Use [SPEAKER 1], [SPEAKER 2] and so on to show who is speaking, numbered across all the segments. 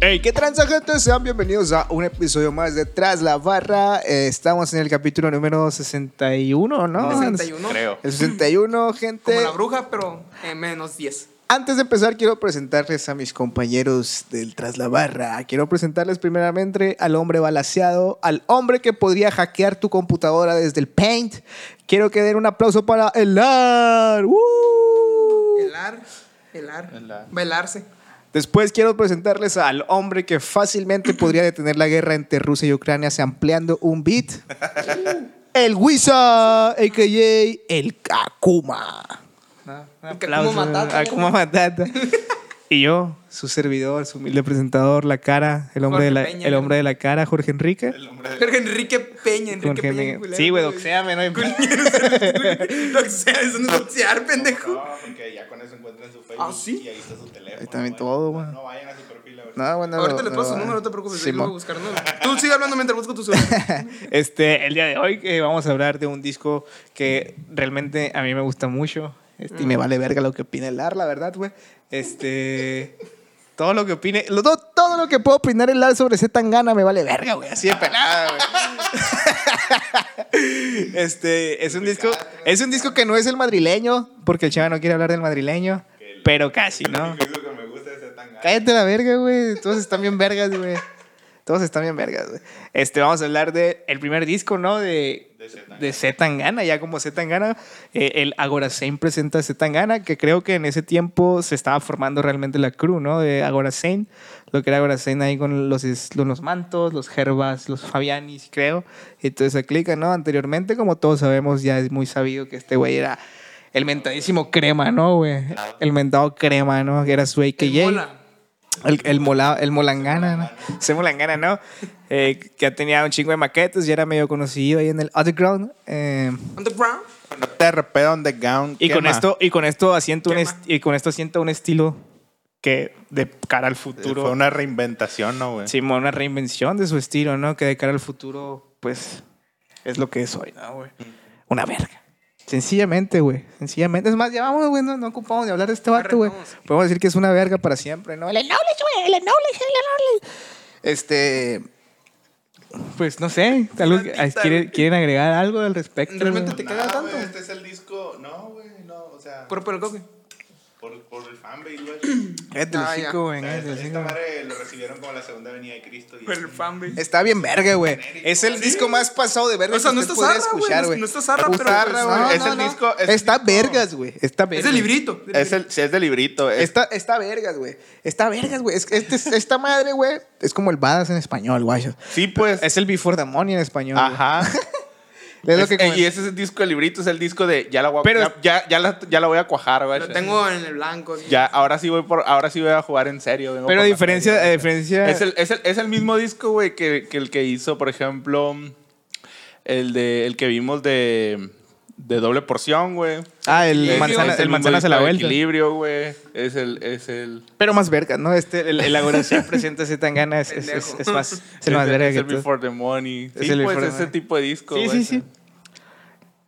[SPEAKER 1] Hey, ¿qué transa, gente? Sean bienvenidos a un episodio más de Tras la Barra. Eh, estamos en el capítulo número 61, ¿no?
[SPEAKER 2] 61.
[SPEAKER 3] Creo.
[SPEAKER 1] El 61, gente.
[SPEAKER 2] Como la bruja, pero en menos 10.
[SPEAKER 1] Antes de empezar, quiero presentarles a mis compañeros del Tras la Barra. Quiero presentarles primeramente al hombre balaseado, al hombre que podría hackear tu computadora desde el Paint. Quiero que den un aplauso para el LAR. ¡Woo!
[SPEAKER 2] Helar, helar,
[SPEAKER 3] Helar.
[SPEAKER 2] bailarse.
[SPEAKER 1] Después quiero presentarles al hombre que fácilmente podría detener la guerra entre Rusia y Ucrania se ampliando un beat. El Wisa, a.k.a. el Kakuma.
[SPEAKER 2] Como matata.
[SPEAKER 1] Akuma Matata. y yo, su servidor, su humilde presentador, la cara, el hombre,
[SPEAKER 2] Jorge
[SPEAKER 1] de la,
[SPEAKER 2] Peña.
[SPEAKER 1] el hombre de la cara, Jorge Enrique.
[SPEAKER 3] El hombre de-
[SPEAKER 2] Jorge Enrique Peña, Enrique
[SPEAKER 1] Jorge
[SPEAKER 2] Peña.
[SPEAKER 1] Enrique.
[SPEAKER 2] culero,
[SPEAKER 1] Sí, güey, doxéame, no hay
[SPEAKER 2] Doxea, eso no es doxear, pendejo.
[SPEAKER 3] No, porque ya con eso encuentran su Facebook
[SPEAKER 2] ¿Ah, sí?
[SPEAKER 3] y ahí está su teléfono.
[SPEAKER 1] Ahí también
[SPEAKER 3] güey.
[SPEAKER 1] todo, güey.
[SPEAKER 3] No vayan a su perfil a ver.
[SPEAKER 1] No, bueno,
[SPEAKER 2] Ahorita
[SPEAKER 1] no,
[SPEAKER 2] les paso
[SPEAKER 1] no,
[SPEAKER 2] su
[SPEAKER 1] va.
[SPEAKER 2] número, no te preocupes, ahí lo
[SPEAKER 1] Simón.
[SPEAKER 2] voy a buscar. No, Tú sigue hablando mientras busco tu celular.
[SPEAKER 1] Este, el día de hoy eh, vamos a hablar de un disco que realmente a mí me gusta mucho. Este, Y me vale verga lo que opine el AR, la verdad, güey. Este. Todo lo que opine. lo- todo, todo lo que pueda opinar el AR sobre Z Tangana me vale verga, güey. Así de pelada, güey. este, es un disco. Es un disco que no es el madrileño, porque el chava no quiere hablar del madrileño. Pero casi, ¿no?
[SPEAKER 3] Lo único que me gusta es ese tanga.
[SPEAKER 1] Cállate la verga, güey. Todos están bien vergas, güey. Todos están bien vergas, güey. Este, vamos a hablar del el primer disco, ¿no? De,
[SPEAKER 3] De Z Tangana.
[SPEAKER 1] de Z Tangana, ya como Z Tangana. eh, el Agora Saint presenta Z Tangana, que creo que en ese tiempo se estaba formando realmente la crew, ¿no? De Agora Saint. Lo que era Agora Saint ahí con los, es- los, los mantos, los Gervas, los Fabianis, creo. Y toda esa clica, ¿no? Anteriormente, como todos sabemos, ya es muy sabido que este güey era. El mentadísimo crema, ¿no, güey? El mentado crema, ¿no? Que era su AKJ.
[SPEAKER 2] Que mola.
[SPEAKER 1] El, el, mola- el Molangana, ¿no? Ese Molangana, ¿no? Eh, que ya tenía un chingo de maquetas y era medio conocido ahí en el underground. eh,
[SPEAKER 2] Underground.
[SPEAKER 3] Te repeda on the gown.
[SPEAKER 1] y, con esto, y con esto asiento un
[SPEAKER 2] Quema.
[SPEAKER 1] est- y con esto asienta un estilo que de cara al futuro.
[SPEAKER 3] Eh, Fue una reinventación, ¿no, güey?
[SPEAKER 1] Simón, una reinvención de su estilo, ¿no? Que de cara al futuro, pues, es lo que es hoy, ¿no, güey? Una verga. Sencillamente, güey. Sencillamente. Es más, ya vamos, güey. No, no ocupamos de hablar de este vato, güey.
[SPEAKER 2] Arreglamos.
[SPEAKER 1] Podemos decir que es una verga para siempre, ¿no? El knowledge, güey. El knowledge, el knowledge. Este. Pues no sé. algo que-
[SPEAKER 2] Tantita,
[SPEAKER 1] ¿quieren,
[SPEAKER 2] güey.
[SPEAKER 1] quieren agregar algo al respecto?
[SPEAKER 2] Realmente
[SPEAKER 1] güey?
[SPEAKER 2] ¿Te queda tanto?
[SPEAKER 3] güey, Este es el disco. No, güey, no. O sea, por,
[SPEAKER 2] Por por el coque.
[SPEAKER 3] por el fanbase, güey. O
[SPEAKER 1] Cállate el
[SPEAKER 2] Ah, ya.
[SPEAKER 1] hocico, güey,
[SPEAKER 3] sea,
[SPEAKER 1] cállate
[SPEAKER 3] esta,
[SPEAKER 1] el
[SPEAKER 3] esta
[SPEAKER 1] hocico.
[SPEAKER 3] madre lo recibieron como la segunda venida de Cristo. y
[SPEAKER 2] Por
[SPEAKER 3] es
[SPEAKER 2] el
[SPEAKER 3] un-
[SPEAKER 2] fanbase.
[SPEAKER 1] Está bien verga, güey. Es el
[SPEAKER 2] Sí.
[SPEAKER 1] disco más pasado de verga.
[SPEAKER 2] O sea,
[SPEAKER 1] que
[SPEAKER 2] no
[SPEAKER 1] usted
[SPEAKER 2] está
[SPEAKER 1] podría
[SPEAKER 2] zarra, güey,
[SPEAKER 1] escuchar,
[SPEAKER 2] no- no está zarra, pero-
[SPEAKER 1] zarra, güey.
[SPEAKER 2] No,
[SPEAKER 3] es el disco- es el
[SPEAKER 1] está
[SPEAKER 3] disco-
[SPEAKER 1] vergas, güey. Está vergas.
[SPEAKER 2] Es el librito.
[SPEAKER 3] Es el, sí, es de librito. Es,
[SPEAKER 1] Está, está vergas, güey. Está vergas, güey. Es- este- esta madre, güey, es como el Badass en español, guacho.
[SPEAKER 3] sí, pues.
[SPEAKER 1] Es el Before the Money en español. güey.
[SPEAKER 3] ajá.
[SPEAKER 1] Es lo que
[SPEAKER 3] Es- eh,
[SPEAKER 1] comen-
[SPEAKER 3] y ese es el disco del librito, es el disco de ya la voy a,
[SPEAKER 1] Pero-
[SPEAKER 3] ya, ya, ya la, ya la voy a cuajar, güey.
[SPEAKER 2] Lo tengo en el blanco. aquí.
[SPEAKER 3] Ya, ahora sí voy por, ahora sí voy a jugar en serio. vengo
[SPEAKER 1] Pero
[SPEAKER 3] por la
[SPEAKER 1] a diferencia,
[SPEAKER 3] feria.
[SPEAKER 1] a diferencia.
[SPEAKER 3] Es el, es el- es el mismo disco, güey, que, que el que hizo, por ejemplo, el de el que vimos de, de doble porción, güey.
[SPEAKER 1] ah, el,
[SPEAKER 3] Es-
[SPEAKER 1] manzana,
[SPEAKER 3] es
[SPEAKER 1] el
[SPEAKER 3] mismo
[SPEAKER 1] manzana se
[SPEAKER 3] disco
[SPEAKER 1] la
[SPEAKER 3] de
[SPEAKER 1] vuelta.
[SPEAKER 3] Equilibrio, güey. Es el, es el.
[SPEAKER 1] Pero más vergas, ¿no? Este, el, el Agora se presenta ese tan ganas. Es, es,
[SPEAKER 2] Pendejo.
[SPEAKER 1] es más. Es
[SPEAKER 3] es
[SPEAKER 1] el más
[SPEAKER 3] el-
[SPEAKER 1] verga
[SPEAKER 3] es
[SPEAKER 1] que
[SPEAKER 3] el
[SPEAKER 1] todo.
[SPEAKER 3] Before the Money.
[SPEAKER 1] Es
[SPEAKER 3] sí,
[SPEAKER 1] el
[SPEAKER 3] pues
[SPEAKER 1] Before the
[SPEAKER 3] ese
[SPEAKER 1] Money.
[SPEAKER 3] tipo de disco,
[SPEAKER 1] Sí,
[SPEAKER 3] güey.
[SPEAKER 1] sí, sí.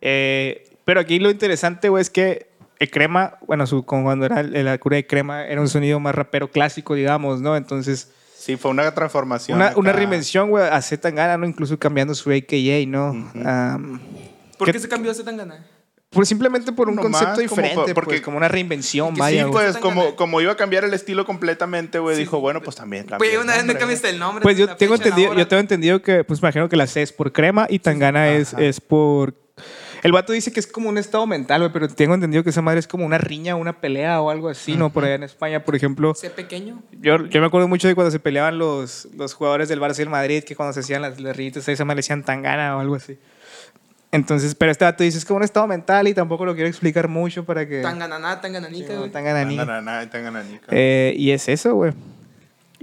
[SPEAKER 1] Eh, pero aquí lo interesante, güey, es que el crema, bueno, su, con- cuando era el- la cura de crema, era un sonido más rapero clásico, digamos, ¿no? Entonces,
[SPEAKER 3] Sí, fue una transformación.
[SPEAKER 1] una,
[SPEAKER 3] acá.
[SPEAKER 1] una reinvención, güey, a Z Tangana, ¿no? Incluso cambiando su AKA, ¿no? Am,
[SPEAKER 2] ¿Por
[SPEAKER 1] ¿Qué-
[SPEAKER 2] qué se cambió ese tangana?
[SPEAKER 1] por- simplemente por un
[SPEAKER 3] Nomás
[SPEAKER 1] concepto
[SPEAKER 3] como
[SPEAKER 1] diferente,
[SPEAKER 3] por-
[SPEAKER 1] porque
[SPEAKER 3] porque-
[SPEAKER 1] como una reinvención,
[SPEAKER 2] que
[SPEAKER 1] vaya,
[SPEAKER 2] sí,
[SPEAKER 1] güey.
[SPEAKER 2] pues,
[SPEAKER 3] Pues como, como iba a cambiar el estilo completamente, güey, dijo, bueno, pues también cambia
[SPEAKER 2] Pues
[SPEAKER 3] el
[SPEAKER 2] una vez me
[SPEAKER 3] nombre,
[SPEAKER 2] cambiaste el nombre.
[SPEAKER 1] Pues yo
[SPEAKER 2] la
[SPEAKER 1] tengo
[SPEAKER 2] fecha, la
[SPEAKER 1] entendido,
[SPEAKER 2] hora.
[SPEAKER 1] yo tengo entendido que, pues me imagino que la C es por crema y Tangana es, es por. El vato dice que es como un estado mental, güey, pero tengo entendido que esa madre es como una riña, una pelea o algo así, ¿no? Por allá en España, por ejemplo.
[SPEAKER 2] Sé pequeño.
[SPEAKER 1] Yo, yo me acuerdo mucho de cuando se peleaban los, los jugadores del Barça y el Madrid, que cuando se hacían las, las riñitas ahí se me le decían Tangana o algo así. Entonces, pero este vato dice es como un estado mental y tampoco lo quiero explicar mucho para que.
[SPEAKER 2] Tangananá, tangananita,
[SPEAKER 1] No,
[SPEAKER 2] güey.
[SPEAKER 1] Tangana ni-
[SPEAKER 3] Tengan a na- tengan a Nica.
[SPEAKER 1] eh, y es eso, güey.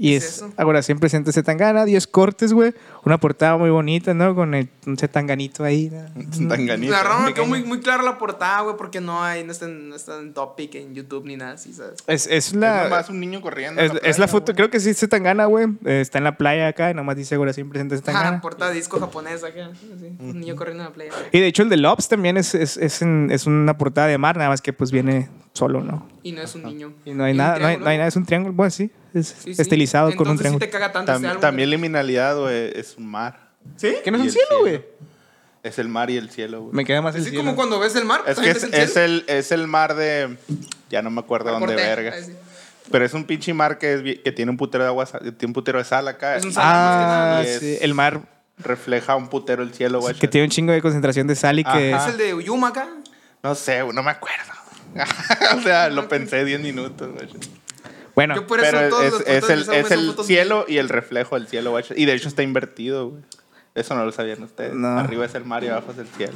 [SPEAKER 1] Y
[SPEAKER 2] Es
[SPEAKER 1] es,
[SPEAKER 2] eso.
[SPEAKER 1] ahora siempre presenta Zetangana, 10 cortes, güey. Una portada muy bonita, ¿no? Con el, un Zetanganito ahí. ¿no?
[SPEAKER 3] Tanganito.
[SPEAKER 2] La verdad me quedó muy, muy clara la portada, güey, porque no hay, no está, en, no está en topic en YouTube ni nada así, ¿sabes?
[SPEAKER 1] Es, es
[SPEAKER 3] Es
[SPEAKER 1] la...
[SPEAKER 3] nomás un niño corriendo. en
[SPEAKER 1] Es, es
[SPEAKER 3] playa,
[SPEAKER 1] la foto,
[SPEAKER 3] güey.
[SPEAKER 1] creo que sí, Zetangana, güey. Eh, está en la playa acá, y nomás dice ahora siempre presenta
[SPEAKER 2] Ah,
[SPEAKER 1] Zetangana.
[SPEAKER 2] portada de disco japonés acá. así, Un niño corriendo en la playa.
[SPEAKER 1] Y de hecho el de Lobs también es, es, es en- es una portada de mar, nada más que pues viene solo, ¿no?
[SPEAKER 2] Y no es un niño.
[SPEAKER 1] Y no hay
[SPEAKER 2] Y un
[SPEAKER 1] nada, no hay,
[SPEAKER 2] triángulo.
[SPEAKER 1] no hay nada, es un triángulo, bueno, sí, es
[SPEAKER 2] Sí, sí.
[SPEAKER 1] estilizado con un
[SPEAKER 2] Entonces,
[SPEAKER 1] triángulo.
[SPEAKER 2] Sí, te caga tanto
[SPEAKER 3] Tam-
[SPEAKER 2] ese álbum.
[SPEAKER 3] también liminalidad, güey, es un mar.
[SPEAKER 2] ¿Sí?
[SPEAKER 1] ¿Qué no es
[SPEAKER 3] Y
[SPEAKER 1] un
[SPEAKER 3] el
[SPEAKER 1] cielo, güey?
[SPEAKER 3] Es el mar y el cielo, güey.
[SPEAKER 1] Me queda más el
[SPEAKER 2] Así
[SPEAKER 1] cielo.
[SPEAKER 2] como cuando ves el mar.
[SPEAKER 3] Es que
[SPEAKER 2] también
[SPEAKER 3] es,
[SPEAKER 2] ves el
[SPEAKER 3] es
[SPEAKER 2] cielo.
[SPEAKER 3] el, es el mar de. Ya no me acuerdo dónde,
[SPEAKER 2] Cortés,
[SPEAKER 3] verga.
[SPEAKER 2] ahí sí.
[SPEAKER 3] Pero es un pinche mar que, es, bien- que tiene un putero de agua, sa- tiene un putero de sal acá.
[SPEAKER 2] Es un sal.
[SPEAKER 1] Ah,
[SPEAKER 3] Y es-
[SPEAKER 1] sí, el mar
[SPEAKER 3] Refleja un putero el cielo, güey.
[SPEAKER 1] que tiene un chingo de concentración de sal y que
[SPEAKER 3] Ajá.
[SPEAKER 2] Es el de Uyuma acá.
[SPEAKER 3] No sé, güey, no me acuerdo. o sea, lo pensé 10 minutos, güey.
[SPEAKER 1] bueno,
[SPEAKER 2] Yo por eso
[SPEAKER 3] Pero
[SPEAKER 2] todos
[SPEAKER 3] es,
[SPEAKER 2] los
[SPEAKER 3] es
[SPEAKER 2] fotos de
[SPEAKER 3] el,
[SPEAKER 2] esa, güey,
[SPEAKER 3] es
[SPEAKER 2] son
[SPEAKER 3] el
[SPEAKER 2] fotos mías.
[SPEAKER 3] cielo y el reflejo del cielo, güey. Y de hecho está invertido, güey. Eso no lo sabían ustedes.
[SPEAKER 1] No.
[SPEAKER 3] Arriba es el mar y abajo es el cielo.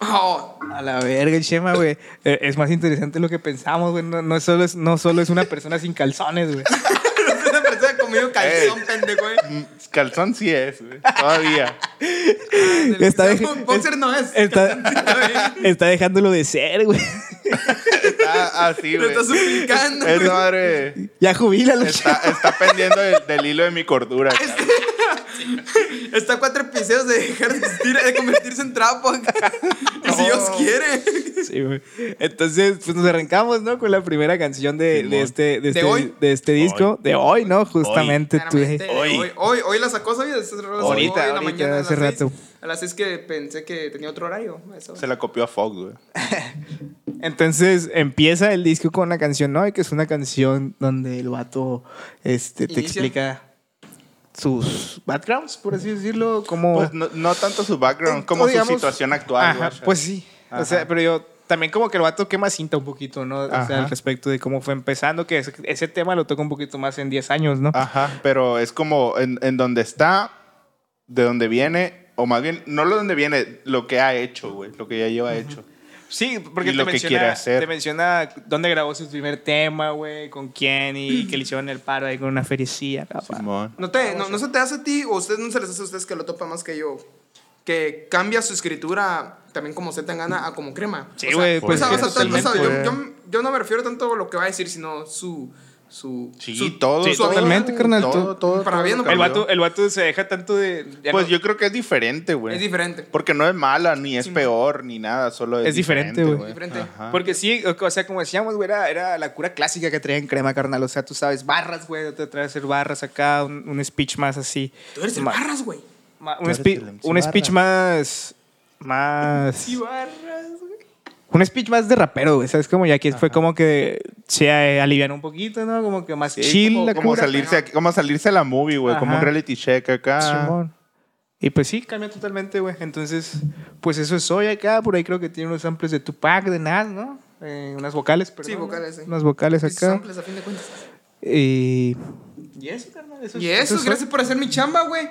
[SPEAKER 2] Oh,
[SPEAKER 1] a la verga el Chema, güey. Eh, Es más interesante lo que pensamos, güey. No, no solo es, no solo es una persona sin calzones, güey.
[SPEAKER 2] es una persona comido calzón,
[SPEAKER 3] Ey.
[SPEAKER 2] pendejo, güey.
[SPEAKER 3] Mm, Calzón sí es, güey. Todavía.
[SPEAKER 1] Está
[SPEAKER 2] Está
[SPEAKER 1] bien.
[SPEAKER 2] Boxer no es.
[SPEAKER 1] Está, está dejándolo de ser, güey.
[SPEAKER 3] Está así,
[SPEAKER 2] Lo
[SPEAKER 3] güey.
[SPEAKER 2] está suplicando.
[SPEAKER 3] Esa
[SPEAKER 2] güey.
[SPEAKER 3] madre.
[SPEAKER 1] Ya jubílalo,
[SPEAKER 3] Está,
[SPEAKER 1] Chema.
[SPEAKER 3] está pendiendo del, del hilo de mi cordura. cabrón.
[SPEAKER 2] Está a cuatro piseos de dejar de existir, de convertirse en trapo acá. Y si Dios quiere.
[SPEAKER 1] Sí, güey. Entonces, pues nos arrancamos, ¿no? Con la primera canción de,
[SPEAKER 3] Simón.
[SPEAKER 1] de este, de
[SPEAKER 2] ¿De
[SPEAKER 1] este,
[SPEAKER 2] hoy?
[SPEAKER 1] de este disco. De hoy, ¿no? Justamente. tú- eh.
[SPEAKER 2] Claramente,
[SPEAKER 3] Hoy.
[SPEAKER 2] Hoy, hoy, hoy la sacó, ¿sabías? Esa rola sacó
[SPEAKER 1] Ahorita,
[SPEAKER 2] hoy en la
[SPEAKER 1] ahorita,
[SPEAKER 2] mañana a las
[SPEAKER 1] hace
[SPEAKER 2] seis.
[SPEAKER 1] rato.
[SPEAKER 2] A las seis que pensé que tenía otro horario. Eso.
[SPEAKER 3] Se la copió a Fox, güey.
[SPEAKER 1] Entonces empieza el disco con la canción Hoy, que es una canción donde el vato este, te
[SPEAKER 2] Inicia.
[SPEAKER 1] explica sus backgrounds, por así decirlo, como...
[SPEAKER 3] Pues no, no tanto su background, como su situación actual,
[SPEAKER 1] Ajá,
[SPEAKER 3] güey.
[SPEAKER 1] pues sí. O
[SPEAKER 3] Ajá.
[SPEAKER 1] sea, pero yo también como que el vato quema cinta un poquito, ¿no? O sea,
[SPEAKER 3] Ajá.
[SPEAKER 1] al respecto de cómo fue empezando, que ese, ese tema lo toca un poquito más en 10 años, ¿no?
[SPEAKER 3] Ajá, pero es como en, en donde está, de donde viene, o más bien, no lo donde viene, lo que ha hecho, güey, lo que ya lleva hecho.
[SPEAKER 1] Sí, porque
[SPEAKER 3] Y
[SPEAKER 1] te,
[SPEAKER 3] lo que
[SPEAKER 1] menciona,
[SPEAKER 3] quiere hacer.
[SPEAKER 1] te menciona dónde grabó su primer tema, güey, con quién y que le hicieron el paro ahí con una ferecía. capaz.
[SPEAKER 3] Simón.
[SPEAKER 2] ¿No, te, no, no se te hace a ti o a ustedes no se les hace a ustedes que lo topa más que yo? Que cambia su escritura también como se gana a como crema.
[SPEAKER 1] Sí, güey,
[SPEAKER 2] o
[SPEAKER 3] pues,
[SPEAKER 2] sea, o sea,
[SPEAKER 3] sí,
[SPEAKER 2] tal- o sea, yo,
[SPEAKER 3] totalmente.
[SPEAKER 2] yo, yo no me refiero tanto a lo que va a decir, sino su. su
[SPEAKER 3] Sí,
[SPEAKER 2] su-
[SPEAKER 3] todo,
[SPEAKER 1] sí,
[SPEAKER 3] todo,
[SPEAKER 1] totalmente, carnal, todo-
[SPEAKER 2] Para bien o
[SPEAKER 1] El
[SPEAKER 2] cambió.
[SPEAKER 1] vato, el vato se deja tanto de... ya
[SPEAKER 3] Pues
[SPEAKER 1] no-
[SPEAKER 3] yo creo que es diferente, güey.
[SPEAKER 2] Es diferente.
[SPEAKER 3] Porque no es mala, ni es peor, ni nada, solo es,
[SPEAKER 1] Es diferente, güey.
[SPEAKER 2] Diferente.
[SPEAKER 3] Ajá.
[SPEAKER 1] Porque sí, o o sea, como decíamos, güey, era, era la cura clásica que traían crema, carnal. O sea, tú sabes, barras, güey, te traes hacer barras acá, un, un speech más así.
[SPEAKER 2] Tú eres el
[SPEAKER 1] Ma-
[SPEAKER 2] barras, güey.
[SPEAKER 1] ma-
[SPEAKER 3] Tú
[SPEAKER 1] un
[SPEAKER 3] eres
[SPEAKER 1] spe-
[SPEAKER 3] el MC
[SPEAKER 1] un speech más. Más.
[SPEAKER 2] Sí, barras, güey.
[SPEAKER 1] Un speech más de rapero, güey. ¿Sabes? Como ya que fue como que se eh, alivianó un poquito, ¿no? Como que más
[SPEAKER 3] Sí,
[SPEAKER 1] chill
[SPEAKER 3] como,
[SPEAKER 1] la
[SPEAKER 3] como
[SPEAKER 1] cura.
[SPEAKER 3] salirse, aquí- como salirse a la movie, güey, como
[SPEAKER 1] Ajá.
[SPEAKER 3] un reality check acá.
[SPEAKER 1] Simón. Y pues sí, cambia totalmente, güey. Entonces, pues eso es hoy acá. Por ahí creo que tiene unos samples de Tupac, de Nas, ¿no? Eh, unas vocales, perdón. ¿no?
[SPEAKER 2] vocales, sí.
[SPEAKER 1] Unas vocales
[SPEAKER 2] Dices
[SPEAKER 1] acá.
[SPEAKER 2] samples, a fin de cuentas.
[SPEAKER 1] Y... y eso, carnal. Eso,
[SPEAKER 2] Y eso, gracias por hacer mi chamba, güey.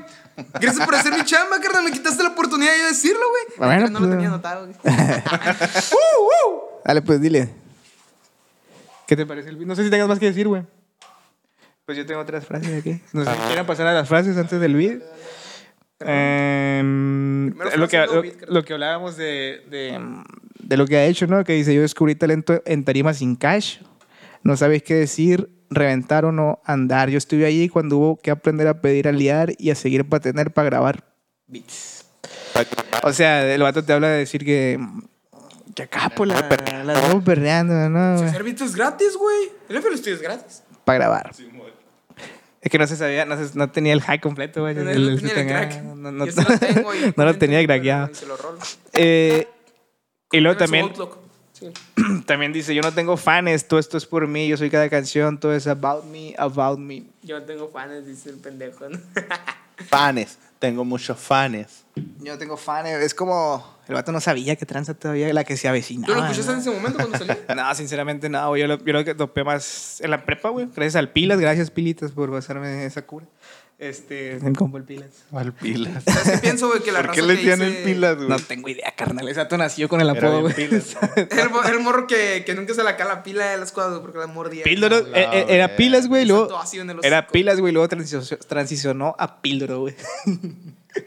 [SPEAKER 2] Gracias por hacer mi chamba, carnal. Me quitaste la oportunidad de yo decirlo, güey.
[SPEAKER 1] Bueno,
[SPEAKER 2] no
[SPEAKER 1] pues,
[SPEAKER 2] lo tenía
[SPEAKER 1] no.
[SPEAKER 2] anotado, güey.
[SPEAKER 1] ¡Uh, Dale, pues dile. ¿Qué te parece el beat? No sé si tengas más que decir, güey. Pues yo tengo otras frases aquí. No sé
[SPEAKER 2] Ah.
[SPEAKER 1] si quieran pasar a las frases antes del beat. Em,
[SPEAKER 2] Primero
[SPEAKER 1] lo, que,
[SPEAKER 2] frase, luego
[SPEAKER 1] lo,
[SPEAKER 2] beat, creo.
[SPEAKER 1] lo que hablábamos de, de, de lo que ha hecho, ¿no? Que dice, yo descubrí talento en tarima sin cash. No sabéis qué decir, reventar o no andar. Yo estuve allí cuando hubo que aprender a pedir, a liar y a seguir para tener, para grabar beats. O sea, el vato te habla de decir que. Que acá, pues, la, la estamos perreando, ¿no? güey?
[SPEAKER 2] Hacer beats es gratis, güey. El FL Studio es gratis.
[SPEAKER 1] Para grabar. Es que no se sabía, no, se- no tenía el hack completo, güey.
[SPEAKER 2] No,
[SPEAKER 1] el-
[SPEAKER 2] no
[SPEAKER 1] el-
[SPEAKER 2] tenía
[SPEAKER 1] el-
[SPEAKER 2] el crack.
[SPEAKER 1] no- no-
[SPEAKER 2] Y ese lo tengo y-
[SPEAKER 1] no lo tenía craqueado.
[SPEAKER 2] Y se lo rolo.
[SPEAKER 1] Eh, y luego también,
[SPEAKER 2] Tiene su Outlook. Sí.
[SPEAKER 1] también dice, yo no tengo fans, todo esto es por mí, yo soy cada canción, todo es about me, about me.
[SPEAKER 2] Yo no tengo fans, dice el pendejo. ¿no?
[SPEAKER 3] Fanes, tengo muchos fanes.
[SPEAKER 1] Yo no tengo fans, es como... El vato no sabía que tranza todavía la que se avecinaba.
[SPEAKER 2] ¿Tú lo escuchaste
[SPEAKER 1] Ah, ¿no?
[SPEAKER 2] en ese momento cuando salí?
[SPEAKER 1] No, sinceramente no, güey. Yo lo, yo lo que topé más en la prepa, güey. Gracias al Pilas, gracias Pilitas por pasarme esa cura. Este, en combo el Pilas.
[SPEAKER 3] Al pilas.
[SPEAKER 2] ¿Sabes qué pienso, güey? Que la
[SPEAKER 3] ¿Por
[SPEAKER 2] raza
[SPEAKER 3] qué le
[SPEAKER 2] que
[SPEAKER 3] tienen
[SPEAKER 2] dice-
[SPEAKER 3] pilas, güey?
[SPEAKER 1] No tengo idea, carnal. Ese vato nació con el
[SPEAKER 3] Era
[SPEAKER 1] apodo,
[SPEAKER 3] bien
[SPEAKER 1] güey.
[SPEAKER 3] pilas.
[SPEAKER 2] El, mo- el morro que, que nunca se la cala la pila de las cosas, güey, porque la mordía.
[SPEAKER 1] Píldoro,
[SPEAKER 3] No,
[SPEAKER 1] eh, eh, era
[SPEAKER 3] güey.
[SPEAKER 1] Pilas, güey. y
[SPEAKER 2] Está
[SPEAKER 1] Luego,
[SPEAKER 2] todo ácido en el
[SPEAKER 1] era
[SPEAKER 2] hocico.
[SPEAKER 1] Pilas, güey. y Luego transicio- transicionó a Píldoro, güey.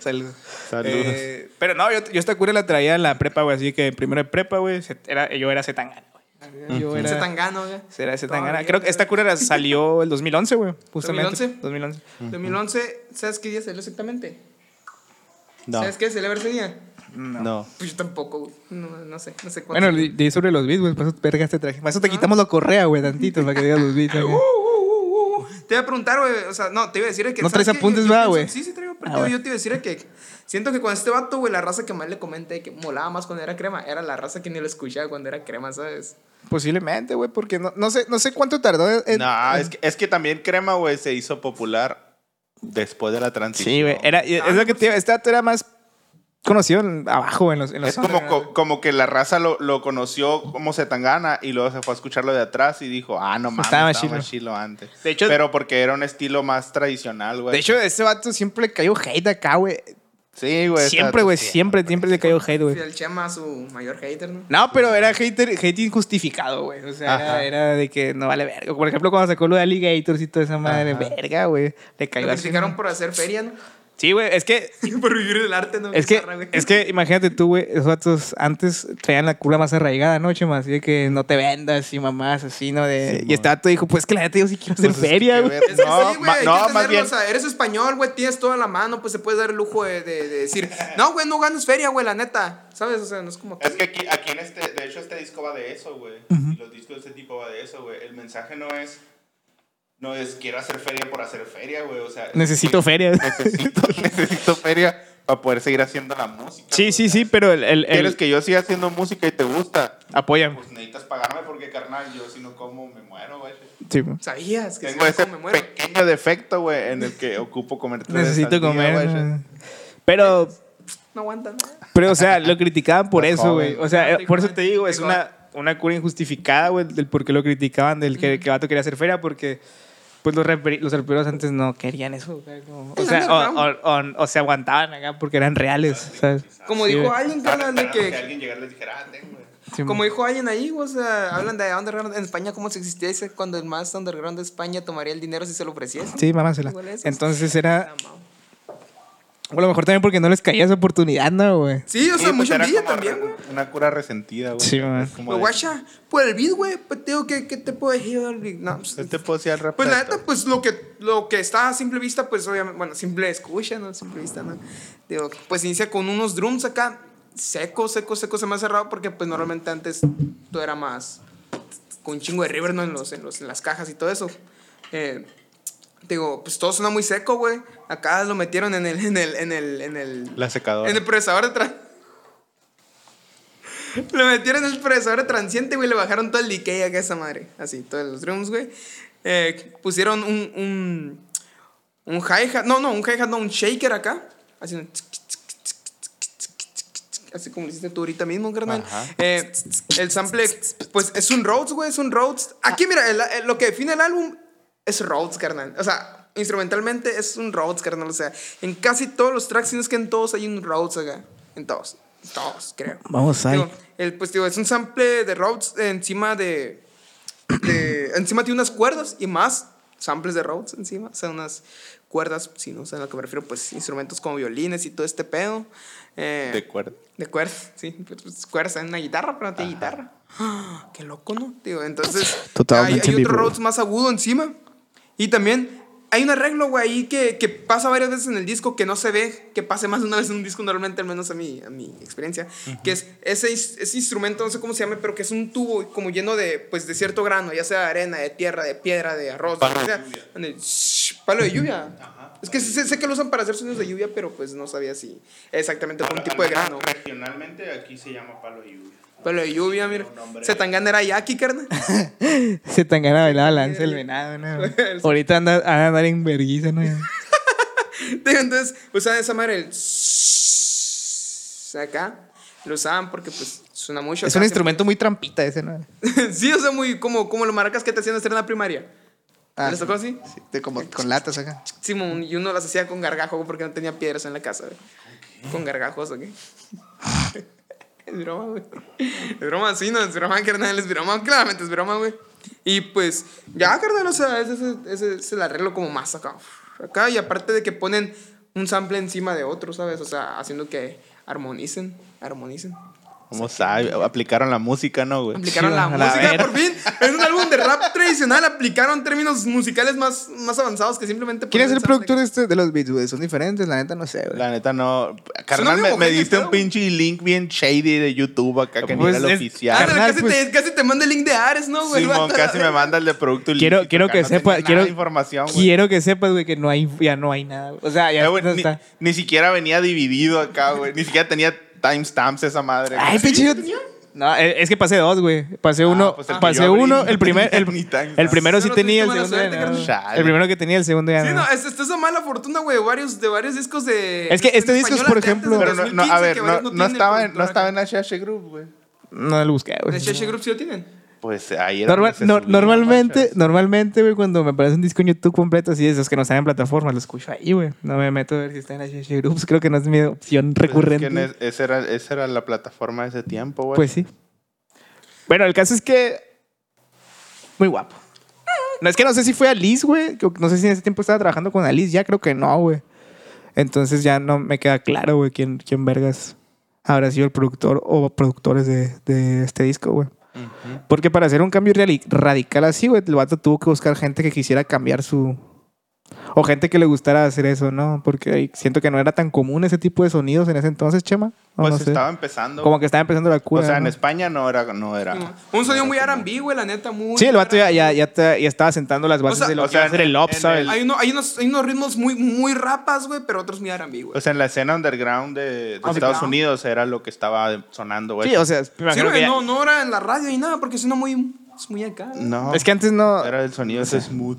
[SPEAKER 1] Saludos.
[SPEAKER 3] Saludos.
[SPEAKER 1] Eh, pero no, yo, yo esta cura la traía en la prepa, güey. Así que primero de prepa, güey, se- era, yo era Zetangana,
[SPEAKER 2] Ah,
[SPEAKER 1] güey. Yo
[SPEAKER 2] Ese
[SPEAKER 1] era...
[SPEAKER 2] tangano, güey.
[SPEAKER 1] Será ese
[SPEAKER 2] Todavía,
[SPEAKER 1] Tangana. Creo que esta cura era- salió el 2011, güey. Justamente.
[SPEAKER 2] ¿2011?
[SPEAKER 1] 2011.
[SPEAKER 2] 2011, ¿sabes qué día salió exactamente?
[SPEAKER 3] No.
[SPEAKER 2] ¿Sabes qué celebra ese día?
[SPEAKER 3] No.
[SPEAKER 2] Pues yo tampoco, güey. No, no sé, no sé cuánto.
[SPEAKER 1] Bueno, di di sobre los beats, güey. Para eso, vergas, te este traje. Para eso te quitamos la correa, güey, tantito, para que digas los beats. güey.
[SPEAKER 2] Uh, uh, uh, uh. Te iba a preguntar, güey. O sea, no, te iba a decir que.
[SPEAKER 1] No
[SPEAKER 2] ¿sabes
[SPEAKER 1] traes
[SPEAKER 2] qué?
[SPEAKER 1] apuntes,
[SPEAKER 2] Yo- yo
[SPEAKER 1] ¿verdad,
[SPEAKER 2] pienso-
[SPEAKER 1] güey?
[SPEAKER 2] Sí, sí, traigo, pero
[SPEAKER 1] Ah,
[SPEAKER 2] te digo,
[SPEAKER 1] bueno.
[SPEAKER 2] yo te iba a decir que. Siento que con este vato, güey, la raza que más le comenté que molaba más cuando era crema era la raza que ni lo escuchaba cuando era crema, ¿sabes?
[SPEAKER 1] Posiblemente, güey, porque no, no, sé, no sé cuánto tardó.
[SPEAKER 2] Eh,
[SPEAKER 1] en-
[SPEAKER 3] No,
[SPEAKER 1] en-
[SPEAKER 3] es que, es que también Crema, güey, se hizo popular después de la transición.
[SPEAKER 1] Sí, güey. Era, es lo que te iba- Este dato era más conocido en- abajo, en los. En los
[SPEAKER 3] Es como, co- como que la raza lo, lo conoció como Zetangana y luego se fue a escucharlo de atrás y dijo, ah, no mames,
[SPEAKER 1] Estaba
[SPEAKER 3] estaba,
[SPEAKER 1] chilo.
[SPEAKER 3] más chilo antes.
[SPEAKER 1] De hecho-
[SPEAKER 3] Pero porque era un estilo más tradicional, güey.
[SPEAKER 1] De hecho, ese vato siempre le cayó hate acá, güey.
[SPEAKER 3] Pues, sí, pues. güey.
[SPEAKER 1] Siempre,
[SPEAKER 3] está-
[SPEAKER 1] güey, siempre, siempre le cayó hate, güey.
[SPEAKER 2] Fidel Chema, su mayor hater, ¿no?
[SPEAKER 1] No, pero era hater, hate injustificado, güey. O sea, era,
[SPEAKER 3] Ajá.
[SPEAKER 1] era de que no vale verga. Por ejemplo, cuando sacó lo de Alligators y toda esa madre,
[SPEAKER 3] Ajá.
[SPEAKER 1] verga, güey. Le
[SPEAKER 2] Lo
[SPEAKER 1] cayó así.
[SPEAKER 2] criticaron por hacer feria, ¿no?
[SPEAKER 1] Sí, güey, es que
[SPEAKER 2] por vivir el arte, ¿no?
[SPEAKER 1] Es que,
[SPEAKER 2] Bizarra, güey.
[SPEAKER 1] es que imagínate tú, güey, esos vatos antes traían la cura más arraigada, ¿no, Chema? Así de que no te vendas y mamás, así, ¿no? De, y este vato dijo, pues que la neta yo sí quiero hacer
[SPEAKER 3] Pues es que
[SPEAKER 1] feria,
[SPEAKER 3] qué
[SPEAKER 1] güey.
[SPEAKER 3] ver-
[SPEAKER 2] Es que
[SPEAKER 3] No,
[SPEAKER 2] sí, güey,
[SPEAKER 3] ma-
[SPEAKER 2] hay que
[SPEAKER 3] no,
[SPEAKER 2] tenerlo,
[SPEAKER 3] más bien.
[SPEAKER 2] O sea, eres español, güey, tienes toda la mano, pues se puede dar el lujo de, de- de decir, no, güey, no ganas feria, güey, la neta. ¿Sabes? O sea, no es como.
[SPEAKER 3] Es que aquí, aquí en este, de hecho este disco va de eso, güey. Y Los discos de este tipo va de eso, güey. El mensaje no es, no es quiero hacer feria por hacer feria, güey. O sea,
[SPEAKER 1] Necesito feria.
[SPEAKER 3] necesito, necesito feria para poder seguir haciendo la música.
[SPEAKER 1] sí,
[SPEAKER 3] güey.
[SPEAKER 1] sí, sí, pero el... el, el-
[SPEAKER 3] ¿Quieres que yo siga haciendo música y te gusta?
[SPEAKER 1] Apóyame.
[SPEAKER 3] Pues necesitas pagarme porque, carnal, yo si no como me muero, güey.
[SPEAKER 1] Sí, güey.
[SPEAKER 2] Sabías que si
[SPEAKER 3] Tengo
[SPEAKER 2] no,
[SPEAKER 3] ese
[SPEAKER 2] me muero.
[SPEAKER 3] pequeño defecto, güey, en el que ocupo comer tres veces
[SPEAKER 1] necesito
[SPEAKER 3] al día,
[SPEAKER 1] comer.
[SPEAKER 3] güey.
[SPEAKER 1] ¿no? Pero,
[SPEAKER 2] No aguanta, ¿no?
[SPEAKER 1] pero, o sea, lo criticaban por
[SPEAKER 3] Estás
[SPEAKER 1] eso, güey.
[SPEAKER 3] joven.
[SPEAKER 1] O sea, eh,
[SPEAKER 2] Digo,
[SPEAKER 1] por eso te digo, es
[SPEAKER 2] digo,
[SPEAKER 1] una, una cura injustificada, güey, del por qué lo criticaban, del que, que vato quería hacer feria, porque... Pues los, raperi- los raperos antes no querían eso, güey, como- o
[SPEAKER 2] El
[SPEAKER 1] sea, o,
[SPEAKER 2] underground.
[SPEAKER 1] o- o- o se aguantaban acá porque eran reales, ¿sabes?
[SPEAKER 2] Como
[SPEAKER 1] Sí,
[SPEAKER 2] dijo
[SPEAKER 1] güey.
[SPEAKER 2] alguien,
[SPEAKER 3] Estaba
[SPEAKER 2] carnal,
[SPEAKER 3] esperando
[SPEAKER 2] de
[SPEAKER 3] Ah, que
[SPEAKER 2] que.
[SPEAKER 3] alguien llegara y les dijera, ah, tengo, güey.
[SPEAKER 1] Sí,
[SPEAKER 2] Como
[SPEAKER 1] güey.
[SPEAKER 2] dijo alguien ahí, o sea, hablan de underground en España, como si existiese cuando el más underground de España tomaría el dinero si se lo ofreciese.
[SPEAKER 1] Sí, mamásela.
[SPEAKER 2] Igual esos.
[SPEAKER 1] Entonces era.
[SPEAKER 2] Ah, mao.
[SPEAKER 1] O a lo mejor también porque no les caía esa oportunidad, ¿no, güey?
[SPEAKER 2] Sí, o sea,
[SPEAKER 3] Sí, pues
[SPEAKER 2] mucha
[SPEAKER 3] era
[SPEAKER 2] envidia
[SPEAKER 3] como
[SPEAKER 2] también,
[SPEAKER 3] re-
[SPEAKER 2] güey.
[SPEAKER 3] Una cura resentida, güey.
[SPEAKER 1] Sí, man.
[SPEAKER 3] Es como
[SPEAKER 2] Pero,
[SPEAKER 3] de,
[SPEAKER 2] guacha, por el beat, güey, pues te digo, ¿qué, qué te puedo decir? No, pues,
[SPEAKER 3] ¿qué te puedo decir al respecto?
[SPEAKER 2] Pues la neta, pues lo que, lo que está a simple vista, pues obviamente, bueno, simple escucha, ¿no? Simple vista, ¿no? Digo, pues inicia con unos drums acá, seco, seco, seco, se me ha cerrado, porque pues normalmente antes todo era más con un chingo de river, ¿no? En, los, en, los, en las cajas y todo eso. Eh, digo, pues todo suena muy seco, güey. Acá lo metieron en el, en el, en el, en el...
[SPEAKER 3] La secadora.
[SPEAKER 2] En el procesador de tran... Lo metieron en el procesador de transiente, güey. Le bajaron todo el decay acá a esa madre. Así, todos los drums, güey. Eh, pusieron un... Un, un hi-hat. No, no, un hi-hat, no. Un shaker acá. Así un tsk, tsk, tsk, tsk, tsk, tsk, tsk, Así como lo hiciste tú ahorita mismo, carnal.
[SPEAKER 3] Ajá.
[SPEAKER 2] Eh, el sample, pues es un Rhodes, güey, es un Rhodes. Aquí, mira, el- el- lo que define el álbum es Rhodes, carnal. O sea, instrumentalmente es un Rhodes, carnal. O sea, en casi todos los tracks, tienes que en todos hay un Rhodes acá. En todos. En todos, creo.
[SPEAKER 1] Vamos ahí.
[SPEAKER 2] Digo, el, pues digo, es un sample de Rhodes encima de, de- este, Encima tiene unas cuerdas y más samples de Rhodes encima. O sea, unas cuerdas, si no sé a lo que me refiero, pues instrumentos como violines y todo este pedo. Eh,
[SPEAKER 3] De cuerda.
[SPEAKER 2] de cuerdas, sí. pues, Pues, cuerdas en una guitarra, pero no tiene guitarra. ¡Ah! Qué loco, ¿no? Digo, entonces.
[SPEAKER 1] Totalmente
[SPEAKER 2] Hay, hay
[SPEAKER 1] en
[SPEAKER 2] otro
[SPEAKER 1] vivo.
[SPEAKER 2] Rhodes más agudo encima. Y también hay un arreglo, güey, ahí que, que pasa varias veces en el disco que no se ve, que pase más de una vez en un disco, normalmente, al menos a mi, a mi experiencia. Que es ese, ins- ese instrumento, no sé cómo se llama, pero que es un tubo como lleno de, pues, de cierto grano, ya sea de arena, de tierra, de piedra, de arroz,
[SPEAKER 3] Palo
[SPEAKER 2] lo que
[SPEAKER 3] de
[SPEAKER 2] sea. En el- shh, palo de lluvia. Es que sé, sé que lo usan para hacer sonidos de lluvia, pero pues no sabía si exactamente por un tipo de grano.
[SPEAKER 3] Regionalmente aquí se llama palo de lluvia.
[SPEAKER 2] Palo de lluvia, mira.
[SPEAKER 3] Un hombre.
[SPEAKER 2] Zetangana era Jackie, carnal.
[SPEAKER 1] Se tan gana bailaba lanza el venado, ¿no? güey? Ahorita anda a andar en vergüenza, ¿no?
[SPEAKER 2] Digo, Entonces usaban esa madre el. Acá. Lo usaban porque, pues, suena mucho.
[SPEAKER 1] Es
[SPEAKER 2] acá,
[SPEAKER 1] un instrumento muy trampita ese, ¿no?
[SPEAKER 2] siempre- sí, o sea, muy como, como los maracas que te hacían hacer en la primaria.
[SPEAKER 1] Ah,
[SPEAKER 2] ¿Les tocó así?
[SPEAKER 1] Sí, de como con latas acá.
[SPEAKER 2] Simón, y uno las hacía con gargajo porque no tenía piedras en la casa, güey. Con gargajos, ¿ok? es broma, güey. Es broma, sí, no, es broma, carnal, es broma, claramente es broma, güey. Y pues, ya, carnal, o sea, ese, ese- ese es el arreglo como más acá. Acá, y aparte de que ponen un sample encima de otro, ¿sabes? O sea, haciendo que armonicen, armonicen.
[SPEAKER 3] ¿Cómo sabe? Aplicaron la música, ¿no, güey?
[SPEAKER 2] Aplicaron
[SPEAKER 1] Sí,
[SPEAKER 2] la
[SPEAKER 1] a la
[SPEAKER 2] música,
[SPEAKER 1] verga.
[SPEAKER 2] por fin. En un álbum de rap tradicional aplicaron términos musicales más, más avanzados que simplemente...
[SPEAKER 1] ¿Quién
[SPEAKER 2] poner
[SPEAKER 1] es el
[SPEAKER 2] sample
[SPEAKER 1] productor de, este, de los beats, güey? Son diferentes, la neta no sé, güey.
[SPEAKER 3] La neta no. Carnal,
[SPEAKER 2] muy
[SPEAKER 3] me, me
[SPEAKER 2] homogéneo,
[SPEAKER 3] diste un
[SPEAKER 2] ¿no?
[SPEAKER 3] pinche link bien shady de YouTube acá que
[SPEAKER 1] Pues
[SPEAKER 3] ni era el
[SPEAKER 1] es-
[SPEAKER 2] Ah,
[SPEAKER 3] oficial.
[SPEAKER 1] Ándale, Carnal,
[SPEAKER 2] casi,
[SPEAKER 1] pues-
[SPEAKER 2] te, casi te manda el link de Ares, ¿no, güey? El
[SPEAKER 3] Simón
[SPEAKER 2] vato,
[SPEAKER 3] casi me manda el de producto
[SPEAKER 1] Quiero-
[SPEAKER 3] ilícito,
[SPEAKER 1] quiero
[SPEAKER 3] acá
[SPEAKER 1] que
[SPEAKER 3] no
[SPEAKER 1] sepa-
[SPEAKER 3] tenía nada
[SPEAKER 1] quiero-
[SPEAKER 3] de información, güey.
[SPEAKER 1] Quiero que sepas, güey, que no hay, ya no hay nada. O sea, ya
[SPEAKER 3] Eh, güey,
[SPEAKER 1] no
[SPEAKER 3] ni,
[SPEAKER 1] está.
[SPEAKER 3] ni siquiera venía dividido acá, güey. Ni siquiera tenía timestamps esa madre. güey.
[SPEAKER 1] Ay, pinche. yo- No, eh, es que pasé dos, güey. Pasé uno,
[SPEAKER 3] pues el que
[SPEAKER 1] pasé
[SPEAKER 3] yo abrí
[SPEAKER 1] uno,
[SPEAKER 3] no
[SPEAKER 1] el primer,
[SPEAKER 3] tenía
[SPEAKER 1] el,
[SPEAKER 3] ni timestamp.
[SPEAKER 1] el primero
[SPEAKER 2] Eso
[SPEAKER 1] sí
[SPEAKER 2] no
[SPEAKER 1] tenía, el
[SPEAKER 2] tuviste
[SPEAKER 1] segundo
[SPEAKER 2] mala
[SPEAKER 1] ya
[SPEAKER 2] suerte,
[SPEAKER 1] no.
[SPEAKER 3] carnal.
[SPEAKER 1] El primero que tenía, el segundo ya
[SPEAKER 2] Sí,
[SPEAKER 1] no.
[SPEAKER 2] no, es, esta es la mala fortuna, güey, varios, de varios discos de...
[SPEAKER 1] Es que este
[SPEAKER 2] en
[SPEAKER 1] disco es,
[SPEAKER 2] español
[SPEAKER 1] por
[SPEAKER 2] hasta antes
[SPEAKER 1] ejemplo-
[SPEAKER 2] del
[SPEAKER 3] Pero no, no,
[SPEAKER 2] 2015
[SPEAKER 3] a ver,
[SPEAKER 2] que
[SPEAKER 3] no,
[SPEAKER 2] varios
[SPEAKER 3] no
[SPEAKER 2] tienen
[SPEAKER 3] estaba en, no
[SPEAKER 2] productor
[SPEAKER 3] estaba
[SPEAKER 2] acá.
[SPEAKER 3] en HH Group, güey.
[SPEAKER 1] No lo busqué, güey.
[SPEAKER 2] En Shasha Group sí lo tienen.
[SPEAKER 3] Pues ahí era
[SPEAKER 1] Normal-
[SPEAKER 3] donde se
[SPEAKER 1] no-
[SPEAKER 3] subía,
[SPEAKER 1] normalmente,
[SPEAKER 3] machas.
[SPEAKER 1] normalmente, güey, cuando me aparece un disco en YouTube completo, así de esos que no están en plataforma, lo escucho ahí, güey. No me meto a ver si está en HH Groups. pues Creo que no es mi opción
[SPEAKER 3] Pues es que
[SPEAKER 1] recurrente.
[SPEAKER 3] en es- esa, era, esa era la plataforma de ese tiempo, güey.
[SPEAKER 1] Pues sí. Bueno, el caso es que. Muy guapo. No, es que no sé si fue Alice, güey. que- No sé si en ese tiempo estaba trabajando con Alice. Ya creo que no, güey. Entonces ya no me queda claro, güey, quién, quién vergas habrá sido el productor o productores de, de este disco, güey. Porque para hacer un cambio reali- radical así, güey, el vato tuvo que buscar gente que quisiera cambiar su... O gente que le gustara hacer eso, ¿no? Porque ahí siento que no era tan común ese tipo de sonidos en ese entonces, Chema. No,
[SPEAKER 3] Pues
[SPEAKER 1] no sé.
[SPEAKER 3] estaba empezando.
[SPEAKER 1] Como que estaba empezando la
[SPEAKER 3] o
[SPEAKER 1] cura.
[SPEAKER 3] sea, en
[SPEAKER 1] ¿no?
[SPEAKER 3] España no era. No era
[SPEAKER 2] Un
[SPEAKER 3] Ah. no era
[SPEAKER 2] sonido muy
[SPEAKER 3] como-
[SPEAKER 2] R&B, güey, la neta, muy...
[SPEAKER 1] Sí, el vato ya,
[SPEAKER 2] R&B.
[SPEAKER 1] ya, ya, te- ya estaba sentando las bases
[SPEAKER 2] O sea,
[SPEAKER 1] de lo
[SPEAKER 3] o
[SPEAKER 1] que
[SPEAKER 3] sea,
[SPEAKER 1] iba a ser el
[SPEAKER 3] en-
[SPEAKER 1] up,
[SPEAKER 3] en
[SPEAKER 1] ¿sabes?
[SPEAKER 3] el-
[SPEAKER 2] Hay, uno- hay unos, hay unos ritmos muy, muy rapas, güey, pero otros muy R&B,
[SPEAKER 3] O
[SPEAKER 2] güey.
[SPEAKER 3] sea, en la escena underground de, de
[SPEAKER 2] Underground.
[SPEAKER 3] Estados Unidos era lo que estaba de- sonando, güey.
[SPEAKER 1] Sí, o sea, me
[SPEAKER 2] Sí,
[SPEAKER 1] imagino
[SPEAKER 2] güey,
[SPEAKER 1] que ya-
[SPEAKER 2] no, no era en la radio ni nada, porque suena muy... Es muy acá.
[SPEAKER 3] No.
[SPEAKER 1] Es que antes no...
[SPEAKER 3] Era el sonido ese smooth.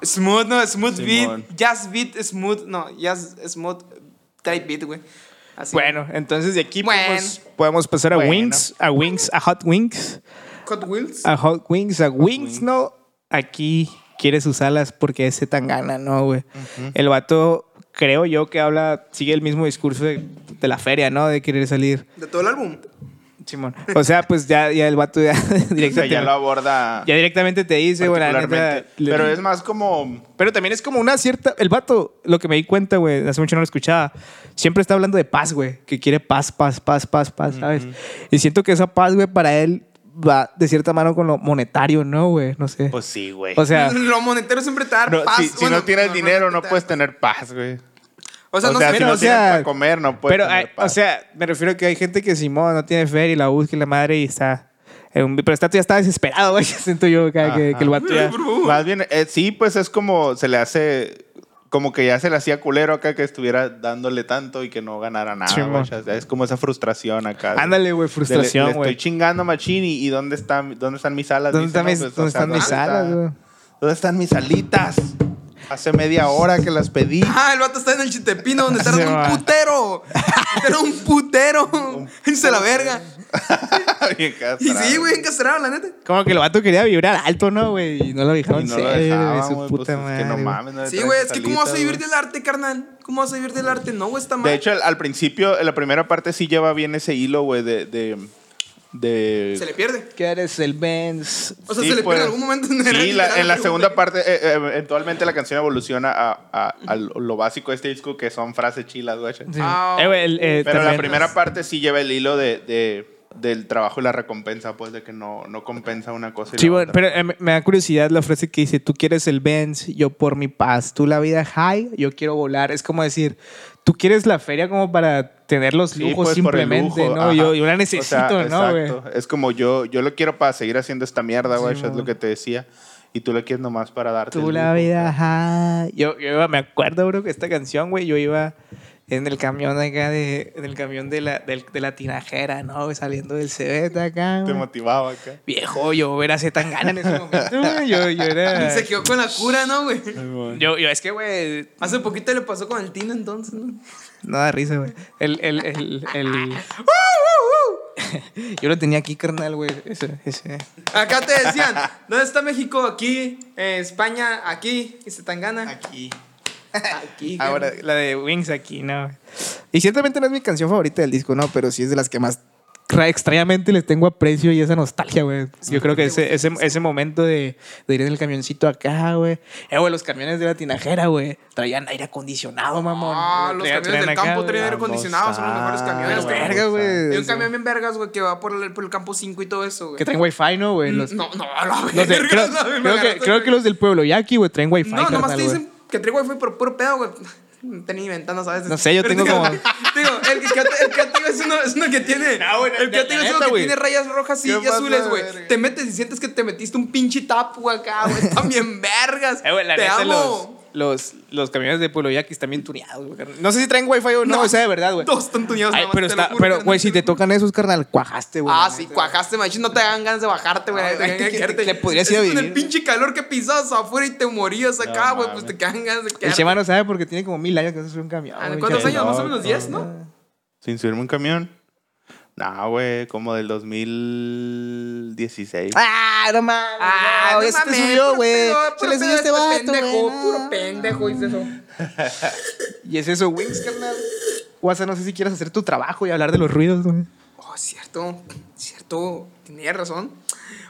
[SPEAKER 2] Smooth, no, smooth
[SPEAKER 3] Simón.
[SPEAKER 2] beat, jazz beat, smooth, no, jazz, smooth, type beat, güey. Así.
[SPEAKER 1] Bueno, entonces de aquí
[SPEAKER 2] Bueno.
[SPEAKER 1] podemos, podemos pasar a
[SPEAKER 3] Bueno.
[SPEAKER 1] Wings, a Wings, a Hot Wings,
[SPEAKER 2] Hot Wheels.
[SPEAKER 1] a Hot Wings, a Wings, ¿no? Aquí quiere sus alas porque es Zetangana, ¿no, güey? El vato, creo yo, que habla, sigue el mismo discurso de, de la feria, ¿no? De querer salir.
[SPEAKER 2] De todo el álbum.
[SPEAKER 1] Simón. O sea, pues ya, ya el vato ya
[SPEAKER 3] O sea,
[SPEAKER 1] directamente,
[SPEAKER 3] ya lo aborda.
[SPEAKER 1] ya directamente te dice, güey, la neta,
[SPEAKER 3] particularmente.
[SPEAKER 1] le-
[SPEAKER 3] Pero es más como.
[SPEAKER 1] Pero también es como una cierta. El vato, lo que me di cuenta, güey, hace mucho no lo escuchaba, siempre está hablando de paz, güey, que quiere paz, paz, paz, paz, paz, ¿sabes? Y siento que esa paz, güey, para él va de cierta mano con lo monetario, ¿no, güey? No sé.
[SPEAKER 3] Pues sí, güey.
[SPEAKER 1] o sea,
[SPEAKER 2] Lo monetario siempre te da
[SPEAKER 3] No,
[SPEAKER 2] paz.
[SPEAKER 3] si, si
[SPEAKER 2] bueno,
[SPEAKER 3] no tienes
[SPEAKER 2] normalmente
[SPEAKER 3] dinero, no
[SPEAKER 2] te da-
[SPEAKER 3] puedes tener paz, güey.
[SPEAKER 2] O sea,
[SPEAKER 3] o
[SPEAKER 2] no
[SPEAKER 3] sea,
[SPEAKER 2] sé,
[SPEAKER 3] si no
[SPEAKER 1] o
[SPEAKER 3] tienes
[SPEAKER 1] sea,
[SPEAKER 3] para comer, no puedes
[SPEAKER 1] pero,
[SPEAKER 3] tener
[SPEAKER 1] hay-
[SPEAKER 3] paz.
[SPEAKER 1] o sea, me refiero a que hay gente que Simón no tiene feria y la busca y la madre y está. en un- pero está, ya está desesperado, güey. Siento yo acá que,
[SPEAKER 3] Ajá.
[SPEAKER 1] que el vato ya.
[SPEAKER 3] Más bien, eh, sí, pues es como se le hace, como que ya se le hacía culero acá que estuviera dándole tanto y que no ganara nada.
[SPEAKER 1] Simón.
[SPEAKER 3] güey. O sea, es como esa frustración acá. de-
[SPEAKER 1] Ándale,
[SPEAKER 3] de le- le
[SPEAKER 1] güey, frustración,
[SPEAKER 3] Estoy
[SPEAKER 1] güey.
[SPEAKER 3] chingando machini y ¿dónde están, dónde están mis alas?
[SPEAKER 1] ¿Dónde
[SPEAKER 3] Dice,
[SPEAKER 1] están
[SPEAKER 3] no,
[SPEAKER 1] mis,
[SPEAKER 3] pues, o
[SPEAKER 1] dónde
[SPEAKER 3] sea,
[SPEAKER 1] están mis
[SPEAKER 3] está-
[SPEAKER 1] alas, güey?
[SPEAKER 3] ¿Dónde están mis alitas? Hace media hora que las pedí.
[SPEAKER 2] Ah, el vato está en el chitepino donde está
[SPEAKER 1] Sí,
[SPEAKER 2] un
[SPEAKER 1] va.
[SPEAKER 2] putero. Era un putero. Hice la verga.
[SPEAKER 3] Bien castrado.
[SPEAKER 2] Y sí, güey, encastrado, la neta.
[SPEAKER 1] Como que el vato quería vibrar alto, ¿no, güey? Y no lo
[SPEAKER 3] Y
[SPEAKER 1] dejaron
[SPEAKER 3] no
[SPEAKER 1] ser,
[SPEAKER 3] lo
[SPEAKER 1] güey,
[SPEAKER 3] dejaban,
[SPEAKER 1] su
[SPEAKER 3] güey, pues,
[SPEAKER 1] puta
[SPEAKER 3] es
[SPEAKER 1] madre.
[SPEAKER 3] que no
[SPEAKER 1] güey.
[SPEAKER 3] mames. no le
[SPEAKER 2] Sí,
[SPEAKER 3] traes
[SPEAKER 2] güey, es que ¿cómo vas a
[SPEAKER 3] alitas,
[SPEAKER 2] vivir
[SPEAKER 3] güey.
[SPEAKER 2] del arte, carnal? ¿Cómo vas a vivir del arte? No, güey, está mal.
[SPEAKER 3] De hecho, al, al principio, en la primera parte sí lleva bien ese hilo, güey, de... de, de-
[SPEAKER 2] se le pierde.
[SPEAKER 1] Que eres el Benz.
[SPEAKER 2] O sea,
[SPEAKER 3] Sí,
[SPEAKER 2] se le
[SPEAKER 3] pues.
[SPEAKER 2] pierde en algún momento.
[SPEAKER 3] Sí, la- en la
[SPEAKER 2] pregunta.
[SPEAKER 3] segunda parte, eh, eh, eventualmente la canción evoluciona a, a- a lo básico de este disco, que son frases chilas, güey.
[SPEAKER 1] Sí.
[SPEAKER 2] Ah,
[SPEAKER 1] Eh, güey, el- eh,
[SPEAKER 3] Pero la
[SPEAKER 1] también-
[SPEAKER 3] primera parte sí lleva el hilo de, de- del trabajo y la recompensa, pues, de que no, no compensa una cosa y
[SPEAKER 1] Sí,
[SPEAKER 3] la
[SPEAKER 1] bueno,
[SPEAKER 3] otra.
[SPEAKER 1] pero eh, me- me da curiosidad la frase que dice, tú quieres el Benz, yo por mi paz, tú la vida high, yo quiero volar. Es como decir, tú quieres la feria como para tener los
[SPEAKER 3] Sí,
[SPEAKER 1] lujos
[SPEAKER 3] pues, por el
[SPEAKER 1] simplemente,
[SPEAKER 3] lujo,
[SPEAKER 1] ¿no?
[SPEAKER 3] ajá.
[SPEAKER 1] Yo, yo la
[SPEAKER 3] O sea,
[SPEAKER 1] necesito, ¿no, güey?
[SPEAKER 3] exacto. Es como yo, yo lo quiero para seguir haciendo esta mierda, güey,
[SPEAKER 1] Sí,
[SPEAKER 3] eso es lo
[SPEAKER 1] mon.
[SPEAKER 3] que te decía. Y tú lo quieres nomás para darte.
[SPEAKER 1] Tú
[SPEAKER 3] el
[SPEAKER 1] la
[SPEAKER 3] lujo.
[SPEAKER 1] vida high. Yo, yo iba- me acuerdo, bro, que esta canción, güey, yo iba en el camión acá de, en el camión de la, del- de la tinajera, ¿no? güey? Saliendo del Cebet acá.
[SPEAKER 3] Te
[SPEAKER 1] güey.
[SPEAKER 3] motivaba acá.
[SPEAKER 1] Viejo, yo era Zetangana en ese momento, güey. Yo, yo
[SPEAKER 3] Eh.
[SPEAKER 1] era.
[SPEAKER 2] Se quedó con la cura, ¿no, güey?
[SPEAKER 1] Yo, yo, es que, güey.
[SPEAKER 2] Hace poquito le pasó con el Tino, entonces, ¿no?
[SPEAKER 1] No da risa, güey. El, el, el, el- yo lo tenía aquí, carnal, güey. Ese, ese.
[SPEAKER 2] Acá te decían, ¿dónde está México? Aquí, eh, España, aquí, y Zetangana, aquí. Aquí.
[SPEAKER 3] Ah,
[SPEAKER 2] güey.
[SPEAKER 1] Ahora, Ah, la de Wings aquí, no. güey. Y ciertamente no es mi canción favorita del disco, no, pero sí es de las que más ra- extrañamente les tengo aprecio y esa nostalgia, güey. Yo creo que ese, ese, ese momento de, de ir en el camioncito acá, güey. Eh, güey, los camiones de la tinajera, güey. Traían aire acondicionado, mamón.
[SPEAKER 2] Ah, los
[SPEAKER 1] Traían-
[SPEAKER 2] camiones del
[SPEAKER 1] acá,
[SPEAKER 2] campo
[SPEAKER 1] güey. Ah,
[SPEAKER 2] traían aire
[SPEAKER 3] Vamos
[SPEAKER 2] acondicionado, son los mejores
[SPEAKER 3] a-
[SPEAKER 2] camiones, güey.
[SPEAKER 1] Verga, güey.
[SPEAKER 2] Hay un camión bien vergas, güey, que va por el, por el campo 5 y todo eso, güey.
[SPEAKER 1] Que traen wifi, ¿no, güey? Los-
[SPEAKER 2] No, no, a la
[SPEAKER 1] los de-
[SPEAKER 2] verga,
[SPEAKER 1] creo,
[SPEAKER 2] no, me
[SPEAKER 1] creo que,
[SPEAKER 2] agarraste,
[SPEAKER 1] creo que
[SPEAKER 2] güey.
[SPEAKER 1] los del pueblo yaqui, güey, traen wifi.
[SPEAKER 2] No, nomás
[SPEAKER 1] carnal,
[SPEAKER 2] te
[SPEAKER 1] güey.
[SPEAKER 2] dicen que traigo wifi por puro pedo, güey. No tenía ni ventanas a veces.
[SPEAKER 1] No sé, yo
[SPEAKER 2] Pero
[SPEAKER 1] tengo
[SPEAKER 2] digo,
[SPEAKER 1] como-
[SPEAKER 2] Digo, el que es uno, es uno que tiene.
[SPEAKER 1] No, güey,
[SPEAKER 2] el
[SPEAKER 1] la-
[SPEAKER 2] platillo
[SPEAKER 1] la
[SPEAKER 2] es uno
[SPEAKER 1] neta,
[SPEAKER 2] que
[SPEAKER 1] güey.
[SPEAKER 2] tiene rayas rojas y
[SPEAKER 3] ¿Qué
[SPEAKER 2] y
[SPEAKER 3] pasa,
[SPEAKER 2] azules, güey.
[SPEAKER 3] verga?
[SPEAKER 2] Te metes y sientes que te metiste un pinche tapu acá, güey. Están bien vergas.
[SPEAKER 1] Eh, güey, la
[SPEAKER 2] te
[SPEAKER 1] neta, los,
[SPEAKER 2] amo.
[SPEAKER 1] los, los camiones de Pueblo Yaquis también tuneados, güey. carnal. No sé si traen wifi o no,
[SPEAKER 2] No,
[SPEAKER 1] o sea, de verdad, güey.
[SPEAKER 2] Dos tontuñados
[SPEAKER 1] Ay,
[SPEAKER 2] nada más,
[SPEAKER 1] pero,
[SPEAKER 2] te lo
[SPEAKER 1] está,
[SPEAKER 2] juro,
[SPEAKER 1] pero,
[SPEAKER 2] carnal,
[SPEAKER 1] güey, si
[SPEAKER 2] lo
[SPEAKER 1] te
[SPEAKER 2] juro.
[SPEAKER 1] tocan esos, carnal, cuajaste, güey.
[SPEAKER 2] Ah,
[SPEAKER 1] la
[SPEAKER 2] sí,
[SPEAKER 1] neta.
[SPEAKER 2] cuajaste, machín. No te dan ganas de bajarte, Ah, güey.
[SPEAKER 1] No,
[SPEAKER 2] te
[SPEAKER 1] güey, que-
[SPEAKER 2] dan ganas de
[SPEAKER 1] que-
[SPEAKER 2] quedarte.
[SPEAKER 1] que podrías ir
[SPEAKER 2] Es
[SPEAKER 1] a
[SPEAKER 2] con el
[SPEAKER 1] vivir.
[SPEAKER 2] pinche calor que pisabas afuera y te morías acá,
[SPEAKER 3] No
[SPEAKER 2] güey. Pues
[SPEAKER 3] mames.
[SPEAKER 2] te quedan ganas de
[SPEAKER 1] El
[SPEAKER 2] quedarte.
[SPEAKER 1] Chema no sabe porque tiene como mil años que no se sube un camión.
[SPEAKER 2] Ah,
[SPEAKER 1] güey,
[SPEAKER 2] ¿Cuántos
[SPEAKER 1] Chema.
[SPEAKER 2] años? Más o
[SPEAKER 3] no,
[SPEAKER 2] menos 10, ¿no?
[SPEAKER 3] Sin subirme un camión. No, güey, como del 2016.
[SPEAKER 1] Ah, no mames.
[SPEAKER 2] Ah,
[SPEAKER 1] no,
[SPEAKER 2] no
[SPEAKER 1] ya se te
[SPEAKER 2] mames,
[SPEAKER 1] subió,
[SPEAKER 2] puro
[SPEAKER 1] güey.
[SPEAKER 2] pedo,
[SPEAKER 1] Se
[SPEAKER 2] puro
[SPEAKER 1] le
[SPEAKER 2] pedo
[SPEAKER 1] subió este vato,
[SPEAKER 2] pendejo,
[SPEAKER 1] güey, no.
[SPEAKER 2] puro pendejo, hice eso.
[SPEAKER 1] Y es eso, Wings, carnal. Guasa, no sé si quieras hacer tu trabajo y hablar de los ruidos, güey.
[SPEAKER 2] Oh, cierto, cierto, tenía razón.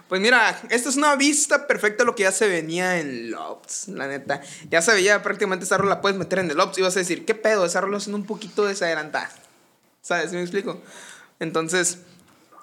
[SPEAKER 2] Pues mira, esta es una vista perfecta de lo que ya se venía en Lofts, la neta. Ya se veía prácticamente esa rola, la puedes meter en el Lofts y vas a decir, ¿qué pedo? Esa rola es un poquito desadelantada. ¿Sabes? ¿Me explico? Entonces,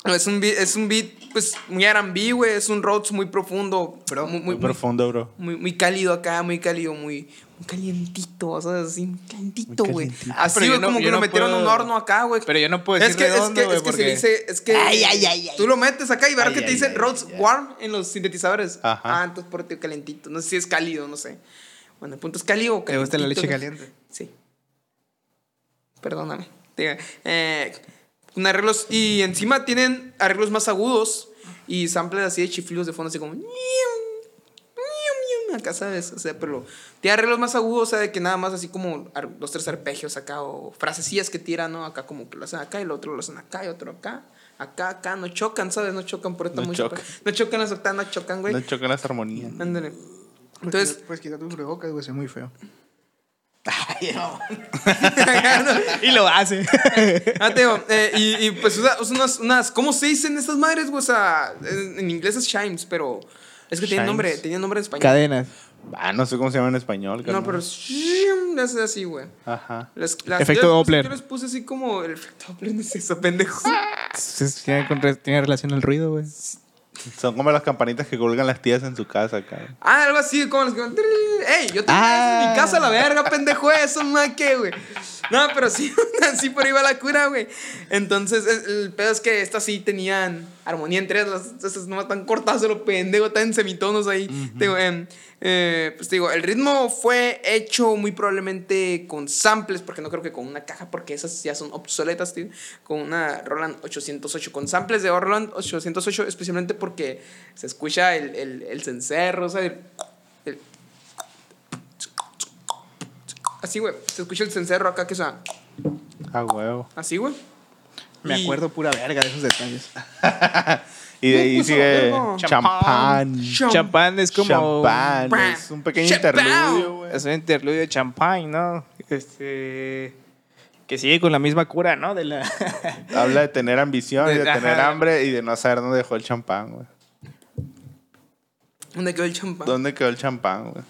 [SPEAKER 2] es un beat, es un beat pues muy R&B, güey. Es un Rhodes muy profundo, pero muy,
[SPEAKER 3] Muy
[SPEAKER 2] muy,
[SPEAKER 3] profundo, bro.
[SPEAKER 2] muy, muy cálido acá, muy cálido, muy, muy calientito, o sea, así, muy calientito,
[SPEAKER 3] Muy
[SPEAKER 2] güey.
[SPEAKER 3] calientito.
[SPEAKER 1] Ah,
[SPEAKER 2] Así,
[SPEAKER 1] pero yo
[SPEAKER 2] güey,
[SPEAKER 1] no-
[SPEAKER 2] como que
[SPEAKER 1] yo
[SPEAKER 2] lo
[SPEAKER 1] no
[SPEAKER 2] metieron en un
[SPEAKER 1] puedo-
[SPEAKER 2] horno acá, güey.
[SPEAKER 1] pero yo no puedo
[SPEAKER 2] es
[SPEAKER 1] decir
[SPEAKER 2] que,
[SPEAKER 1] redondo,
[SPEAKER 2] Es que,
[SPEAKER 1] güey,
[SPEAKER 2] es que se
[SPEAKER 1] porque-
[SPEAKER 2] dice, es que...
[SPEAKER 1] Ay, ay, ay, ay.
[SPEAKER 2] Tú lo metes acá y verás
[SPEAKER 3] Ay,
[SPEAKER 2] que te
[SPEAKER 3] ay,
[SPEAKER 2] dicen
[SPEAKER 3] ay,
[SPEAKER 2] Rhodes
[SPEAKER 3] ay.
[SPEAKER 2] Warm en los sintetizadores.
[SPEAKER 3] Ajá.
[SPEAKER 2] Ah, entonces por ti calentito. No sé si es cálido, no sé. Bueno, el punto es cálido o
[SPEAKER 1] ¿Te gusta la
[SPEAKER 2] calientito,
[SPEAKER 1] leche
[SPEAKER 2] no sé.
[SPEAKER 1] caliente?
[SPEAKER 2] Sí. Perdóname. Diga, eh, con arreglos. Y encima tienen arreglos más agudos y samples así de chiflidos de fondo, así como. ñium, ñium, ñium, Acá sabes, o sea, pero tiene arreglos más agudos, o sea, de que nada más así como ar- dos, tres arpegios acá o frasecillas que tiran, ¿no? Acá como que lo hacen acá y lo otro lo hacen acá y otro acá, acá, acá, no chocan, ¿sabes? No chocan por esta
[SPEAKER 3] No
[SPEAKER 2] música.
[SPEAKER 3] chocan.
[SPEAKER 2] No chocan las octavas, no chocan, güey.
[SPEAKER 3] No chocan las armonías.
[SPEAKER 2] Ándale. Entonces,
[SPEAKER 1] pues quita tu cubrebocas, güey, es muy feo.
[SPEAKER 2] ah,
[SPEAKER 1] Y lo hace.
[SPEAKER 2] te digo, eh, y, y, pues usa, usa unas, unas, ¿cómo se dicen estas madres, güey? O sea, en, en inglés es chimes, pero es que tiene
[SPEAKER 3] Chimes.
[SPEAKER 2] nombre, tenía nombre en español.
[SPEAKER 1] Cadenas.
[SPEAKER 3] Ah, no sé cómo se llama en español.
[SPEAKER 2] No,
[SPEAKER 3] carnal.
[SPEAKER 2] pero es shim, le hace así, güey.
[SPEAKER 3] Ajá.
[SPEAKER 2] Las- las-
[SPEAKER 1] Efecto
[SPEAKER 2] yo les puse-
[SPEAKER 1] Doppler.
[SPEAKER 2] Yo les puse así como el efecto Doppler, no es eso, pendejo.
[SPEAKER 1] Sí, Tiene, con- tiene relación al ruido, güey.
[SPEAKER 3] Son como las campanitas que colgan las tías en su casa, cabrón.
[SPEAKER 2] Ah, algo así, como los que. ¡Ey! Yo tengo
[SPEAKER 1] Ah.
[SPEAKER 2] eso en mi casa, la verga, pendejo, eso, no hay que, güey. No, pero sí, así por ahí va la cura, güey. Entonces, es- el pedo es que estas sí tenían armonía entre ellas, las- estas nomás están cortadas de lo pendejo, están en semitonos ahí. Te digo, em, eh, pues te digo, el ritmo fue hecho muy probablemente con samples, porque no creo que con una caja, porque esas ya son obsoletas, tío. Con una Roland 808, con samples de Roland 808, especialmente porque se escucha el, el, el cencerro, o sea, el- el- Así, güey. Se escucha el cencerro acá que suena.
[SPEAKER 3] A huevo.
[SPEAKER 2] Así, güey.
[SPEAKER 1] Me
[SPEAKER 2] Y-
[SPEAKER 1] acuerdo pura verga de esos detalles.
[SPEAKER 3] Y de ahí
[SPEAKER 2] Pues, a
[SPEAKER 3] sigue
[SPEAKER 2] huevo.
[SPEAKER 3] champán.
[SPEAKER 2] Champán.
[SPEAKER 1] Champán es como.
[SPEAKER 3] Champán.
[SPEAKER 2] Bra-
[SPEAKER 3] Es un pequeño
[SPEAKER 2] Champán.
[SPEAKER 3] interludio, güey.
[SPEAKER 1] Es un interludio de champán, ¿no? Este. Que sigue con la misma cura, ¿no? De la.
[SPEAKER 3] Habla de tener ambición, y de
[SPEAKER 1] Ajá.
[SPEAKER 3] tener hambre y de no saber dónde dejó el champán, güey.
[SPEAKER 2] ¿Dónde quedó el champán?
[SPEAKER 3] ¿Dónde quedó el champán, güey?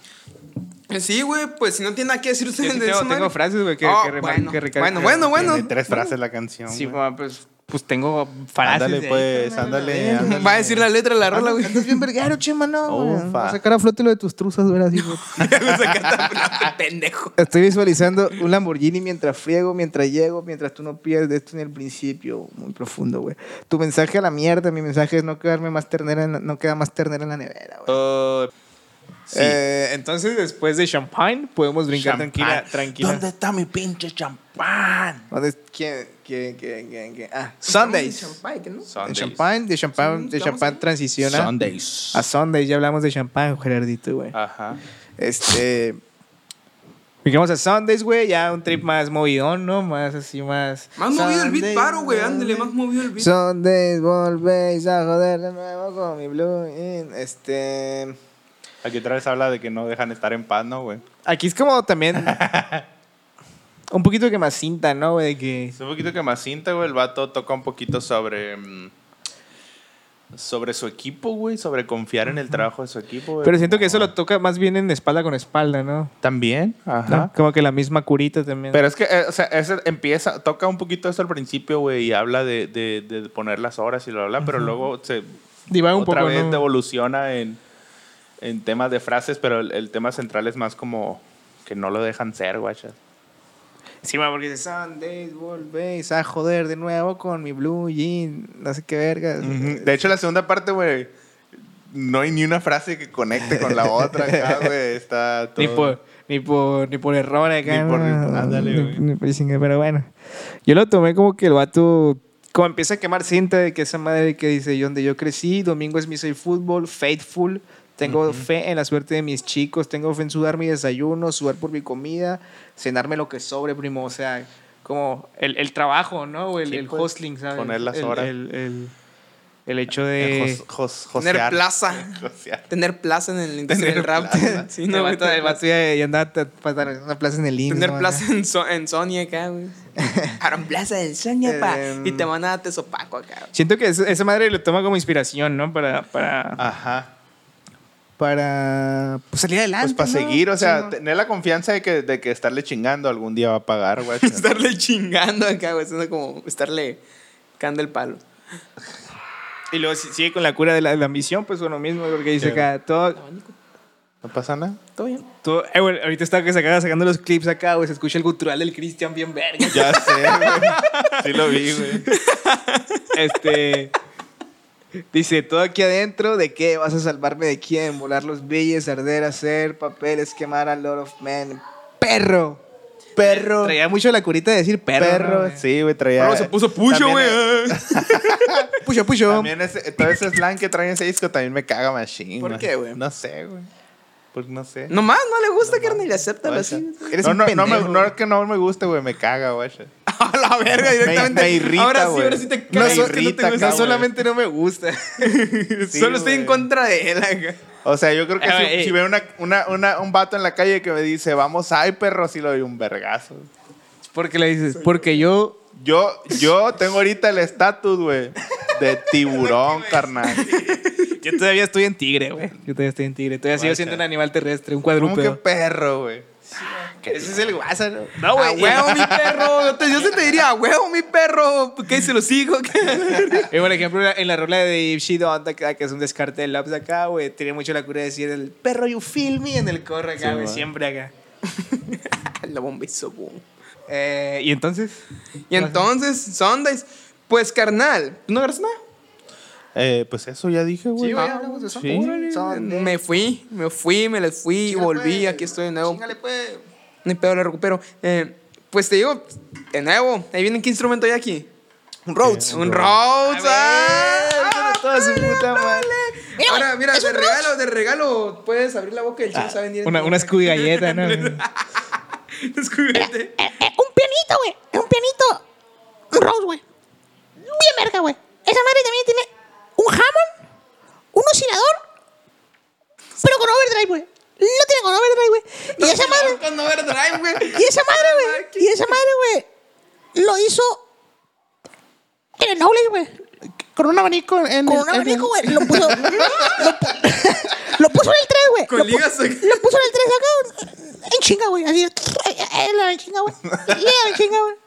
[SPEAKER 2] Eh, Sí, güey. Pues si no tiene nada que decir
[SPEAKER 1] Yo
[SPEAKER 2] ustedes
[SPEAKER 1] sí
[SPEAKER 2] de eso,
[SPEAKER 1] tengo, tengo
[SPEAKER 2] madre.
[SPEAKER 1] frases, güey, que,
[SPEAKER 2] Oh,
[SPEAKER 1] que, remar-
[SPEAKER 2] bueno,
[SPEAKER 1] que recargar.
[SPEAKER 2] bueno, bueno, bueno.
[SPEAKER 3] Tiene tres frases la canción.
[SPEAKER 1] Sí,
[SPEAKER 3] güey.
[SPEAKER 1] ma, pues, pues tengo frases.
[SPEAKER 3] Ándale,
[SPEAKER 1] de ahí,
[SPEAKER 3] pues,
[SPEAKER 1] carnal.
[SPEAKER 3] ándale, ándale.
[SPEAKER 2] Va a decir la letra de la rola, güey.
[SPEAKER 1] Andas bien verguero, che, mano. güey.
[SPEAKER 3] Ufa.
[SPEAKER 1] Voy a sacar a flote lo de tus truzas, verás, hijo.
[SPEAKER 2] Pendejo.
[SPEAKER 1] Estoy visualizando un Lamborghini mientras friego, mientras llego, mientras tú no pierdes esto en el principio. Muy profundo, güey. Tu mensaje a la mierda, mi mensaje es no quedarme más ternera, en la- no queda más ternera en la nevera, güey.
[SPEAKER 3] Oh, sí.
[SPEAKER 1] Eh, entonces, después de Champagne, podemos brincar
[SPEAKER 3] Champán.
[SPEAKER 1] tranquila, tranquila.
[SPEAKER 3] ¿Dónde está mi pinche champán?
[SPEAKER 1] ¿Dónde es- ¿Quién, quién, quién, quién, quién? Ah, Sundays.
[SPEAKER 2] Champagne, ¿no?
[SPEAKER 1] De Champagne, de Champagne, de
[SPEAKER 2] Estamos
[SPEAKER 1] Champagne
[SPEAKER 2] ahí.
[SPEAKER 1] transiciona
[SPEAKER 3] Sundays.
[SPEAKER 1] a Sundays. Ya hablamos de Champagne, Gerardito, güey.
[SPEAKER 3] Ajá.
[SPEAKER 1] Este. Fijamos a Sundays, güey, ya un trip más movidón, ¿no? Más así, más.
[SPEAKER 2] Más movido el beat
[SPEAKER 1] Sundays,
[SPEAKER 2] paro, güey.
[SPEAKER 1] Sundays.
[SPEAKER 2] Ándale, más movido el beat.
[SPEAKER 1] Sundays, volvéis a joder de nuevo con mi blue. in. Este.
[SPEAKER 3] Aquí otra vez habla de que no dejan estar en paz, ¿no, güey?
[SPEAKER 1] Aquí es como también. un poquito que más cinta, ¿no, güey? De que.
[SPEAKER 3] Es un poquito que más cinta, güey. El vato toca un poquito sobre. mm, Sobre su equipo, güey. Sobre confiar en el trabajo de su equipo, güey.
[SPEAKER 1] Pero siento que eso lo toca más bien en espalda con espalda, ¿no?
[SPEAKER 3] También, ajá.
[SPEAKER 1] ¿No? Como que la misma curita también.
[SPEAKER 3] Pero es que, eh, o sea, ese empieza, toca un poquito eso al principio, güey, y habla de, de- de poner las horas y lo habla, pero luego se
[SPEAKER 1] Divaga un
[SPEAKER 3] otra
[SPEAKER 1] poco,
[SPEAKER 3] vez
[SPEAKER 1] ¿no?
[SPEAKER 3] evoluciona en, en temas de frases, pero el, el tema central es más como que no lo dejan ser, guachas.
[SPEAKER 1] Sí, ma, porque dice, Sundays, volvéis a joder de nuevo con mi blue jean, no sé qué vergas.
[SPEAKER 3] Ujú. De hecho, la segunda parte, güey, no hay ni una frase que conecte con la otra acá, güey. Está todo...
[SPEAKER 1] Ni por, ni, por, ni por error acá.
[SPEAKER 3] Ni por-
[SPEAKER 1] ¿no?
[SPEAKER 3] ándale,
[SPEAKER 1] Ni-
[SPEAKER 3] güey.
[SPEAKER 1] ni por chinga, pero bueno. Yo lo tomé como que el vato. Como empieza a quemar cinta de que esa madre que dice: Donde yo crecí, domingo es mi soy fútbol, faithful. Tengo fe en la suerte de mis chicos, tengo fe en sudar mi desayuno, sudar por mi comida, cenarme lo que sobre, primo. O sea, como el, el trabajo, ¿no? O El,
[SPEAKER 3] Sí,
[SPEAKER 1] el
[SPEAKER 3] pues,
[SPEAKER 1] hustling, ¿sabes?
[SPEAKER 3] poner las
[SPEAKER 1] El-
[SPEAKER 3] horas.
[SPEAKER 1] El, el- el hecho
[SPEAKER 3] Eh,
[SPEAKER 1] de.
[SPEAKER 3] jos- jos-
[SPEAKER 2] Tener
[SPEAKER 3] josear.
[SPEAKER 2] plaza.
[SPEAKER 3] Josear.
[SPEAKER 2] Tener plaza en el industria
[SPEAKER 3] Tener
[SPEAKER 2] del rap.
[SPEAKER 3] plaza.
[SPEAKER 2] Sí, no,
[SPEAKER 1] el
[SPEAKER 2] güey,
[SPEAKER 1] vato, el
[SPEAKER 2] tener
[SPEAKER 1] vato ya, ya andaba t- para dar una plaza en el IMSS,
[SPEAKER 2] Tener
[SPEAKER 1] ¿no?
[SPEAKER 2] plaza en, So- en Sony acá, güey. Harán plaza del Sony, pa.
[SPEAKER 1] Em.
[SPEAKER 2] Y te van a dar tesopaco acá. güey.
[SPEAKER 1] Siento que esa esa madre lo toma como inspiración, ¿no? Para, para,
[SPEAKER 3] Ajá.
[SPEAKER 1] para pues, salir adelante.
[SPEAKER 3] Pues para
[SPEAKER 1] ¿no?
[SPEAKER 3] seguir, o
[SPEAKER 1] Sí,
[SPEAKER 3] sea,
[SPEAKER 1] ¿no?
[SPEAKER 3] tener la confianza de que, de que estarle chingando algún día va a pagar, güey.
[SPEAKER 2] Estarle chingando acá, güey. Suena como estarle cando el palo.
[SPEAKER 1] Y luego si- sigue con la cura de la, de la ambición, pues bueno, mismo, porque dice
[SPEAKER 3] Claro.
[SPEAKER 1] acá, todo,
[SPEAKER 2] Abanico,
[SPEAKER 3] ¿No pasa nada?
[SPEAKER 2] ¿Todo bien?
[SPEAKER 1] todo- eh, güey, ahorita está que se acaba sacando los clips acá, güey, se escucha el gutural del Cristian bien verga.
[SPEAKER 3] Ya sé, güey. Sí lo vi, güey.
[SPEAKER 1] este... Dice, todo aquí adentro, ¿de qué? ¿Vas a salvarme de quién? Volar los billes, arder, hacer papeles, quemar al Lord of Men. ¡Perro!
[SPEAKER 3] Perro.
[SPEAKER 1] Traía mucho la curita de decir perro. ¿no,
[SPEAKER 3] Perro.
[SPEAKER 1] güey?
[SPEAKER 3] Sí, güey, traía.
[SPEAKER 2] Luego se puso pucho,
[SPEAKER 3] También- e-,
[SPEAKER 2] güey. eh.
[SPEAKER 1] Puyo, puyo.
[SPEAKER 3] También ese, todo ese slang que traen ese disco también me caga machine.
[SPEAKER 2] ¿Por
[SPEAKER 3] güey.
[SPEAKER 2] qué, güey?
[SPEAKER 3] No sé, güey. Porque no sé.
[SPEAKER 2] Nomás no le gusta, carnal, y acéptalo
[SPEAKER 3] Guacha.
[SPEAKER 2] así.
[SPEAKER 1] Eres
[SPEAKER 3] no,
[SPEAKER 1] un
[SPEAKER 3] no, no, me-
[SPEAKER 1] pendejo,
[SPEAKER 3] no
[SPEAKER 1] güey.
[SPEAKER 3] es que no me guste, güey. Me caga, güey.
[SPEAKER 2] A la verga, directamente.
[SPEAKER 3] me irrita,
[SPEAKER 2] ahora sí,
[SPEAKER 3] güey.
[SPEAKER 2] ahora sí te
[SPEAKER 3] No
[SPEAKER 1] No,
[SPEAKER 2] cae.
[SPEAKER 3] Me
[SPEAKER 1] so-
[SPEAKER 2] es que no te
[SPEAKER 3] irrita,
[SPEAKER 2] gusta.
[SPEAKER 1] no
[SPEAKER 3] cabrón.
[SPEAKER 1] solamente no me gusta.
[SPEAKER 3] Sí,
[SPEAKER 2] Solo estoy
[SPEAKER 3] güey.
[SPEAKER 2] en contra de él acá.
[SPEAKER 3] O sea, yo creo que
[SPEAKER 1] Ah,
[SPEAKER 3] si,
[SPEAKER 1] eh.
[SPEAKER 3] si veo una, una, una- un vato en la calle que me dice, vamos, ay, perro, sí lo doy un vergazo.
[SPEAKER 1] Porque le dices, porque yo.
[SPEAKER 3] Yo, yo tengo ahorita el estatus, güey, de tiburón, carnal.
[SPEAKER 1] Yo todavía estoy en tigre, güey. Yo todavía estoy en tigre. Todavía sigo
[SPEAKER 3] Guacha.
[SPEAKER 1] siendo un animal terrestre, un
[SPEAKER 3] ¿Cómo que
[SPEAKER 1] cuadrúpedo.
[SPEAKER 3] perro, güey?
[SPEAKER 1] Ese es el guasa, ¿no? Ah,
[SPEAKER 2] A
[SPEAKER 1] No,
[SPEAKER 3] Ah,
[SPEAKER 1] güey.
[SPEAKER 2] Ah, huevo, mi perro. Yo, te, yo se te diría, a huevo, mi perro. ¿Qué se los sigo?
[SPEAKER 1] Y por ejemplo, en la- en la rola de If She Don't, acá, que es un descarte de Labs acá, güey, tiene mucho la cura de decir el perro, you feel me en el corre acá,
[SPEAKER 3] Sí,
[SPEAKER 1] güey,
[SPEAKER 3] va.
[SPEAKER 1] siempre acá.
[SPEAKER 2] la bomba hizo boom.
[SPEAKER 1] Eh, y entonces,
[SPEAKER 2] Y entonces, Sundays. Pues, carnal, ¿tú no agarras nada?
[SPEAKER 3] Eh, pues eso ya dije, güey.
[SPEAKER 1] Sí, güey,
[SPEAKER 3] Ah,
[SPEAKER 1] hablamos de eso.
[SPEAKER 3] sí.
[SPEAKER 1] Órale. Sundays.
[SPEAKER 2] Me fui, me fui, me les fui, volví, aquí estoy de nuevo.
[SPEAKER 1] Chingale, pues.
[SPEAKER 2] No hay pedo, la recupero. Eh, pues te digo, de nuevo, ahí viene qué instrumento hay aquí. Un Rhodes. Un
[SPEAKER 1] A
[SPEAKER 2] Rhodes.
[SPEAKER 1] ver,
[SPEAKER 2] ¡ah!
[SPEAKER 1] hijo de toda su puta madre.
[SPEAKER 2] Ahora, mira, de regalo, de regalo, puedes abrir la boca y el chico sabe venir.
[SPEAKER 1] Ah, Una, una Scooby galleta, ¿no?
[SPEAKER 2] Descubrirte.
[SPEAKER 4] Eh, eh, un pianito, güey. Un pianito. Un Rose, güey. Bien verga, güey. Esa madre también tiene un Hammond, un oscilador, pero con overdrive, güey. Lo tiene con overdrive, güey. Y esa madre,
[SPEAKER 2] Cuando overdrive, güey.
[SPEAKER 4] y esa madre, güey. Y esa madre, güey. Lo hizo en el Knowledge, güey.
[SPEAKER 5] Con un abanico en
[SPEAKER 4] Con
[SPEAKER 5] el-
[SPEAKER 4] un
[SPEAKER 5] en
[SPEAKER 4] abanico, güey. Lo puso. lo, pu- lo puso en el 3, güey.
[SPEAKER 2] Con
[SPEAKER 4] Lo pu-
[SPEAKER 2] ligas acá.
[SPEAKER 4] Lo puso en el 3 acá. En chinga, güey. Así. En chinga, güey. En chinga, güey.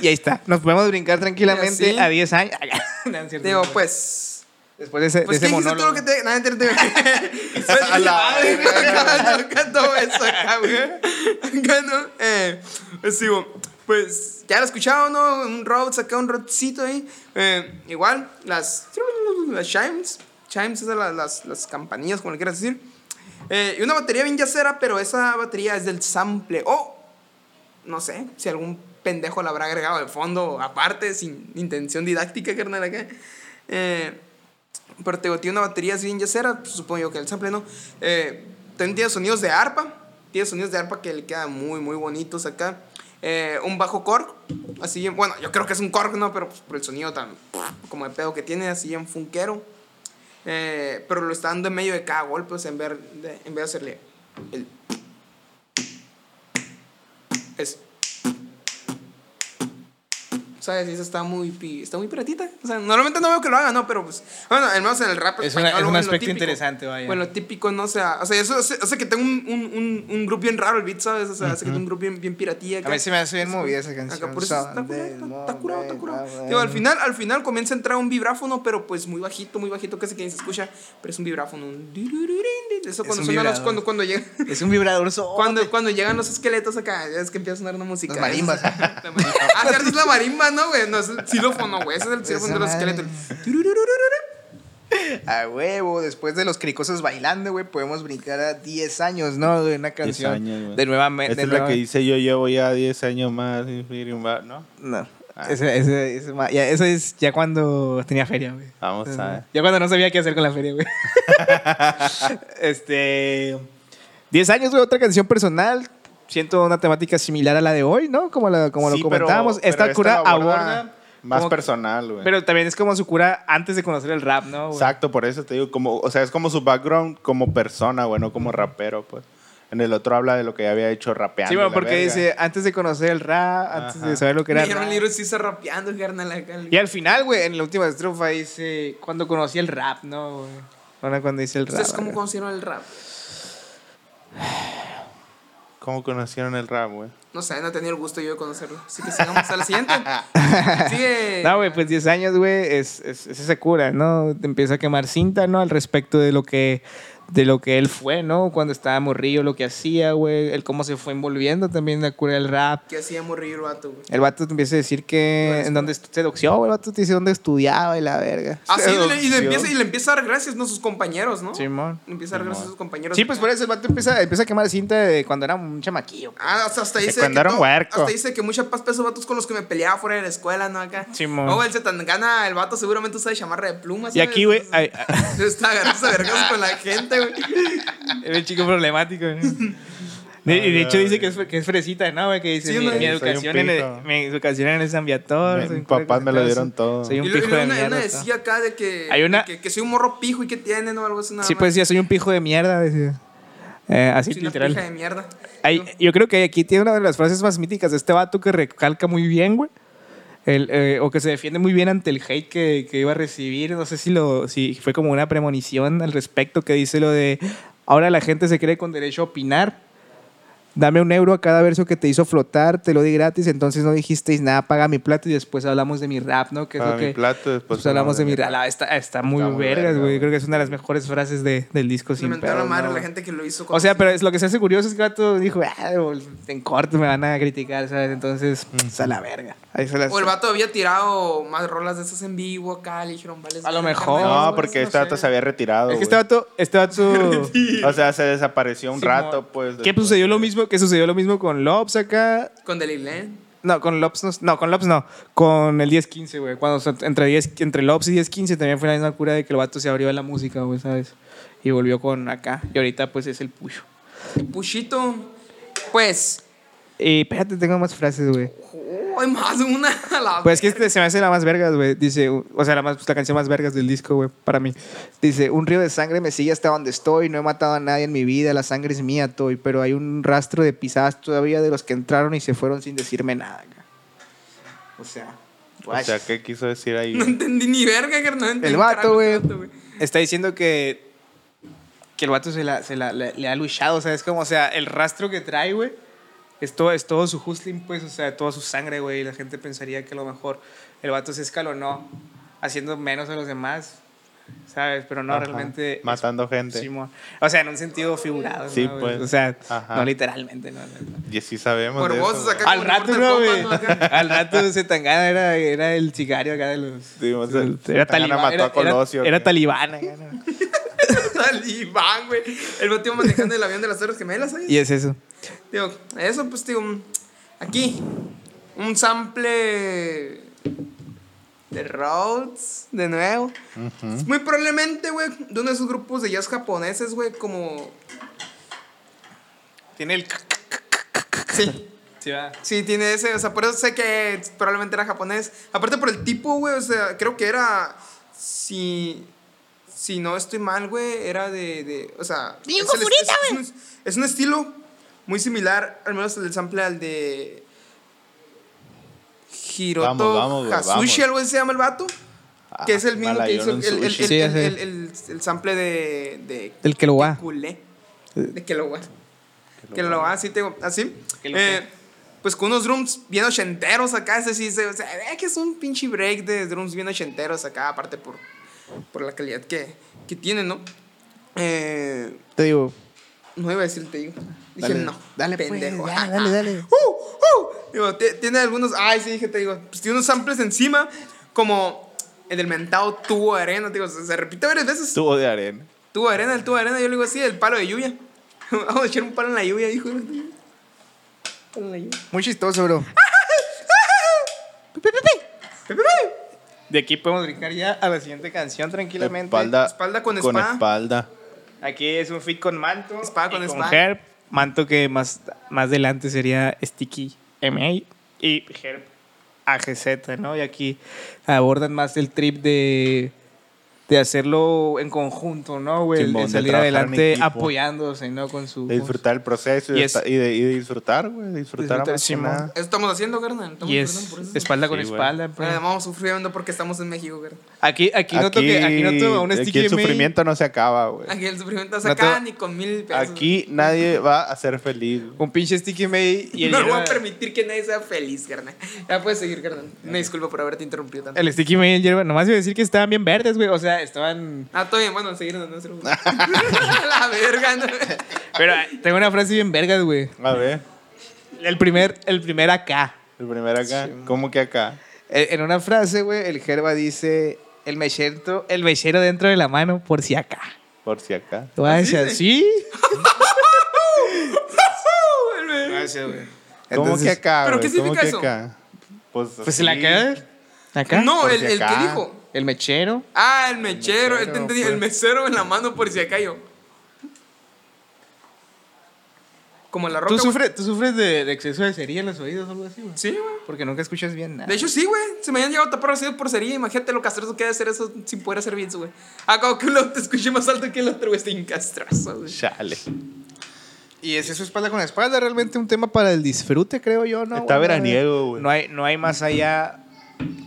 [SPEAKER 1] Y ahí está. Nos podemos brincar tranquilamente
[SPEAKER 2] sí.
[SPEAKER 1] a 10 años. No, es cierto.
[SPEAKER 2] Digo, pues.
[SPEAKER 1] Después de ese,
[SPEAKER 2] Pues
[SPEAKER 1] de
[SPEAKER 2] ¿qué
[SPEAKER 1] ese
[SPEAKER 2] dijiste todo
[SPEAKER 1] monólogo.
[SPEAKER 2] lo que te. Nada, te te-
[SPEAKER 3] A la
[SPEAKER 2] Ay,
[SPEAKER 3] verga.
[SPEAKER 2] acá, acá todo eso acá, güey. Acá, ¿no? Eh, pues digo, pues ya lo escucharon, ¿no? Un road, acá un rodcito ahí. Eh, igual, las. Las chimes. Chimes, esas, las, las, las campanillas, como le quieras decir. Eh, y una batería bien yacera, pero esa batería es del sample. O no sé si algún pendejo la habrá agregado de fondo, aparte, sin intención didáctica, carnal, acá. Eh, pero te digo, tiene una batería así bien yacera, pues, supongo yo que el sample, ¿no? Eh, también tiene sonidos de arpa, tiene sonidos de arpa que le quedan muy, muy bonitos acá. Eh, un bajo cork, así bien, bueno, yo creo que es un cork, ¿no? Pero pues, por el sonido tan como de pedo que tiene, así bien funquero. Eh, pero lo está dando en medio de cada golpe, o sea, en vez de, en vez de hacerle el... Es... ¿Sabes? Y eso está muy, pi- está muy piratita. O sea, normalmente no veo que lo hagan, ¿no? Pero pues, bueno, al menos en el rap
[SPEAKER 1] Es una-
[SPEAKER 2] español
[SPEAKER 1] es
[SPEAKER 2] o
[SPEAKER 1] un
[SPEAKER 2] en lo
[SPEAKER 1] aspecto
[SPEAKER 2] típico.
[SPEAKER 1] interesante, vaya.
[SPEAKER 2] Bueno, típico, no sea, o sea, eso hace, hace que tenga un, un, un, un grupo bien raro el beat, ¿sabes? O sea, hace que tenga un grupo bien, bien piratía.
[SPEAKER 1] A
[SPEAKER 2] acá.
[SPEAKER 1] mí se me hace bien
[SPEAKER 2] Pues, Acá,
[SPEAKER 1] movida esa canción.
[SPEAKER 2] por eso está curado,
[SPEAKER 1] Sunday
[SPEAKER 2] está- está curado, está curado.
[SPEAKER 1] morning,
[SPEAKER 2] Digo, al final, al final comienza a entrar un vibráfono, pero pues muy bajito, muy bajito, casi que ni se escucha, pero es un vibráfono. un diririrín. Eso
[SPEAKER 1] Es
[SPEAKER 2] cuando
[SPEAKER 1] un
[SPEAKER 2] suena los-
[SPEAKER 1] vibrador.
[SPEAKER 2] cuando, cuando llega.
[SPEAKER 1] Es un vibrador. so-
[SPEAKER 2] Cuando, cuando llegan los esqueletos acá, es que empieza a sonar una música.
[SPEAKER 1] Las marimbas.
[SPEAKER 2] La marimba. Ah, cierto, es la marimba, ¿no, güey? No, es el xilófono, güey. Ese es el xilófono de los
[SPEAKER 1] madre.
[SPEAKER 2] esqueletos.
[SPEAKER 1] A huevo, después de los cricosos bailando, güey, podemos brincar a 10 años, ¿no? De una
[SPEAKER 3] 10
[SPEAKER 1] canción.
[SPEAKER 3] años, güey.
[SPEAKER 1] de nueva. me-
[SPEAKER 3] Esta
[SPEAKER 1] de
[SPEAKER 3] es la
[SPEAKER 1] nueva-
[SPEAKER 3] que dice yo llevo ya 10 años más sin firmar", ¿no?
[SPEAKER 1] No.
[SPEAKER 3] Ah.
[SPEAKER 1] Ese, ese- ese ma- ya- eso es ya cuando tenía feria, güey.
[SPEAKER 3] Vamos a ver.
[SPEAKER 1] Ya cuando no sabía qué hacer con la feria, güey. este. 10 años, güey, otra canción personal. Siento una temática similar a la de hoy, ¿no? Como, la, como
[SPEAKER 3] Sí,
[SPEAKER 1] lo
[SPEAKER 3] pero-
[SPEAKER 1] comentábamos.
[SPEAKER 3] pero
[SPEAKER 1] Esta
[SPEAKER 3] esta
[SPEAKER 1] cura
[SPEAKER 3] lo aborda
[SPEAKER 1] aborda.
[SPEAKER 3] Más
[SPEAKER 1] como-
[SPEAKER 3] personal, güey.
[SPEAKER 1] Pero también es como su cura antes de conocer el rap, ¿no? güey?
[SPEAKER 3] Exacto, por eso te digo, como, o sea, es como su background como persona, güey, no como rapero, pues. En el otro habla de lo que ya había hecho rapeando.
[SPEAKER 1] Sí, bueno,
[SPEAKER 3] la
[SPEAKER 1] porque
[SPEAKER 3] verga.
[SPEAKER 1] dice antes de conocer el rap, antes
[SPEAKER 3] Ajá.
[SPEAKER 1] de saber lo que era.
[SPEAKER 2] Me dieron
[SPEAKER 1] rap.
[SPEAKER 2] el libro sí está rapeando, carnal, acá.
[SPEAKER 1] Y al final, güey, en la última estrofa dice cuando conocí el rap, ¿no? güey? Ahora cuando dice el rap.
[SPEAKER 2] ¿Ustedes cómo
[SPEAKER 1] güey.
[SPEAKER 2] conocieron el rap?
[SPEAKER 3] ¿Cómo conocieron el rap, güey?
[SPEAKER 2] No sé, no he tenido el gusto yo de conocerlo. Así que sigamos a la siguiente. Sigue.
[SPEAKER 1] No, güey, pues 10 años, güey, es, es, es esa cura, ¿no? Te empieza a quemar cinta, ¿no? Al respecto de lo que de lo que él fue, ¿no? Cuando estaba morrillo, lo que hacía, güey, el cómo se fue envolviendo también en la cura del rap.
[SPEAKER 2] Que hacía morir el vato, güey.
[SPEAKER 1] El vato te empieza a decir
[SPEAKER 2] Pues,
[SPEAKER 1] que en dónde estu- se doxió, güey, el vato te dice dónde estudiaba y la verga.
[SPEAKER 2] Ah, sí,
[SPEAKER 3] Seducción.
[SPEAKER 2] le- y le, empieza, y le empieza a dar gracias, ¿no? Sus compañeros, ¿no?
[SPEAKER 1] Simón.
[SPEAKER 2] Le empieza a dar gracias a sus compañeros.
[SPEAKER 1] Sí, pues por eso el vato empieza, empieza a quemar cinta de cuando era un chamaquillo.
[SPEAKER 2] Ah, hasta, hasta
[SPEAKER 3] Se
[SPEAKER 2] dice. que
[SPEAKER 3] condaron
[SPEAKER 2] to-
[SPEAKER 3] huerco.
[SPEAKER 2] Hasta dice que mucha paz pesos vatos con los que me peleaba fuera de la escuela, ¿no? Acá.
[SPEAKER 1] Simón.
[SPEAKER 2] Oh, el Zetangana, el vato seguramente usa chamarra de plumas.
[SPEAKER 1] Y aquí, güey, ay, ay,
[SPEAKER 2] Está agarrándose a vergas con la gente, güey.
[SPEAKER 1] era el chico problemático. ¿eh? ¿no? De, y de hecho dice que es, que es fresita, ¿no? güey? Que dice,
[SPEAKER 2] Sí,
[SPEAKER 1] mi,
[SPEAKER 2] no,
[SPEAKER 1] mi
[SPEAKER 2] soy
[SPEAKER 3] un
[SPEAKER 1] educación en el,
[SPEAKER 3] pijo.
[SPEAKER 1] mi educación en el San Viator.
[SPEAKER 3] Mi-
[SPEAKER 1] soy un
[SPEAKER 3] mis papás
[SPEAKER 1] puro
[SPEAKER 3] me lo
[SPEAKER 1] castroso,
[SPEAKER 3] dieron todo.
[SPEAKER 1] Soy
[SPEAKER 2] Y
[SPEAKER 1] un
[SPEAKER 2] luego- y
[SPEAKER 1] pijo de
[SPEAKER 2] luego una, una
[SPEAKER 1] mierda. todo.
[SPEAKER 2] decía acá de que,
[SPEAKER 1] Hay una-
[SPEAKER 2] de que, que soy un morro pijo y que tienen o algo así. Nada
[SPEAKER 1] Sí,
[SPEAKER 2] más.
[SPEAKER 1] pues decía, soy un pijo de mierda, decía. Eh, así
[SPEAKER 2] Soy una
[SPEAKER 1] literal.
[SPEAKER 2] Pues pija de mierda.
[SPEAKER 1] Ahí- yo creo que aquí tiene una de las frases más míticas de este vato que recalca muy bien, güey. El, eh, o que se defiende muy bien ante el hate que, que iba a recibir. No sé si, lo, si fue como una premonición al respecto que dice lo de ahora la gente se cree con derecho a opinar. Dame un euro a cada verso que te hizo flotar, te lo di gratis, entonces no dijisteis nada, paga mi plato y después hablamos de mi rap, ¿no? Que es
[SPEAKER 3] Paga
[SPEAKER 1] lo
[SPEAKER 3] mi
[SPEAKER 1] que-
[SPEAKER 3] plato, después
[SPEAKER 1] pues hablamos de mi rap.
[SPEAKER 3] rap.
[SPEAKER 1] Ah, Está, está muy
[SPEAKER 3] Está muy
[SPEAKER 1] vergas,
[SPEAKER 3] verga,
[SPEAKER 1] güey.
[SPEAKER 3] güey.
[SPEAKER 1] Yo creo que es una de las mejores frases de- del disco sin
[SPEAKER 2] Inventaron
[SPEAKER 1] pedos,
[SPEAKER 2] la madre
[SPEAKER 1] ¿no,
[SPEAKER 2] a la
[SPEAKER 1] güey?
[SPEAKER 2] gente que lo hizo. con-
[SPEAKER 1] O sea, pero es, lo que se hace curioso es que el vato dijo, "Ah, en corto me van a criticar, ¿sabes? Entonces, pues, a la verga. Ahí se las...
[SPEAKER 2] O el vato había tirado más rolas de esas en vivo acá, le dijeron, vale.
[SPEAKER 1] A lo mejor.
[SPEAKER 3] No,
[SPEAKER 1] No,
[SPEAKER 3] porque este vato se había retirado.
[SPEAKER 1] Es que este
[SPEAKER 3] güey.
[SPEAKER 1] vato, este vato...
[SPEAKER 3] O sea, se desapareció un
[SPEAKER 1] Simón.
[SPEAKER 3] rato, pues.
[SPEAKER 1] ¿Qué
[SPEAKER 3] después
[SPEAKER 1] sucedió
[SPEAKER 3] de-
[SPEAKER 1] lo mismo? ¿Qué sucedió lo mismo con Lobs acá?
[SPEAKER 2] Con Delilén.
[SPEAKER 1] No, con Lobs no, no, con Lobs no, con el 10-15, güey. Cuando se- entre, 10, entre Lobs y 10-15 también fue la misma cura de que el vato se abrió a la música, güey, ¿sabes? Y volvió con acá. Y ahorita, pues, es el puyo.
[SPEAKER 2] Puchito. Pues.
[SPEAKER 1] Y espérate, tengo más frases, güey.
[SPEAKER 2] oh, hay más de una a la
[SPEAKER 1] Pues es que este se me hace la más vergas, güey. Dice, o sea, la, más, la canción más vergas del disco, güey, para mí. Dice, un río de sangre me sigue hasta donde estoy, no he matado a nadie en mi vida, la sangre es mía, Toy, pero hay un rastro de pisadas todavía de los que entraron y se fueron sin decirme nada. ca". O sea,
[SPEAKER 3] O sea,
[SPEAKER 1] guay.
[SPEAKER 3] ¿qué quiso decir
[SPEAKER 2] No
[SPEAKER 3] ahí?
[SPEAKER 2] entendí ni verga, carnal.
[SPEAKER 1] el vato, güey, está diciendo que, que el vato se, la, se la- le, le ha luchado, o sea, es como, o sea, el rastro que trae, güey, es todo, es todo su hustling, pues, o sea, toda su sangre, güey. Y la gente pensaría que a lo mejor el vato se escalonó haciendo menos a los demás, ¿sabes? Pero no,
[SPEAKER 3] Ajá.
[SPEAKER 1] realmente. es-
[SPEAKER 3] Matando gente.
[SPEAKER 1] Simón. o sea, en un sentido figurado.
[SPEAKER 3] Sí,
[SPEAKER 1] ¿no, güey?
[SPEAKER 3] pues.
[SPEAKER 1] O sea,
[SPEAKER 3] Ajá.
[SPEAKER 1] no literalmente, ¿no? no, no.
[SPEAKER 3] Y sí sabemos.
[SPEAKER 2] Por
[SPEAKER 3] de
[SPEAKER 2] vos,
[SPEAKER 3] eso,
[SPEAKER 2] o sea,
[SPEAKER 3] güey.
[SPEAKER 2] Acá
[SPEAKER 1] Al
[SPEAKER 2] como
[SPEAKER 1] rato,
[SPEAKER 2] deporte
[SPEAKER 1] no,
[SPEAKER 2] de
[SPEAKER 1] güey.
[SPEAKER 2] copas, ¿no? Acá.
[SPEAKER 1] Al rato Zetangana era, era el sicario acá de los.
[SPEAKER 3] Sí, o sea,
[SPEAKER 1] del-
[SPEAKER 3] Zetangana mató a
[SPEAKER 1] era- era-
[SPEAKER 3] Colosio,
[SPEAKER 1] Era,
[SPEAKER 3] ¿qué?
[SPEAKER 1] talibán acá, ¿no?
[SPEAKER 2] Talibán, güey. El vato iba manejando el avión de las Torres Gemelas, ¿sabes?
[SPEAKER 1] Y es eso.
[SPEAKER 2] Digo, eso, pues, digo, mm, aquí, un sample de Rhodes, de nuevo. Muy probablemente, güey, de uno de esos grupos de jazz japoneses, güey, como...
[SPEAKER 1] Tiene el.
[SPEAKER 2] Sí,
[SPEAKER 1] Sí, va.
[SPEAKER 2] sí, tiene ese, o sea, por eso sé que probablemente era japonés. Aparte por el tipo, güey, o sea, creo que era... Si, si no estoy mal, güey, era de, de... O sea...
[SPEAKER 4] Digo,
[SPEAKER 2] es el- es-
[SPEAKER 4] Furita,
[SPEAKER 2] es un- es un estilo muy similar, al menos el sample al de... Hiroto
[SPEAKER 3] Vamos, vamos, güey,
[SPEAKER 2] Hatsushi,
[SPEAKER 3] vamos.
[SPEAKER 2] algo así se llama el vato.
[SPEAKER 3] Ah,
[SPEAKER 2] que es el mismo
[SPEAKER 3] mala,
[SPEAKER 2] que
[SPEAKER 3] yo
[SPEAKER 2] hizo
[SPEAKER 3] no
[SPEAKER 2] el,
[SPEAKER 3] en
[SPEAKER 2] el- el-
[SPEAKER 3] sushi.
[SPEAKER 1] Sí,
[SPEAKER 2] el-
[SPEAKER 1] ese.
[SPEAKER 2] el- el- el sample de, de
[SPEAKER 1] Del que lo va.
[SPEAKER 2] culé.
[SPEAKER 1] Eh,
[SPEAKER 2] De que lo va. Que lo va, así tengo. Así. Eh, pues con unos drums bien ochenteros acá. Ese sí se, se ve que es un pinche break de drums bien ochenteros acá. Aparte por, por la calidad que, que tiene, ¿no? Eh,
[SPEAKER 1] Te digo,
[SPEAKER 2] no iba a decir te digo. Dije,
[SPEAKER 1] Dale,
[SPEAKER 2] no.
[SPEAKER 1] dale, pues,
[SPEAKER 2] pendejo.
[SPEAKER 1] ya, dale, dale.
[SPEAKER 2] ¡Uh! ¡Uh! Digo, ti- tiene algunos. Ay, sí, dije, te digo. Pues tiene unos samples encima, como el del mentado tubo de arena. te Digo, se, se repite varias veces.
[SPEAKER 3] Tubo de arena.
[SPEAKER 2] Tubo de arena, el tubo de arena. Yo le digo así, el palo de lluvia. Vamos a echar un palo en la lluvia, dijo. Palo en la lluvia.
[SPEAKER 1] muy chistoso, bro. De aquí podemos brincar ya a la siguiente canción tranquilamente.
[SPEAKER 3] Espalda,
[SPEAKER 2] Espalda con
[SPEAKER 3] con
[SPEAKER 2] espada.
[SPEAKER 3] espalda.
[SPEAKER 1] Aquí es un fit con manto.
[SPEAKER 2] Espada con
[SPEAKER 1] y Con
[SPEAKER 2] espada.
[SPEAKER 1] herb. Manto que más, más adelante sería Sticky MA y herb AGZ, ¿no? Y aquí abordan más el trip de, de hacerlo en conjunto, ¿no? güey?
[SPEAKER 3] Simón,
[SPEAKER 1] De
[SPEAKER 3] de
[SPEAKER 1] salir
[SPEAKER 3] trabajar en
[SPEAKER 1] adelante
[SPEAKER 3] equipo.
[SPEAKER 1] apoyándose, ¿no? Con su.
[SPEAKER 3] De disfrutar el proceso y,
[SPEAKER 1] Y
[SPEAKER 3] de
[SPEAKER 1] es-
[SPEAKER 3] esta- y de, y de disfrutar, güey. Disfrutar
[SPEAKER 1] Disfrutar,
[SPEAKER 3] a más que
[SPEAKER 1] Simón.
[SPEAKER 3] nada.
[SPEAKER 2] Eso estamos haciendo, carnal. Estamos
[SPEAKER 1] Y
[SPEAKER 2] perdón
[SPEAKER 1] es
[SPEAKER 2] por eso.
[SPEAKER 1] espalda con
[SPEAKER 3] Sí, güey.
[SPEAKER 1] espalda. pues.
[SPEAKER 2] Nada, Vamos sufriendo porque estamos en México, carnal.
[SPEAKER 1] Aquí, aquí, noto que aquí noto a un
[SPEAKER 3] aquí
[SPEAKER 1] Sticky
[SPEAKER 3] el
[SPEAKER 1] MA.
[SPEAKER 3] sufrimiento no se acaba, güey.
[SPEAKER 2] Aquí el sufrimiento se
[SPEAKER 1] No te-
[SPEAKER 2] acá ni con mil pesos.
[SPEAKER 3] Aquí nadie va a ser feliz. güey.
[SPEAKER 1] Un pinche Sticky MA y el,
[SPEAKER 2] no voy
[SPEAKER 1] hierba-
[SPEAKER 2] a permitir que nadie sea feliz, carnal. Ya puedes seguir, carnal. Me disculpo por haberte interrumpido tanto.
[SPEAKER 1] el Sticky MA y el hierba. Nomás iba a decir que estaban bien verdes, güey. O sea, estaban.
[SPEAKER 2] Ah, todo bien, bueno, seguir en nuestro. la verga, no.
[SPEAKER 1] Pero eh, tengo una frase bien vergas, güey.
[SPEAKER 3] A ver,
[SPEAKER 1] El primer, el primer acá.
[SPEAKER 3] el primero acá. ¿Cómo que acá?
[SPEAKER 1] Eh, En una frase, güey, el Gerba dice el mechero, el mechero dentro de la mano por si acá.
[SPEAKER 3] Por si acá.
[SPEAKER 1] Tú
[SPEAKER 2] ¿Ah,
[SPEAKER 1] vas a decir, ¿sí?
[SPEAKER 2] Gracias, güey.
[SPEAKER 3] ¿Cómo
[SPEAKER 1] Entonces,
[SPEAKER 3] que acá,
[SPEAKER 2] ¿pero
[SPEAKER 3] güey?
[SPEAKER 2] qué
[SPEAKER 3] ¿Cómo
[SPEAKER 2] significa
[SPEAKER 3] que
[SPEAKER 2] eso?
[SPEAKER 3] acá? Pues,
[SPEAKER 1] Pues el acá. Acá.
[SPEAKER 2] No,
[SPEAKER 3] Por
[SPEAKER 2] el,
[SPEAKER 3] si
[SPEAKER 2] el que
[SPEAKER 3] acá.
[SPEAKER 2] dijo.
[SPEAKER 1] El mechero.
[SPEAKER 2] Ah, el mechero, el,
[SPEAKER 1] mechero, pues.
[SPEAKER 2] te entendí, el mesero en la mano por si acá yo. Como la roca.
[SPEAKER 1] ¿Tú
[SPEAKER 2] güey.
[SPEAKER 1] sufres, tú sufres de, de exceso de cería en los oídos o algo así, güey.
[SPEAKER 2] Sí, güey.
[SPEAKER 1] Porque nunca escuchas bien nada.
[SPEAKER 2] De hecho, sí, güey. Se me habían llegado a tapar los oídos por sería. Imagínate lo castroso que debe ser eso sin poder hacer bien, güey. Acabo que uno te escuché más alto que el otro, güey. Está incastroso, güey.
[SPEAKER 3] Chale.
[SPEAKER 1] y es eso espalda con espalda, realmente un tema para el disfrute, creo yo, ¿no?
[SPEAKER 3] Está
[SPEAKER 1] Bueno,
[SPEAKER 3] veraniego, güey.
[SPEAKER 1] No hay, no hay más allá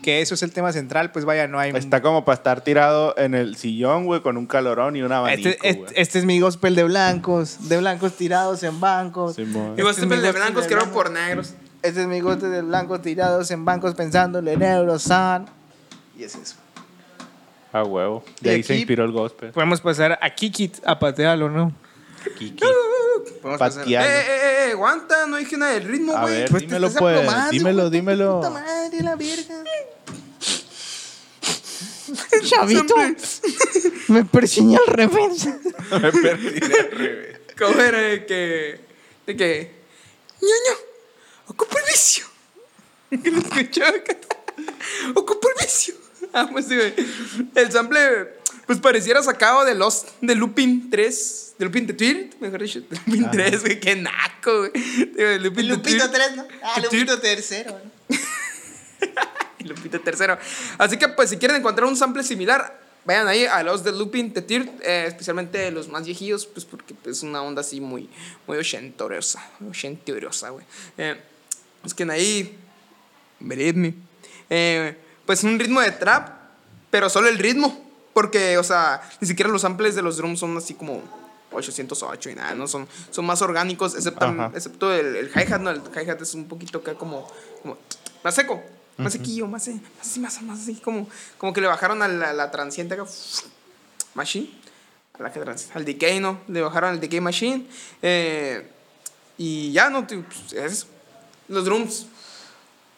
[SPEAKER 1] que eso es el tema central, pues vaya, no hay.
[SPEAKER 3] Está como para estar tirado en el sillón, güey, con un calorón y una abanico,
[SPEAKER 1] Este, este-
[SPEAKER 3] güey.
[SPEAKER 1] este es mi gospel de blancos, de blancos tirados en bancos.
[SPEAKER 3] Simón.
[SPEAKER 2] Digo,
[SPEAKER 1] Este
[SPEAKER 2] siempre
[SPEAKER 1] es
[SPEAKER 2] de
[SPEAKER 1] mi
[SPEAKER 2] blancos
[SPEAKER 1] gospel de
[SPEAKER 2] que eran
[SPEAKER 1] blancos.
[SPEAKER 2] por negros.
[SPEAKER 1] Este es mi gote de blancos tirados en bancos pensándole en Eurosan. Y es eso.
[SPEAKER 3] A huevo.
[SPEAKER 1] Y
[SPEAKER 3] De ahí se
[SPEAKER 1] aquí-
[SPEAKER 3] inspiró el gospel.
[SPEAKER 1] Podemos pasar a Kikit a patearlo, ¿no?
[SPEAKER 3] Kiki.
[SPEAKER 1] Podemos
[SPEAKER 2] Eh,
[SPEAKER 3] Patear.
[SPEAKER 2] eh, eh, eh, aguanta, no dije nada del ritmo,
[SPEAKER 3] A
[SPEAKER 2] güey.
[SPEAKER 3] ver,
[SPEAKER 1] Pues te
[SPEAKER 3] dímelo,
[SPEAKER 1] estás
[SPEAKER 3] pues.
[SPEAKER 1] aplomando,
[SPEAKER 3] Dímelo, dímelo.
[SPEAKER 1] Puta madre, la verga.
[SPEAKER 4] Chavito, me persiñó al revés.
[SPEAKER 3] Me perdí al revés.
[SPEAKER 2] ¿Cómo era de que. de que. ñoño, ocupa el vicio. Que lo escuchaba cantar. Ocupa el vicio. Ah, pues sí, güey. El sample, pues pareciera sacado de Lost, de Lupin 3. De Lupin de Tweet, mejor dicho. De Lupin 3, güey, qué naco, güey. Digo, de Lupin de Tweet.
[SPEAKER 4] ¿no?
[SPEAKER 2] Ah, Lupito
[SPEAKER 4] tercero.
[SPEAKER 2] y Lupita tercero. Así que pues si quieren encontrar un sample similar, vayan ahí a los de Lupin the Third, eh, especialmente los más viejillos, pues porque es una onda así muy, muy ochentosa, ochentosa, güey. Eh, busquen ahí, believe me. Eh, pues un ritmo de trap, pero solo el ritmo, porque, o sea, ni siquiera los samples de los drums son así como 808 y nada, ¿no? Son, son más orgánicos, excepto,
[SPEAKER 3] Ajá.
[SPEAKER 2] excepto el, el hi-hat, ¿no? El hi-hat es un poquito acá como, como más seco, más sequillo, más, eh, más así, más, más así, como, como que le bajaron a la, la transiente acá, machine, a la que trans- al decay, ¿no? Le bajaron al decay machine, eh, y ya, ¿no? Tío, Pues, es eso. Los drums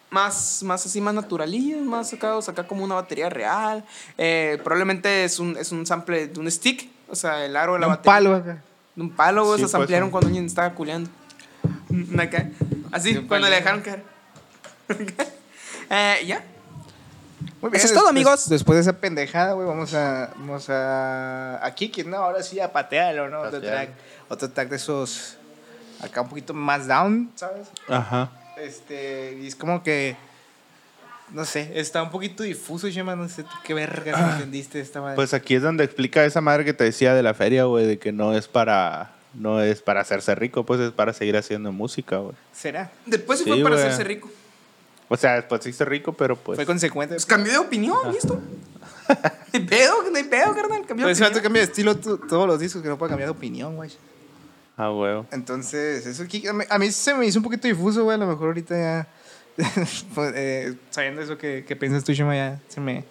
[SPEAKER 2] más, más así, más naturalillos, más sacados acá como una batería real. Eh, probablemente es un, es un sample de un stick, o sea, el aro de la
[SPEAKER 1] Un
[SPEAKER 2] batería.
[SPEAKER 1] palo acá.
[SPEAKER 2] De un palo, güey,
[SPEAKER 3] Sí,
[SPEAKER 2] se
[SPEAKER 3] pues,
[SPEAKER 2] samplearon
[SPEAKER 3] un-
[SPEAKER 2] cuando alguien estaba culeando. Mm, Acá. Así,
[SPEAKER 3] pues,
[SPEAKER 2] cuando le dejaron caer. eh, ya.
[SPEAKER 1] Muy
[SPEAKER 2] Eso es todo,
[SPEAKER 1] después-
[SPEAKER 2] amigos.
[SPEAKER 1] Después de esa pendejada, güey, vamos a. Vamos a. A Kikit, ¿no? Ahora sí a patearlo, ¿no? Otro
[SPEAKER 3] Patearlo.
[SPEAKER 1] track, otro track de esos. Acá un poquito más down, ¿sabes?
[SPEAKER 3] Ajá.
[SPEAKER 1] Este, y es como que. No sé, está un poquito difuso, Chema. No sé tú qué verga entendiste esta madre.
[SPEAKER 3] Pues aquí es donde explica esa madre que te decía de la feria, güey, de que no es para no es para hacerse rico, pues es para seguir haciendo música, güey.
[SPEAKER 1] ¿Será?
[SPEAKER 2] Después se
[SPEAKER 3] Sí,
[SPEAKER 2] fue para
[SPEAKER 3] güey.
[SPEAKER 2] hacerse rico.
[SPEAKER 3] O sea, después se hizo rico, pero pues.
[SPEAKER 1] Fue consecuente.
[SPEAKER 2] Pues cambió de opinión, ¿listo? No hay pedo, no hay pedo, carnal. Cambió de
[SPEAKER 1] Pues si
[SPEAKER 2] opinión.
[SPEAKER 1] te cambia de estilo tú- todos los discos que no puede cambiar de opinión, güey.
[SPEAKER 3] Ah, huevo.
[SPEAKER 1] Entonces, eso aquí, a mí- a mí se me hizo un poquito difuso, güey. A lo mejor ahorita ya, pues, eh, sabiendo eso que, que piensas tú, Shema, ya se me...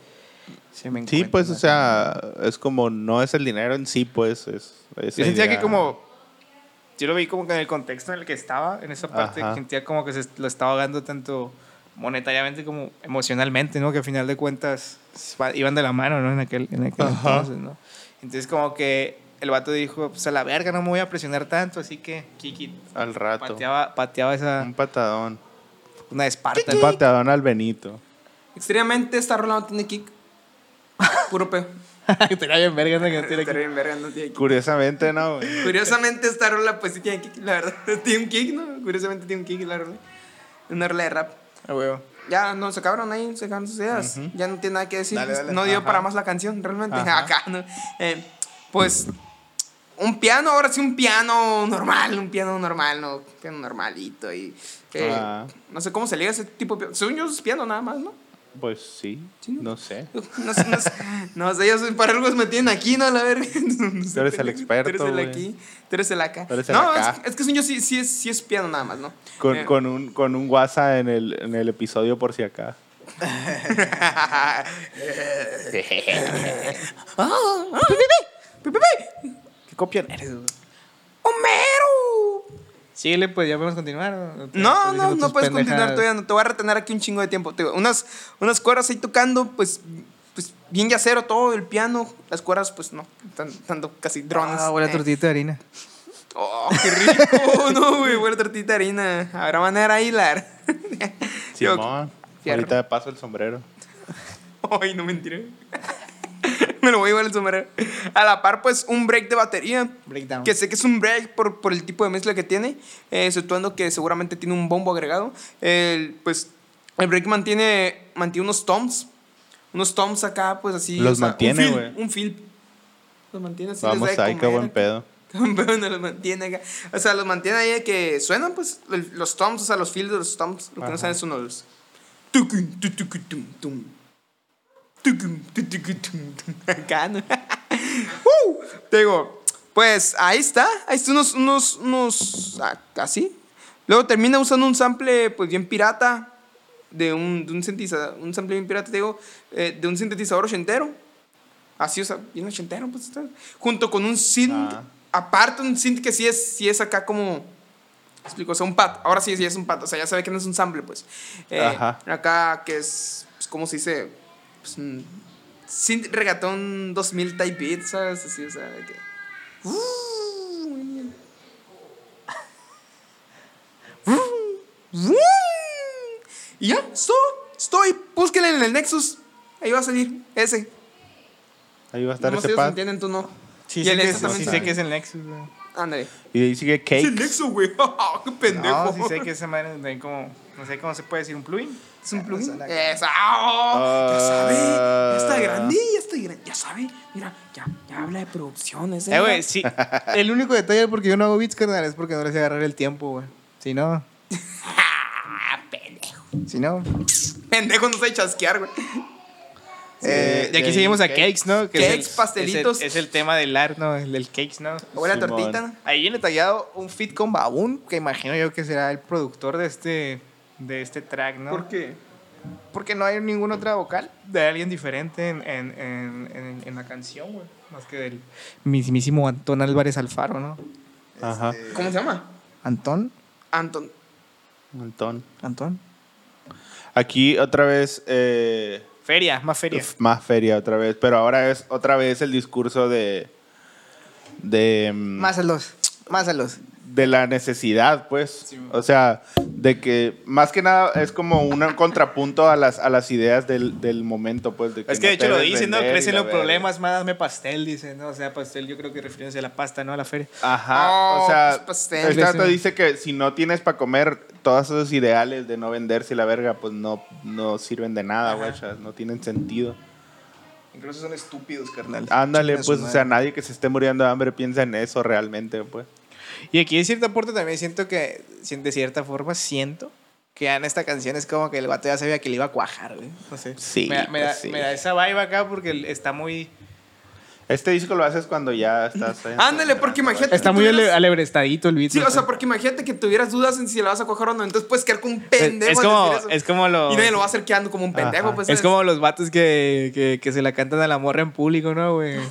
[SPEAKER 1] Se me
[SPEAKER 3] Sí,
[SPEAKER 1] encuentra.
[SPEAKER 3] pues, o sea, es como, no es el dinero en sí, pues. Es, esa
[SPEAKER 1] Yo sentía
[SPEAKER 3] idea.
[SPEAKER 1] que como... Yo lo vi como que en el contexto en el que estaba, en esa parte,
[SPEAKER 3] Ajá.
[SPEAKER 1] sentía como que se lo estaba ahogando tanto monetariamente como emocionalmente, ¿no? Que al final de cuentas va- iban de la mano, ¿no? En aquel, en aquel
[SPEAKER 3] Ajá.
[SPEAKER 1] entonces, ¿no? Entonces como que el vato dijo, pues a la verga, no me voy a presionar tanto, así que Kiki
[SPEAKER 3] Al rato.
[SPEAKER 1] pateaba, pateaba esa...
[SPEAKER 3] Un patadón.
[SPEAKER 1] Una de Esparta.
[SPEAKER 3] Un patadón al Benito.
[SPEAKER 2] Extremadamente esta rola no tiene kick. Puro pedo.
[SPEAKER 1] Estaría bien verga, ¿no? Que no tiene
[SPEAKER 2] Estaría
[SPEAKER 1] que-
[SPEAKER 2] bien verga, no tiene kick.
[SPEAKER 3] Curiosamente, ¿no? güey?
[SPEAKER 2] Curiosamente esta rola pues sí tiene kick, la verdad. Tiene un kick, ¿no? Curiosamente tiene un kick la rola. Una rola de rap.
[SPEAKER 1] A huevo.
[SPEAKER 2] Ya, no, se acabaron ahí, se acabaron sus ideas. Ya no tiene nada que decir.
[SPEAKER 1] Dale, dale.
[SPEAKER 2] No dio
[SPEAKER 1] Ajá.
[SPEAKER 2] para más la canción, realmente.
[SPEAKER 3] Ajá.
[SPEAKER 2] Acá, ¿no? Eh, pues, un piano, ahora sí, un piano normal, un piano normal, ¿no? Un piano normalito y... eh,
[SPEAKER 3] Ah.
[SPEAKER 2] No sé cómo se liga ese tipo de piano. Según yo, es piano nada más, ¿no?
[SPEAKER 3] Pues sí, no sé.
[SPEAKER 2] No sé, no sé, no sé, yo soy- para algo me tienen aquí, ¿no? La verga. No, no sé,
[SPEAKER 3] Tú eres el experto,
[SPEAKER 2] Tú eres el
[SPEAKER 3] güey.
[SPEAKER 2] aquí, tú eres el acá.
[SPEAKER 3] Tú eres el
[SPEAKER 2] no,
[SPEAKER 3] acá.
[SPEAKER 2] Es, es que según yo sí, sí, es, sí es piano nada más, ¿no?
[SPEAKER 3] Con,
[SPEAKER 2] Eh,
[SPEAKER 3] con un, con un WhatsApp en el, en el episodio por si acá.
[SPEAKER 2] ¡Ah!
[SPEAKER 1] ¿Qué copian eres, güey?
[SPEAKER 2] ¡Homero!
[SPEAKER 1] Síguele, pues ya podemos continuar. ¿o? Estás
[SPEAKER 2] No, no,
[SPEAKER 1] diciendo
[SPEAKER 2] no
[SPEAKER 1] tus
[SPEAKER 2] puedes continuar
[SPEAKER 1] pendejadas.
[SPEAKER 2] todavía, no te voy a retener aquí un chingo de tiempo. Te digo, unas, unas cuerdas ahí tocando, pues, pues bien yacero todo, el piano, las cuerdas, pues no, tan- tanto casi drones.
[SPEAKER 1] Ah, buena
[SPEAKER 2] Eh.
[SPEAKER 1] tortita de harina.
[SPEAKER 2] Oh, qué rico, no, güey, buena tortita de harina. Habrá manera de hilar. Digo,
[SPEAKER 3] Simón.
[SPEAKER 2] fierro.
[SPEAKER 3] Ahorita me paso el sombrero.
[SPEAKER 2] Ay, no mentira. Me lo voy a llevar el sombrero. A la par, pues, un break de batería.
[SPEAKER 1] Breakdown.
[SPEAKER 2] Que sé que es un break por, por el tipo de mezcla que tiene, eh, exceptuando que seguramente tiene un bombo agregado. El, pues el break mantiene, mantiene unos toms, unos toms acá, pues así.
[SPEAKER 3] Los
[SPEAKER 2] un
[SPEAKER 3] mantiene,
[SPEAKER 2] feel,
[SPEAKER 3] güey.
[SPEAKER 2] Un feel. Los mantiene así.
[SPEAKER 3] Vamos
[SPEAKER 2] les da de
[SPEAKER 3] ahí, qué
[SPEAKER 2] comer
[SPEAKER 3] buen
[SPEAKER 2] acá.
[SPEAKER 3] pedo.
[SPEAKER 2] Campeón, no los mantiene acá. O sea, los mantiene ahí de que suenan, pues, el- los toms, o sea, los fields de los toms. Lo que no
[SPEAKER 1] Ajá.
[SPEAKER 2] saben son los. tucum, tu, tucu, tum, tum. Tucum, tu, tucu, tum, tum. Acá, ¿no? ¡Uh! Te digo, pues ahí está. Ahí está unos. unos, unos ah, así. Luego termina usando un sample, pues, bien pirata. De un, de un sintetizador. Un sample bien pirata, te digo. eh, de un sintetizador ochentero. Así, o sea, bien ochentero, pues. está- Junto con un synth.
[SPEAKER 3] Ah.
[SPEAKER 2] Aparte, un synth que sí es, sí es acá como. ¿me explico, o sea, un pad. Ahora sí, sí es un pad. O sea, ya sabe que no es un sample, pues. Eh,
[SPEAKER 3] Ajá.
[SPEAKER 2] Acá, que es. Pues, ¿Cómo se dice? Pues, un synth regatón 2000 type beat, ¿sabes? Así, o sea, de que. ¡Uh! Y ya, estoy, estoy. Búsquenle en el Nexus. Ahí va a salir ese.
[SPEAKER 3] Ahí va a estar
[SPEAKER 2] No sé
[SPEAKER 3] ese
[SPEAKER 2] si
[SPEAKER 3] pad.
[SPEAKER 2] entienden, tú no.
[SPEAKER 1] Sí,
[SPEAKER 2] Y
[SPEAKER 1] sé
[SPEAKER 2] el
[SPEAKER 1] que,
[SPEAKER 2] Nexus
[SPEAKER 1] es,
[SPEAKER 2] también
[SPEAKER 1] sí
[SPEAKER 2] sabe.
[SPEAKER 1] sé que es el Nexus, güey.
[SPEAKER 2] Ándale.
[SPEAKER 3] Y ahí sigue
[SPEAKER 2] Es
[SPEAKER 3] Cake.
[SPEAKER 2] el Nexus, güey. Qué pendejo.
[SPEAKER 1] No, sí sé que esa madre también como... No sé cómo se puede decir un plugin.
[SPEAKER 2] Es un plugin.
[SPEAKER 1] Ah,
[SPEAKER 2] Esa. ¡Oh! Ya sabe. Ya está grande, ya está grande. Ya sabe. Mira, ya, ya habla de producciones.
[SPEAKER 1] Eh, güey, sí. El único detalle porque yo no hago beats, carnal, es porque no les sé agarrar el tiempo, güey. Si no... pendejo. Si no...
[SPEAKER 2] Pendejo, no sabe chasquear, güey.
[SPEAKER 1] Eh, y aquí
[SPEAKER 3] de
[SPEAKER 1] seguimos a
[SPEAKER 3] ahí,
[SPEAKER 1] Cakes, ¿no? Que es
[SPEAKER 2] Cakes,
[SPEAKER 1] el-
[SPEAKER 2] pastelitos.
[SPEAKER 1] Es el, es el tema del art, ¿no? El del Cakes, ¿no?
[SPEAKER 2] Buena
[SPEAKER 3] Simón.
[SPEAKER 2] tortita.
[SPEAKER 1] Ahí viene tallado un fit con Baboon, que imagino yo que será el productor de este, de este track, ¿no?
[SPEAKER 2] ¿Por qué?
[SPEAKER 1] Porque no hay ninguna otra vocal de alguien diferente en, en- en- en- en la canción, güey. Más que del mismísimo Antón Álvarez Alfaro, ¿no?
[SPEAKER 3] Ajá.
[SPEAKER 2] ¿Cómo se llama?
[SPEAKER 1] ¿Antón?
[SPEAKER 2] Anton.
[SPEAKER 3] Montón.
[SPEAKER 1] ¿Antón?
[SPEAKER 3] Aquí otra vez. eh,
[SPEAKER 1] Feria, más feria.
[SPEAKER 3] Uf, más feria otra vez. Pero ahora es otra vez el discurso de. De. mm,
[SPEAKER 1] Más a los, más a los.
[SPEAKER 3] de la necesidad, pues. o sea, de que más que nada es como un contrapunto a las, a las ideas del, del momento, pues. de
[SPEAKER 1] Es que de
[SPEAKER 3] no te
[SPEAKER 1] hecho lo
[SPEAKER 3] debes
[SPEAKER 1] dicen, ¿no?
[SPEAKER 3] vender y
[SPEAKER 1] Crecen
[SPEAKER 3] la
[SPEAKER 1] los
[SPEAKER 3] verga.
[SPEAKER 1] problemas, más dame pastel, dicen, ¿no? O sea, pastel yo creo que referencia a la pasta, ¿no? A la feria.
[SPEAKER 3] Ajá.
[SPEAKER 2] Oh,
[SPEAKER 3] o sea,
[SPEAKER 2] pues, pastel.
[SPEAKER 3] el trato dice que si no tienes para comer todos esos ideales de no venderse y la verga, pues no, no sirven de nada, güey. o sea, No tienen sentido.
[SPEAKER 1] Incluso son estúpidos, carnal.
[SPEAKER 3] Ándale, pues, o sea, nadie que se esté muriendo de hambre piensa en eso realmente, pues.
[SPEAKER 1] Y aquí de cierta parte también siento que, si- de cierta forma, siento Que ya en esta canción es como que el vato ya sabía que le iba a cuajar, güey. No sé.
[SPEAKER 3] Sí,
[SPEAKER 1] Me, da- me da,
[SPEAKER 3] pues sí.
[SPEAKER 1] me da esa vibe acá porque está muy...
[SPEAKER 3] Este disco lo haces cuando ya estás. ahí.
[SPEAKER 2] Ándale, porque imagínate-
[SPEAKER 1] Está
[SPEAKER 2] Está
[SPEAKER 1] muy
[SPEAKER 2] muy ale-
[SPEAKER 1] alebrestadito el beat.
[SPEAKER 2] Sí, o sea, porque imagínate que tuvieras dudas en si la vas a coger o no. Entonces puedes quedar como un pendejo.
[SPEAKER 1] es
[SPEAKER 2] al
[SPEAKER 1] como,
[SPEAKER 2] decir eso.
[SPEAKER 1] es como lo...
[SPEAKER 2] Y nadie lo va a hacer quedando como un pendejo.
[SPEAKER 3] Ajá.
[SPEAKER 2] Pues,
[SPEAKER 1] es como los vatos que, que, que se la cantan a la morra en público, ¿no, güey?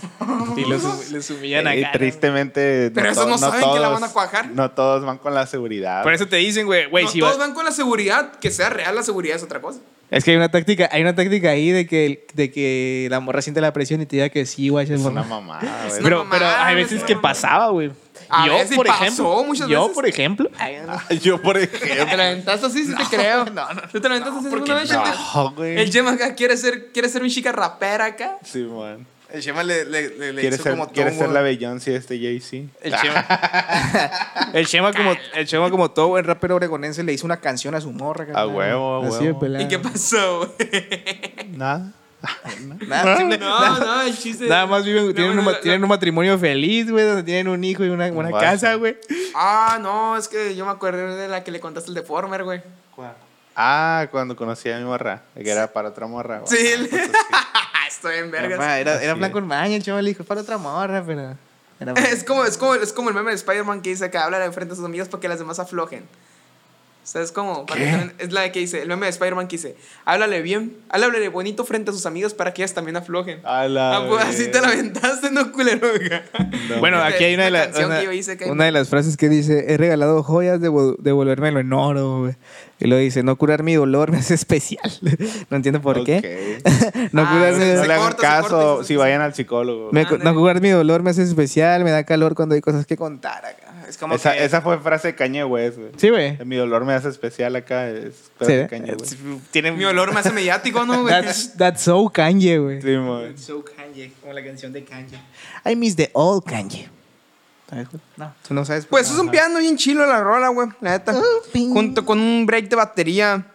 [SPEAKER 1] Y los, hum- los humillan
[SPEAKER 3] Y
[SPEAKER 1] acá. ¿no?
[SPEAKER 3] tristemente.
[SPEAKER 2] Pero esos
[SPEAKER 3] to-
[SPEAKER 2] no saben que la van a cuajar.
[SPEAKER 3] No todos van con la seguridad.
[SPEAKER 1] Por eso te dicen, güey, güey,
[SPEAKER 2] No,
[SPEAKER 1] si
[SPEAKER 2] todos
[SPEAKER 1] vas-
[SPEAKER 2] van con la seguridad. Que sea real la seguridad es otra cosa.
[SPEAKER 1] Es que hay una táctica, hay una táctica ahí de que, el- de que la morra siente la presión y te diga que sí, güey. esa
[SPEAKER 3] es
[SPEAKER 1] morra.
[SPEAKER 3] una mamada, güey.
[SPEAKER 2] una
[SPEAKER 1] Pero, pero
[SPEAKER 2] mamada,
[SPEAKER 1] hay
[SPEAKER 2] güey,
[SPEAKER 1] veces
[SPEAKER 2] es
[SPEAKER 1] que
[SPEAKER 2] una mamada.
[SPEAKER 1] pasaba, güey.
[SPEAKER 2] A
[SPEAKER 1] Yo,
[SPEAKER 2] veces
[SPEAKER 1] por
[SPEAKER 2] pasó,
[SPEAKER 1] ejemplo,
[SPEAKER 2] muchas
[SPEAKER 1] yo,
[SPEAKER 2] veces.
[SPEAKER 1] por ejemplo,
[SPEAKER 3] Yo, por
[SPEAKER 2] Te
[SPEAKER 3] ejemplo.
[SPEAKER 2] la aventaste así, sí te creo. No, no, ¿Tú te la aventaste así alguna vez, Chente?
[SPEAKER 3] No, güey.
[SPEAKER 2] El Gem acá quiere ser, quiere ser mi chica rapera acá.
[SPEAKER 3] Sí, man.
[SPEAKER 1] el Chema le, le, le,
[SPEAKER 3] ¿Quieres ser, ¿quieres ser la Beyoncé de este Jay-Z?
[SPEAKER 1] El
[SPEAKER 2] Ah.
[SPEAKER 1] Chema, el Chema como, el Chema como todo buen rapero oregonense le hizo una canción a su morra. carnal.
[SPEAKER 3] huevo, a
[SPEAKER 1] Así
[SPEAKER 3] huevo.
[SPEAKER 1] de pelada.
[SPEAKER 2] ¿Y qué pasó, güey?
[SPEAKER 3] Nada.
[SPEAKER 1] ¿Ah? Nada, simple-
[SPEAKER 2] No, no, el chiste.
[SPEAKER 1] nada más viven,
[SPEAKER 2] No,
[SPEAKER 1] tienen, un,
[SPEAKER 2] bueno,
[SPEAKER 1] ma-
[SPEAKER 2] la-
[SPEAKER 1] tienen un matrimonio feliz, güey, donde tienen un hijo y una, una
[SPEAKER 3] Vaya.
[SPEAKER 1] casa, güey.
[SPEAKER 2] Ah, no, es que yo me acuerdo de la que le contaste el Deformer, güey.
[SPEAKER 3] Ah, cuando conocí a mi morra, que era para otra morra. güey.
[SPEAKER 2] Sí.
[SPEAKER 3] Ah, pues,
[SPEAKER 2] Estoy en
[SPEAKER 1] Papá,
[SPEAKER 2] vergas.
[SPEAKER 1] Ah, era,
[SPEAKER 3] Así
[SPEAKER 1] era
[SPEAKER 3] es.
[SPEAKER 1] blanco en maña, el Chema le dijo, para otra morra, pero... era-
[SPEAKER 2] Es como, es, como, es como el meme de Spider-Man que dice que habla de frente a sus amigos para que las demás aflojen. O sea, es como. para que también- es la que dice, el meme de Spider-Man que dice: háblale bien, háblale bonito frente a sus amigos para que ellas también aflojen.
[SPEAKER 3] A la
[SPEAKER 2] Ah, pues, así te la
[SPEAKER 3] verga.
[SPEAKER 2] aventaste, no culero. güey.
[SPEAKER 3] No,
[SPEAKER 1] Bueno,
[SPEAKER 2] Es
[SPEAKER 1] aquí hay una de,
[SPEAKER 2] una
[SPEAKER 1] las
[SPEAKER 2] canción
[SPEAKER 1] una,
[SPEAKER 2] que yo hice que-
[SPEAKER 1] una de las frases que dice, he regalado joyas, devo- devolvérmelo en oro, güey. Y lo dice, no curar mi dolor me hace especial. no entiendo por qué.
[SPEAKER 3] ok.
[SPEAKER 1] No,
[SPEAKER 2] Ah,
[SPEAKER 1] curar
[SPEAKER 2] se-
[SPEAKER 1] mi,
[SPEAKER 2] se
[SPEAKER 3] No le hagan
[SPEAKER 2] corta, se
[SPEAKER 3] caso
[SPEAKER 2] corta, se-
[SPEAKER 3] si
[SPEAKER 2] se-
[SPEAKER 3] vayan al psicólogo.
[SPEAKER 1] me-
[SPEAKER 2] ándale.
[SPEAKER 1] no curar mi dolor me hace especial, me da calor cuando hay cosas que contar acá. Es como
[SPEAKER 3] Esa,
[SPEAKER 1] que-
[SPEAKER 3] esa fue frase de Kanye West, güey.
[SPEAKER 1] Sí, güey.
[SPEAKER 3] Mi dolor me hace especial acá. Es
[SPEAKER 1] Sí,
[SPEAKER 3] frase de
[SPEAKER 1] ¿eh?
[SPEAKER 3] Kanye West.
[SPEAKER 1] Tiene
[SPEAKER 2] Mi olor me hace mediático, ¿no, güey?
[SPEAKER 1] That's, that's so Kanye, güey.
[SPEAKER 3] Sí, man.
[SPEAKER 1] So Kanye, como la canción de Kanye. I miss the old Kanye. ¿Sabes, güey? No, tú no sabes.
[SPEAKER 2] Pues es un piano bien chilo la rola, güey, la neta. Junto con un break de batería,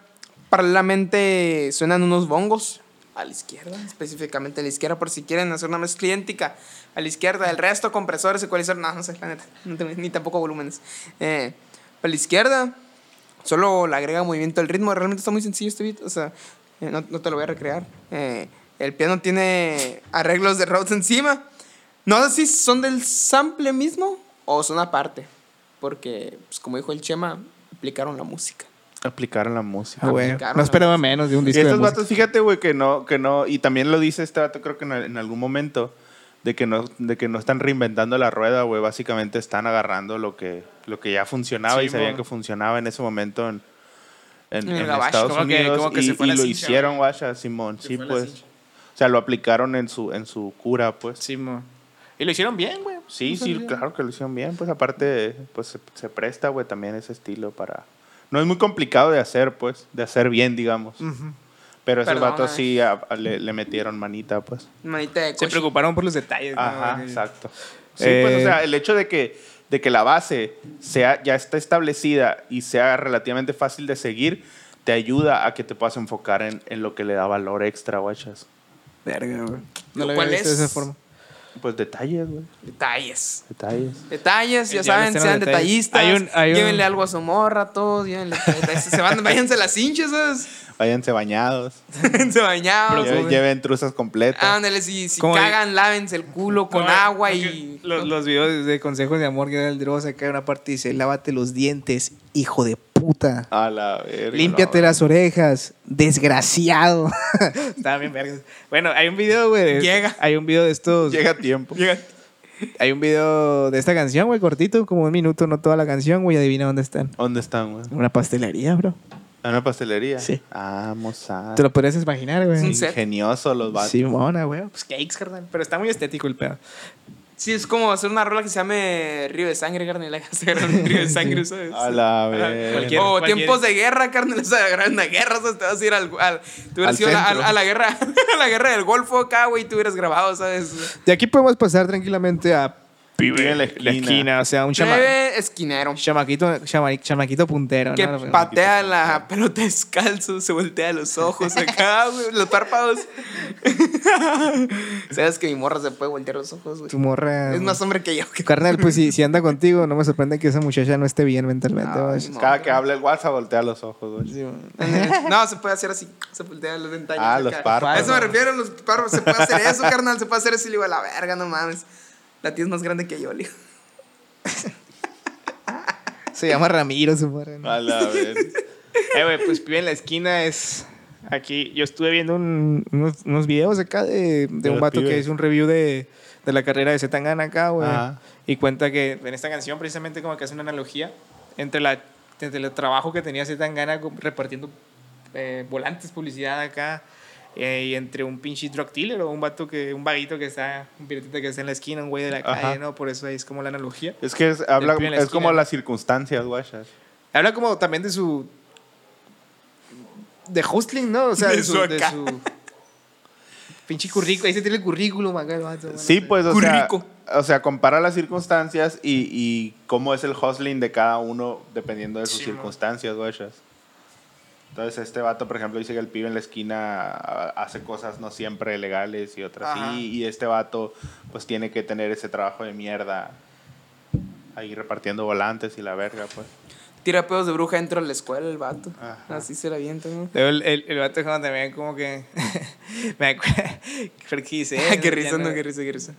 [SPEAKER 2] paralelamente suenan unos bongos. A la izquierda, específicamente a la izquierda, por si quieren hacer una mezcla idéntica. A la izquierda, el resto, compresores, ecualizador. No, no sé, la neta. no tengo- ni tampoco volúmenes. Eh, a la izquierda, solo le agrega movimiento al ritmo. Realmente está muy sencillo este beat. O sea, eh, no, no te lo voy a recrear. Eh, el piano tiene arreglos de Rhodes encima. No sé si son del sample mismo o son aparte. Porque, pues, como dijo el Chema, aplicaron la música.
[SPEAKER 3] Aplicaron la música.
[SPEAKER 1] Ah, güey.
[SPEAKER 2] Aplicaron
[SPEAKER 1] No
[SPEAKER 2] la
[SPEAKER 1] esperaba menos de un
[SPEAKER 3] Y
[SPEAKER 1] disco. de
[SPEAKER 3] estos
[SPEAKER 1] música.
[SPEAKER 3] vatos, fíjate, güey, que no, que no, y también lo dice este vato, creo que en, en algún momento, de que no, de que no están reinventando la rueda, güey. Básicamente están agarrando lo que, lo que ya funcionaba
[SPEAKER 1] Sí,
[SPEAKER 3] y sabían
[SPEAKER 1] mo.
[SPEAKER 3] que funcionaba en ese momento en, en-
[SPEAKER 2] En el
[SPEAKER 3] en
[SPEAKER 2] gabacho,
[SPEAKER 3] Estados
[SPEAKER 1] como que-
[SPEAKER 3] Unidos.
[SPEAKER 1] como que
[SPEAKER 3] y
[SPEAKER 1] se fue
[SPEAKER 3] y
[SPEAKER 1] la
[SPEAKER 3] lo
[SPEAKER 1] cincha,
[SPEAKER 3] hicieron, guacha, Simón. Sí,
[SPEAKER 1] fue la
[SPEAKER 3] pues.
[SPEAKER 1] cincha.
[SPEAKER 3] O sea, lo aplicaron en su, en su cura, pues.
[SPEAKER 1] Sí, mo. Y lo hicieron bien, güey.
[SPEAKER 3] Sí, sí, claro que lo hicieron bien. Pues aparte, pues se, se presta, güey, también ese estilo para... No es muy complicado de hacer, pues, de hacer bien, digamos. Pero ese
[SPEAKER 2] Perdón,
[SPEAKER 3] vato
[SPEAKER 2] eh.
[SPEAKER 3] sí a- a- le, le metieron manita, pues.
[SPEAKER 2] Manita de
[SPEAKER 1] Se
[SPEAKER 2] coche.
[SPEAKER 1] preocuparon por los detalles. ¿no?
[SPEAKER 3] Ajá,
[SPEAKER 1] Porque-
[SPEAKER 3] exacto. Sí, pues, o
[SPEAKER 1] Eh,
[SPEAKER 3] sea, el hecho de que, de que la base sea, ya está establecida y sea relativamente fácil de seguir, te ayuda a que te puedas enfocar en, en lo que le da valor extra, guachas.
[SPEAKER 1] Verga, güey. No lo
[SPEAKER 2] ¿Cuál
[SPEAKER 1] había visto de
[SPEAKER 2] es?
[SPEAKER 1] esa forma.
[SPEAKER 3] Pues detalles, güey,
[SPEAKER 2] Detalles.
[SPEAKER 3] detalles.
[SPEAKER 2] Detalles,
[SPEAKER 1] Ya
[SPEAKER 2] ya,
[SPEAKER 1] les
[SPEAKER 2] saben,
[SPEAKER 1] tengo
[SPEAKER 2] sean
[SPEAKER 1] detalles.
[SPEAKER 2] detallistas.
[SPEAKER 1] Hay un- hay un-
[SPEAKER 2] Llévenle algo a su morra, a todos. Llévenle. se van, váyanse las hinchas, ¿sabes?
[SPEAKER 3] Váyanse bañados,
[SPEAKER 2] se bañados.
[SPEAKER 3] lleven,
[SPEAKER 2] güey.
[SPEAKER 3] lleven truzas completas.
[SPEAKER 2] Ándale, si, si
[SPEAKER 1] Como-
[SPEAKER 2] cagan, lávense el culo con
[SPEAKER 1] No,
[SPEAKER 2] agua
[SPEAKER 1] porque
[SPEAKER 2] y. pues,
[SPEAKER 1] Los, los videos de consejos de amor que da el Dross, acá hay una parte dice: lávate los dientes, hijo de puta.
[SPEAKER 3] A la verga.
[SPEAKER 1] Límpiate
[SPEAKER 3] no.
[SPEAKER 1] las orejas, desgraciado. Está bien, vergas. Bueno, hay un video, güey. de-
[SPEAKER 2] Llega.
[SPEAKER 1] Hay un video de estos.
[SPEAKER 3] Llega a tiempo.
[SPEAKER 1] Hay un video de esta canción, güey, cortito, como un minuto, no toda la canción, güey. Adivina dónde están.
[SPEAKER 3] ¿Dónde están, güey?
[SPEAKER 1] En Una pastelería, bro.
[SPEAKER 3] ¿En una pastelería?
[SPEAKER 1] Sí.
[SPEAKER 3] Ah, mozada.
[SPEAKER 1] Te lo podrías imaginar, güey.
[SPEAKER 2] Es un set.
[SPEAKER 3] Ingenioso los vatos.
[SPEAKER 1] Simona, güey. Pues cakes, carnal. Pero está muy estético el pedo.
[SPEAKER 2] Sí, es como hacer una rola que se llame Río de Sangre, carnal. Agarrar un río de sangre, ¿sabes?
[SPEAKER 3] A la
[SPEAKER 1] cualquier-
[SPEAKER 3] verga.
[SPEAKER 2] o
[SPEAKER 1] cualquier-
[SPEAKER 2] Oh, tiempos de guerra, carnal. O sea, agarrar una guerra, o sea, te vas a ir al. al tú hubieras
[SPEAKER 3] Al
[SPEAKER 2] ido a la- a,
[SPEAKER 3] centro.
[SPEAKER 2] a la guerra, a la guerra del Golfo acá, güey, y tú hubieras grabado, ¿sabes?
[SPEAKER 1] De aquí podemos pasar tranquilamente a pibe
[SPEAKER 3] en la
[SPEAKER 1] La
[SPEAKER 3] esquina.
[SPEAKER 1] esquina, o sea, un chama-
[SPEAKER 2] Breve esquinero.
[SPEAKER 1] chamaquito, chama- chamaquito puntero.
[SPEAKER 2] Que
[SPEAKER 1] ¿no? Lo-
[SPEAKER 2] patea la pelota descalzo, se voltea los ojos acá, güey, los párpados. Sabes que mi morra se puede voltear los ojos, güey.
[SPEAKER 1] Tu morra.
[SPEAKER 2] Es más hombre que yo. que-
[SPEAKER 1] Carnal, pues si, si anda contigo, no me sorprende que esa muchacha no esté bien mentalmente.
[SPEAKER 2] Ay,
[SPEAKER 1] vaya.
[SPEAKER 2] no.
[SPEAKER 3] Cada que habla el WhatsApp voltea los ojos, güey.
[SPEAKER 2] No, se puede hacer así. Se voltea los ventanas.
[SPEAKER 3] Ah, los párpados.
[SPEAKER 2] A eso me refiero, los párpados. Se puede hacer eso, carnal. Se puede hacer eso. Y le digo, a la verga, no mames. La tía es más grande que yo, le digo.
[SPEAKER 1] Se llama Ramiro, su morra. ¿no?
[SPEAKER 3] A la vez.
[SPEAKER 1] Eh, güey, pues pibe en la esquina es. Aquí, yo estuve viendo un- unos, unos videos acá de, de un
[SPEAKER 3] los
[SPEAKER 1] vato que
[SPEAKER 3] pibes.
[SPEAKER 1] hizo un review de, de la carrera de Zetangana acá, güey.
[SPEAKER 3] Ajá.
[SPEAKER 1] Y cuenta que en esta canción, precisamente, como que hace una analogía entre, la, entre el trabajo que tenía Zetangana co- repartiendo eh, volantes, publicidad acá, eh, y entre un pinche drug dealer o un vato que, un vaguito que está, un piratita que está en la esquina, un güey de la
[SPEAKER 3] Ajá.
[SPEAKER 1] calle, ¿no? Por eso ahí es como la analogía.
[SPEAKER 3] Es que es, habla,
[SPEAKER 1] El pibe en la
[SPEAKER 3] es como
[SPEAKER 1] esquina.
[SPEAKER 3] las circunstancias, güey.
[SPEAKER 1] Habla como también de su. de hustling, ¿no? O sea,
[SPEAKER 2] De
[SPEAKER 1] de, su,
[SPEAKER 2] su
[SPEAKER 1] de
[SPEAKER 2] acá.
[SPEAKER 1] su- Pinche currículum. Ahí se tiene el currículum acá el vato,
[SPEAKER 3] Sí,
[SPEAKER 1] bueno,
[SPEAKER 3] pues, o sea,
[SPEAKER 2] Currico.
[SPEAKER 3] o sea, compara las circunstancias y, y cómo es el hustling de cada uno dependiendo de sus
[SPEAKER 1] Sí, mo.
[SPEAKER 3] circunstancias, güey. Entonces, este vato, por ejemplo, dice que el pibe en la esquina a- hace cosas no siempre legales y otras
[SPEAKER 2] Ajá.
[SPEAKER 3] sí. Y este vato, pues, tiene que tener ese trabajo de mierda ahí repartiendo volantes y la verga, pues.
[SPEAKER 2] Tira pedos de bruja dentro de la escuela, el vato.
[SPEAKER 3] Ajá.
[SPEAKER 2] Así se la avienta, ¿no?
[SPEAKER 1] Luego el, el, el vato como también como que. me acuerdo. Creo que dice. eh,
[SPEAKER 2] qué
[SPEAKER 1] ya
[SPEAKER 2] risa,
[SPEAKER 1] no-
[SPEAKER 2] no, qué risa, qué risa.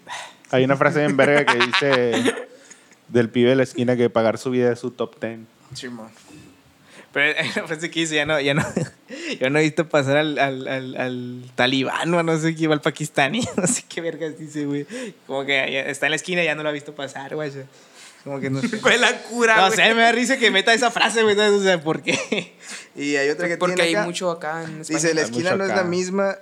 [SPEAKER 3] Hay una frase en verga que dice del pibe de la esquina que pagar su vida es su top ten.
[SPEAKER 1] Simón. Pero hay una frase que dice, ya no, ya no, yo no he visto pasar al, al, al, al talibán o a no sé qué, o al pakistaní, no sé qué vergas dice, güey. Como que ya está en la esquina y ya no lo ha visto pasar, güey. Como que no sé.
[SPEAKER 2] ¿Cuál es la cura,
[SPEAKER 1] No, o
[SPEAKER 2] güey?
[SPEAKER 1] sea, me da risa que meta esa frase, güey. ¿sabes? O sea, ¿por qué? Y hay otra
[SPEAKER 2] Porque hay mucho acá en España.
[SPEAKER 1] Dice, la
[SPEAKER 3] Hay
[SPEAKER 1] esquina
[SPEAKER 3] mucho
[SPEAKER 1] no es
[SPEAKER 3] acá.
[SPEAKER 1] la misma.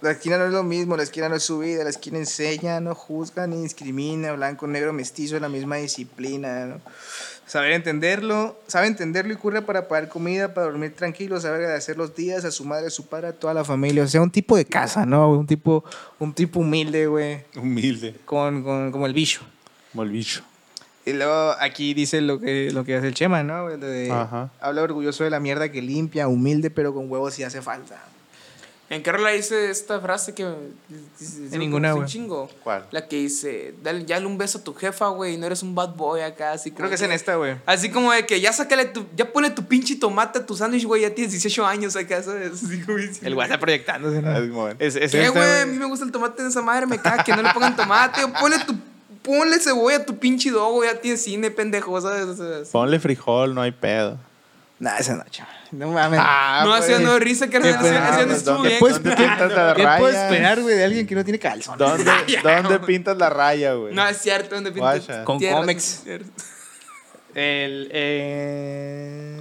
[SPEAKER 1] La esquina no es lo mismo, la esquina no es su vida, la esquina enseña, no juzga, ni discrimina, blanco, negro, mestizo, la misma disciplina. ¿no? Saber entenderlo, sabe entenderlo y curre para pagar comida, para dormir tranquilo, saber agradecer los días a su madre, a su padre, a toda la familia. O sea, un tipo de casa, ¿no? Un tipo, un tipo humilde, güey,
[SPEAKER 3] Humilde,
[SPEAKER 1] con, con, como el bicho.
[SPEAKER 3] como el bicho.
[SPEAKER 1] Y luego aquí dice lo que, lo que hace el Chema, ¿no? güey? Lo de-
[SPEAKER 3] Ajá.
[SPEAKER 1] Habla orgulloso de la mierda que limpia, humilde, pero con huevos si hace falta.
[SPEAKER 2] En Carola dice esta frase que. En
[SPEAKER 1] ninguna,
[SPEAKER 2] Un
[SPEAKER 1] güey.
[SPEAKER 2] chingo.
[SPEAKER 3] ¿Cuál?
[SPEAKER 2] La que dice, dale, dale un beso a tu jefa, güey, no eres un bad boy acá, así como
[SPEAKER 1] Creo que es en este. esta, güey.
[SPEAKER 2] Así como de que ya sácale tu, ya ponle tu pinche tomate a tu sándwich, güey, ya tienes 18 años acá, ¿sabes? Así, güey, sí.
[SPEAKER 1] El WhatsApp proyectándose, ¿no?
[SPEAKER 3] Ah, Simón.
[SPEAKER 1] Es, es
[SPEAKER 2] ¿Qué,
[SPEAKER 1] esta,
[SPEAKER 2] güey? A
[SPEAKER 1] güey.
[SPEAKER 2] mí me gusta el tomate de esa madre, me caga que no le pongan tomate. o Ponle tu, ponle cebolla a tu pinche dogo, ya tienes cine, pendejo, ¿sabes? O sea, sí.
[SPEAKER 3] Ponle frijol, no hay pedo.
[SPEAKER 1] Nah, esa noche. No mames.
[SPEAKER 2] no, ha sido
[SPEAKER 1] pues.
[SPEAKER 2] no risa, que no
[SPEAKER 1] Qué pena,
[SPEAKER 2] ha sido
[SPEAKER 1] pues,
[SPEAKER 2] estuvo
[SPEAKER 1] ¿dónde
[SPEAKER 2] bien.
[SPEAKER 1] puedes
[SPEAKER 2] cabrón.
[SPEAKER 3] Ah, ¿Dónde pintas la
[SPEAKER 1] ¿Qué puedo
[SPEAKER 3] raya?
[SPEAKER 1] esperar, güey, de alguien que no tiene calzón?
[SPEAKER 3] ¿Dónde, dónde pintas la raya, güey?
[SPEAKER 2] No, es cierto, donde
[SPEAKER 3] Guacha.
[SPEAKER 1] Con
[SPEAKER 2] tierras,
[SPEAKER 1] cómics.
[SPEAKER 2] es cierto.
[SPEAKER 1] El, eh...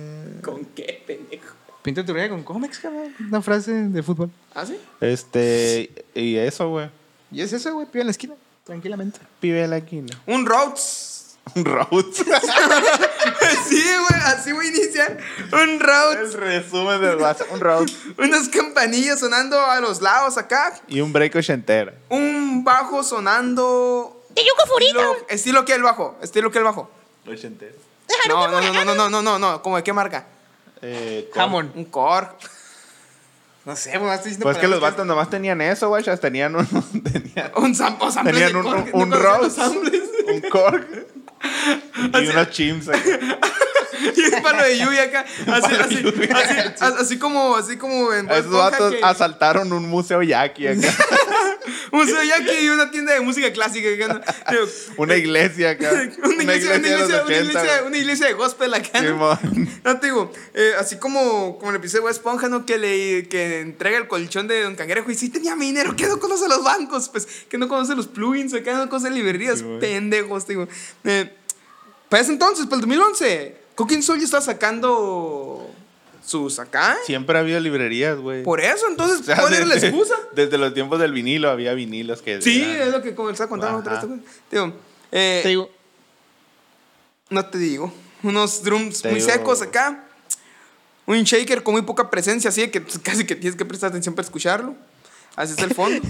[SPEAKER 2] ¿Con qué, pendejo?
[SPEAKER 1] Pinta tu raya con cómics, cabrón. Una frase de fútbol.
[SPEAKER 2] ¿Ah, sí?
[SPEAKER 3] Este, y eso, güey.
[SPEAKER 1] Y es eso, güey. Pío en la esquina. Tranquilamente.
[SPEAKER 3] Pibe de la esquina.
[SPEAKER 2] Un Rhodes.
[SPEAKER 3] Un Rhodes.
[SPEAKER 2] Sí, güey, así voy a iniciar. Un round,
[SPEAKER 3] El resumen del WhatsApp. Un Rhodes.
[SPEAKER 2] unas campanillas sonando a los lados acá,
[SPEAKER 3] Y un break ochentero.
[SPEAKER 2] un bajo sonando.
[SPEAKER 4] De yuca furita,
[SPEAKER 2] Estilo,
[SPEAKER 4] güey.
[SPEAKER 2] estilo que el bajo, estilo que el bajo.
[SPEAKER 3] Ochentero.
[SPEAKER 4] Dejaron
[SPEAKER 2] No,
[SPEAKER 4] que
[SPEAKER 2] no,
[SPEAKER 4] muera.
[SPEAKER 2] no, no, no, no, no, no, ¿cómo de qué marca?
[SPEAKER 3] Eh, con-
[SPEAKER 1] Jamón.
[SPEAKER 2] Un core.
[SPEAKER 1] No sé, güey. Estoy diciendo
[SPEAKER 3] Pues es que los
[SPEAKER 1] palabras
[SPEAKER 3] vatos nomás tenían eso, güey. ya Tenían un... Tenían,
[SPEAKER 2] Un sample, sample
[SPEAKER 3] tenían
[SPEAKER 2] de
[SPEAKER 3] un,
[SPEAKER 2] cork,
[SPEAKER 3] un,
[SPEAKER 2] ¿no
[SPEAKER 3] un
[SPEAKER 2] conocías los
[SPEAKER 3] Rhodes.
[SPEAKER 2] samples?
[SPEAKER 3] Un cork. Y unos chimps. acá.
[SPEAKER 2] Y el palo de lluvia acá. Así, así, así, as- así como, así como en Bob
[SPEAKER 3] Esos vatos
[SPEAKER 2] Esponja que-
[SPEAKER 3] asaltaron un museo yaqui acá.
[SPEAKER 2] Un sello aquí y una tienda de música clásica. acá, ¿no? Digo,
[SPEAKER 3] Una iglesia acá.
[SPEAKER 2] Una iglesia, una
[SPEAKER 3] de los
[SPEAKER 2] iglesia, una
[SPEAKER 3] 80,
[SPEAKER 2] iglesia,
[SPEAKER 3] güey.
[SPEAKER 2] una iglesia de gospel acá. ¿no?
[SPEAKER 3] Simón.
[SPEAKER 2] No te digo, eh, así como, como el episodio de Bob Esponja, ¿no? Que le que entrega el colchón de Don Cangrejo y sí tenía mi dinero, que no conoce los bancos, pues, que no conoce los plugins, que no conoce librerías,
[SPEAKER 3] Sí, güey.
[SPEAKER 2] pendejos, te digo. Eh, para ese entonces, para el 2011, Cooking Soul ya estaba sacando sus acá.
[SPEAKER 3] Siempre ha habido librerías, güey.
[SPEAKER 2] Por eso, entonces,
[SPEAKER 3] O sea,
[SPEAKER 2] ¿cuál era la
[SPEAKER 3] desde-
[SPEAKER 2] excusa?
[SPEAKER 3] Desde los tiempos del vinilo había vinilos que.
[SPEAKER 2] Sí,
[SPEAKER 3] eran-
[SPEAKER 2] es lo que comenzaba a contar
[SPEAKER 3] Ajá.
[SPEAKER 2] otra vez, güey. Te digo, eh,
[SPEAKER 1] que- Te digo.
[SPEAKER 2] No te digo. Unos drums
[SPEAKER 3] Te
[SPEAKER 2] muy
[SPEAKER 3] digo.
[SPEAKER 2] secos acá. Un shaker con muy poca presencia, así de que pues, casi que tienes que prestar atención para escucharlo. Así es el fondo.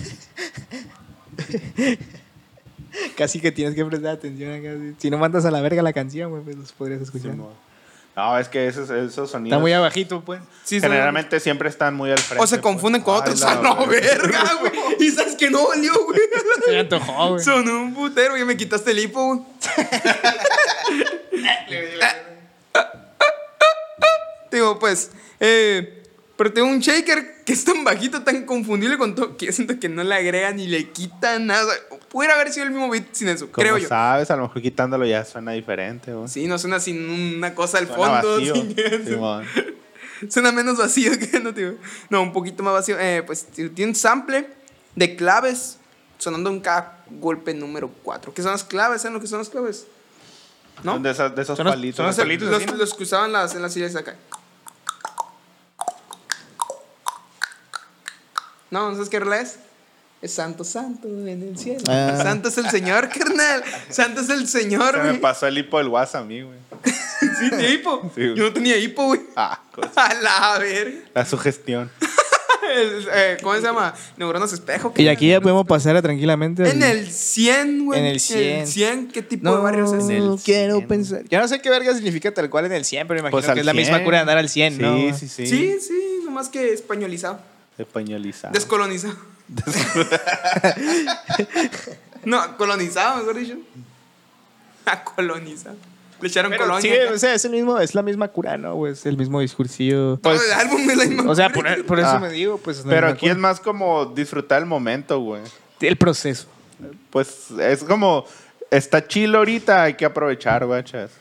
[SPEAKER 1] Casi que tienes que prestar atención acá. sí. Si no mandas a la verga la canción, güey, pues los podrías escuchar.
[SPEAKER 3] No, es que esos, esos sonidos
[SPEAKER 1] Está muy abajito, pues.
[SPEAKER 2] Sí, son-
[SPEAKER 3] generalmente siempre están muy al frente. pues.
[SPEAKER 2] O se confunden con otros. ¡Ah, no, verga, güey! Y sabes que no valió, güey.
[SPEAKER 1] Se me antojó, güey.
[SPEAKER 2] Son un putero, ya me quitaste el hipo, güey. Digo, pues, eh, pero tengo un shaker que es tan bajito, tan confundible con todo, que yo siento que no le agrega ni le quita nada. Pudiera haber sido el mismo beat sin eso, creo
[SPEAKER 3] Creo
[SPEAKER 2] yo.
[SPEAKER 3] sabes, a lo mejor quitándolo ya suena diferente, güey.
[SPEAKER 2] Sí, no suena sin una cosa al
[SPEAKER 3] Suena
[SPEAKER 2] fondo.
[SPEAKER 3] vacío,
[SPEAKER 2] sin eso.
[SPEAKER 3] Simón.
[SPEAKER 2] Suena menos vacío que no, tío. No, un poquito más vacío. Eh, pues tío, tiene un sample de claves sonando en cada golpe número 4. ¿Qué son las claves? ¿Saben lo que son las claves? ¿No?
[SPEAKER 3] Son de, esas- de esos
[SPEAKER 1] Son los-
[SPEAKER 3] palitos.
[SPEAKER 1] son los
[SPEAKER 3] de-
[SPEAKER 1] palitos.
[SPEAKER 2] los,
[SPEAKER 1] así, ¿no?
[SPEAKER 2] los que usaban las, en las sillas acá. No, ¿no sabes qué rola es? Es Santo Santo en el cielo.
[SPEAKER 1] Ah.
[SPEAKER 2] Santo es el Señor, carnal. Santo es el Señor,
[SPEAKER 3] Se me
[SPEAKER 2] güey.
[SPEAKER 3] pasó el hipo del WhatsApp a mí, güey.
[SPEAKER 2] Sí, tenía hipo.
[SPEAKER 3] Sí, güey.
[SPEAKER 2] Yo no tenía hipo, güey.
[SPEAKER 3] Ah, cosa.
[SPEAKER 2] A la verga.
[SPEAKER 3] la sugestión.
[SPEAKER 2] El, eh, ¿Cómo se llama? Neuronas espejo.
[SPEAKER 1] Y aquí ya podemos pasar a tranquilamente. al-
[SPEAKER 2] En el 100, güey.
[SPEAKER 1] En el 100.
[SPEAKER 2] ¿Qué tipo
[SPEAKER 1] No,
[SPEAKER 2] de barrio es ese?
[SPEAKER 3] En el
[SPEAKER 1] quiero
[SPEAKER 3] 100.
[SPEAKER 1] pensar. Yo no sé qué verga significa tal cual en el 100, pero me imagino
[SPEAKER 3] Pues
[SPEAKER 1] que
[SPEAKER 3] al
[SPEAKER 1] es la misma
[SPEAKER 3] 100.
[SPEAKER 1] cura de andar al 100,
[SPEAKER 3] sí,
[SPEAKER 1] ¿no?
[SPEAKER 3] Sí, sí,
[SPEAKER 2] Sí, sí, nomás que españolizado.
[SPEAKER 1] Ah.
[SPEAKER 3] Españolizado.
[SPEAKER 2] Descolonizado. no, colonizado, mejor dicho. Ah, colonizado. Le echaron
[SPEAKER 1] Pero
[SPEAKER 2] colonia.
[SPEAKER 1] sí,
[SPEAKER 2] acá.
[SPEAKER 1] o sea, es, el mismo, es la misma cura, ¿no? güey? Es el mismo discursillo.
[SPEAKER 2] Todo el álbum es la misma
[SPEAKER 1] Pues, o sea,
[SPEAKER 2] cura.
[SPEAKER 1] por, por eso
[SPEAKER 3] Ah.
[SPEAKER 1] me digo, pues. no
[SPEAKER 3] Pero
[SPEAKER 1] me
[SPEAKER 3] aquí es
[SPEAKER 1] acuerdo.
[SPEAKER 3] más como disfrutar el momento, güey.
[SPEAKER 1] El proceso.
[SPEAKER 3] Pues es como, está chilo ahorita, hay que aprovechar, guachas.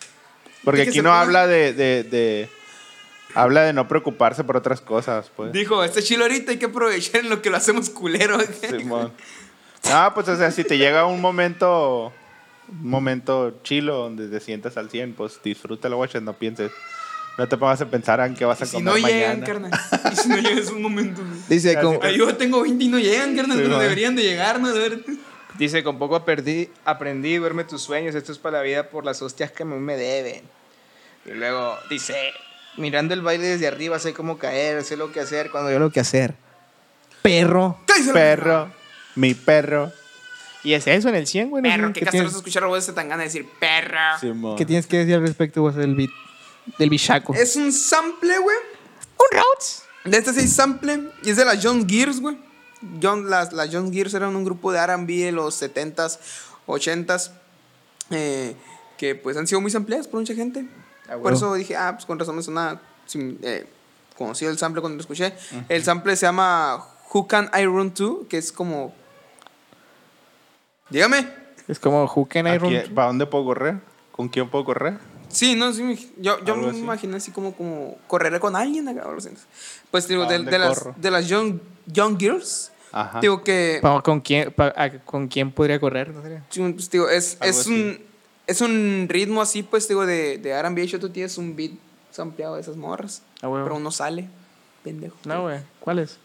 [SPEAKER 3] Porque
[SPEAKER 2] Y que
[SPEAKER 3] aquí
[SPEAKER 2] se
[SPEAKER 3] no
[SPEAKER 2] ponga-
[SPEAKER 3] habla de, de, de- Habla de no preocuparse por otras cosas, pues.
[SPEAKER 2] Dijo, este chilo ahorita hay que aprovechar en lo que lo hacemos culero.
[SPEAKER 3] Simón. No, pues o sea, si te llega un momento, un momento chilo donde te sientas al 100, pues disfrútalo, guachas, no pienses. No te pongas a pensar en qué vas a
[SPEAKER 2] si
[SPEAKER 3] comer
[SPEAKER 2] no llegan,
[SPEAKER 3] mañana.
[SPEAKER 2] carnal. Y si no llegan, es un momento. güey.
[SPEAKER 1] Dice, con,
[SPEAKER 2] Ay, yo tengo 20 y no llegan, carnal,
[SPEAKER 3] Sí,
[SPEAKER 2] pero
[SPEAKER 3] va.
[SPEAKER 2] deberían de llegar, ¿no? De ver-
[SPEAKER 1] dice, con poco perdí, aprendí, duerme tus sueños, esto es para la vida por las hostias que me, me deben. Y luego dice, mirando el baile desde arriba, sé cómo caer, sé lo que hacer cuando yo lo que hacer. Perro.
[SPEAKER 2] ¡Cállese la
[SPEAKER 3] Perro, mi perro.
[SPEAKER 1] Y es eso en el 100, güey. no sé
[SPEAKER 2] Perro,
[SPEAKER 1] qué
[SPEAKER 2] qué castroso escuchar la voz de Zetangana decir perro.
[SPEAKER 3] Simón.
[SPEAKER 1] ¿Qué tienes que decir al respecto vos del beat? Del bichaco.
[SPEAKER 2] Es un sample, güey.
[SPEAKER 4] Un Rhodes.
[SPEAKER 2] De este seis sample. Y es de las John Gears, güey. John, las, las John Gears eran un grupo de RB de los 70s, 80s. eh, que pues han sido muy sampleadas por mucha gente. por
[SPEAKER 1] huevo.
[SPEAKER 2] eso dije, ah, pues con razón me suena. sim- eh, conocí el sample cuando lo escuché. El sample se llama Who Can I Run To? Que es como. Dígame.
[SPEAKER 1] Es como Who Can I
[SPEAKER 3] ¿A
[SPEAKER 1] Run
[SPEAKER 3] quién-
[SPEAKER 1] To?
[SPEAKER 3] ¿Para dónde puedo correr? ¿Con quién puedo correr?
[SPEAKER 2] Sí, no, sí, me imag- yo, yo
[SPEAKER 3] Algo
[SPEAKER 2] me
[SPEAKER 3] así.
[SPEAKER 2] imaginé así como, como correré con alguien acá, o algo así. Pues digo,
[SPEAKER 3] ¿A
[SPEAKER 2] de,
[SPEAKER 3] dónde
[SPEAKER 2] de las,
[SPEAKER 3] Ah, corro?
[SPEAKER 2] de las young, young Girls,
[SPEAKER 3] Ajá.
[SPEAKER 2] digo que
[SPEAKER 1] Pa- ¿Con quién, pa- a- ¿Con quién podría correr? No sé.
[SPEAKER 2] sí, pues, digo, es,
[SPEAKER 3] Algo
[SPEAKER 2] es,
[SPEAKER 3] así.
[SPEAKER 2] un, es un ritmo así, pues digo, de, de RB. De hecho, tú tienes un beat sampleado de esas morras,
[SPEAKER 1] Ah, huevo.
[SPEAKER 2] pero uno sale, pendejo.
[SPEAKER 1] No, güey. ¿Cuál es?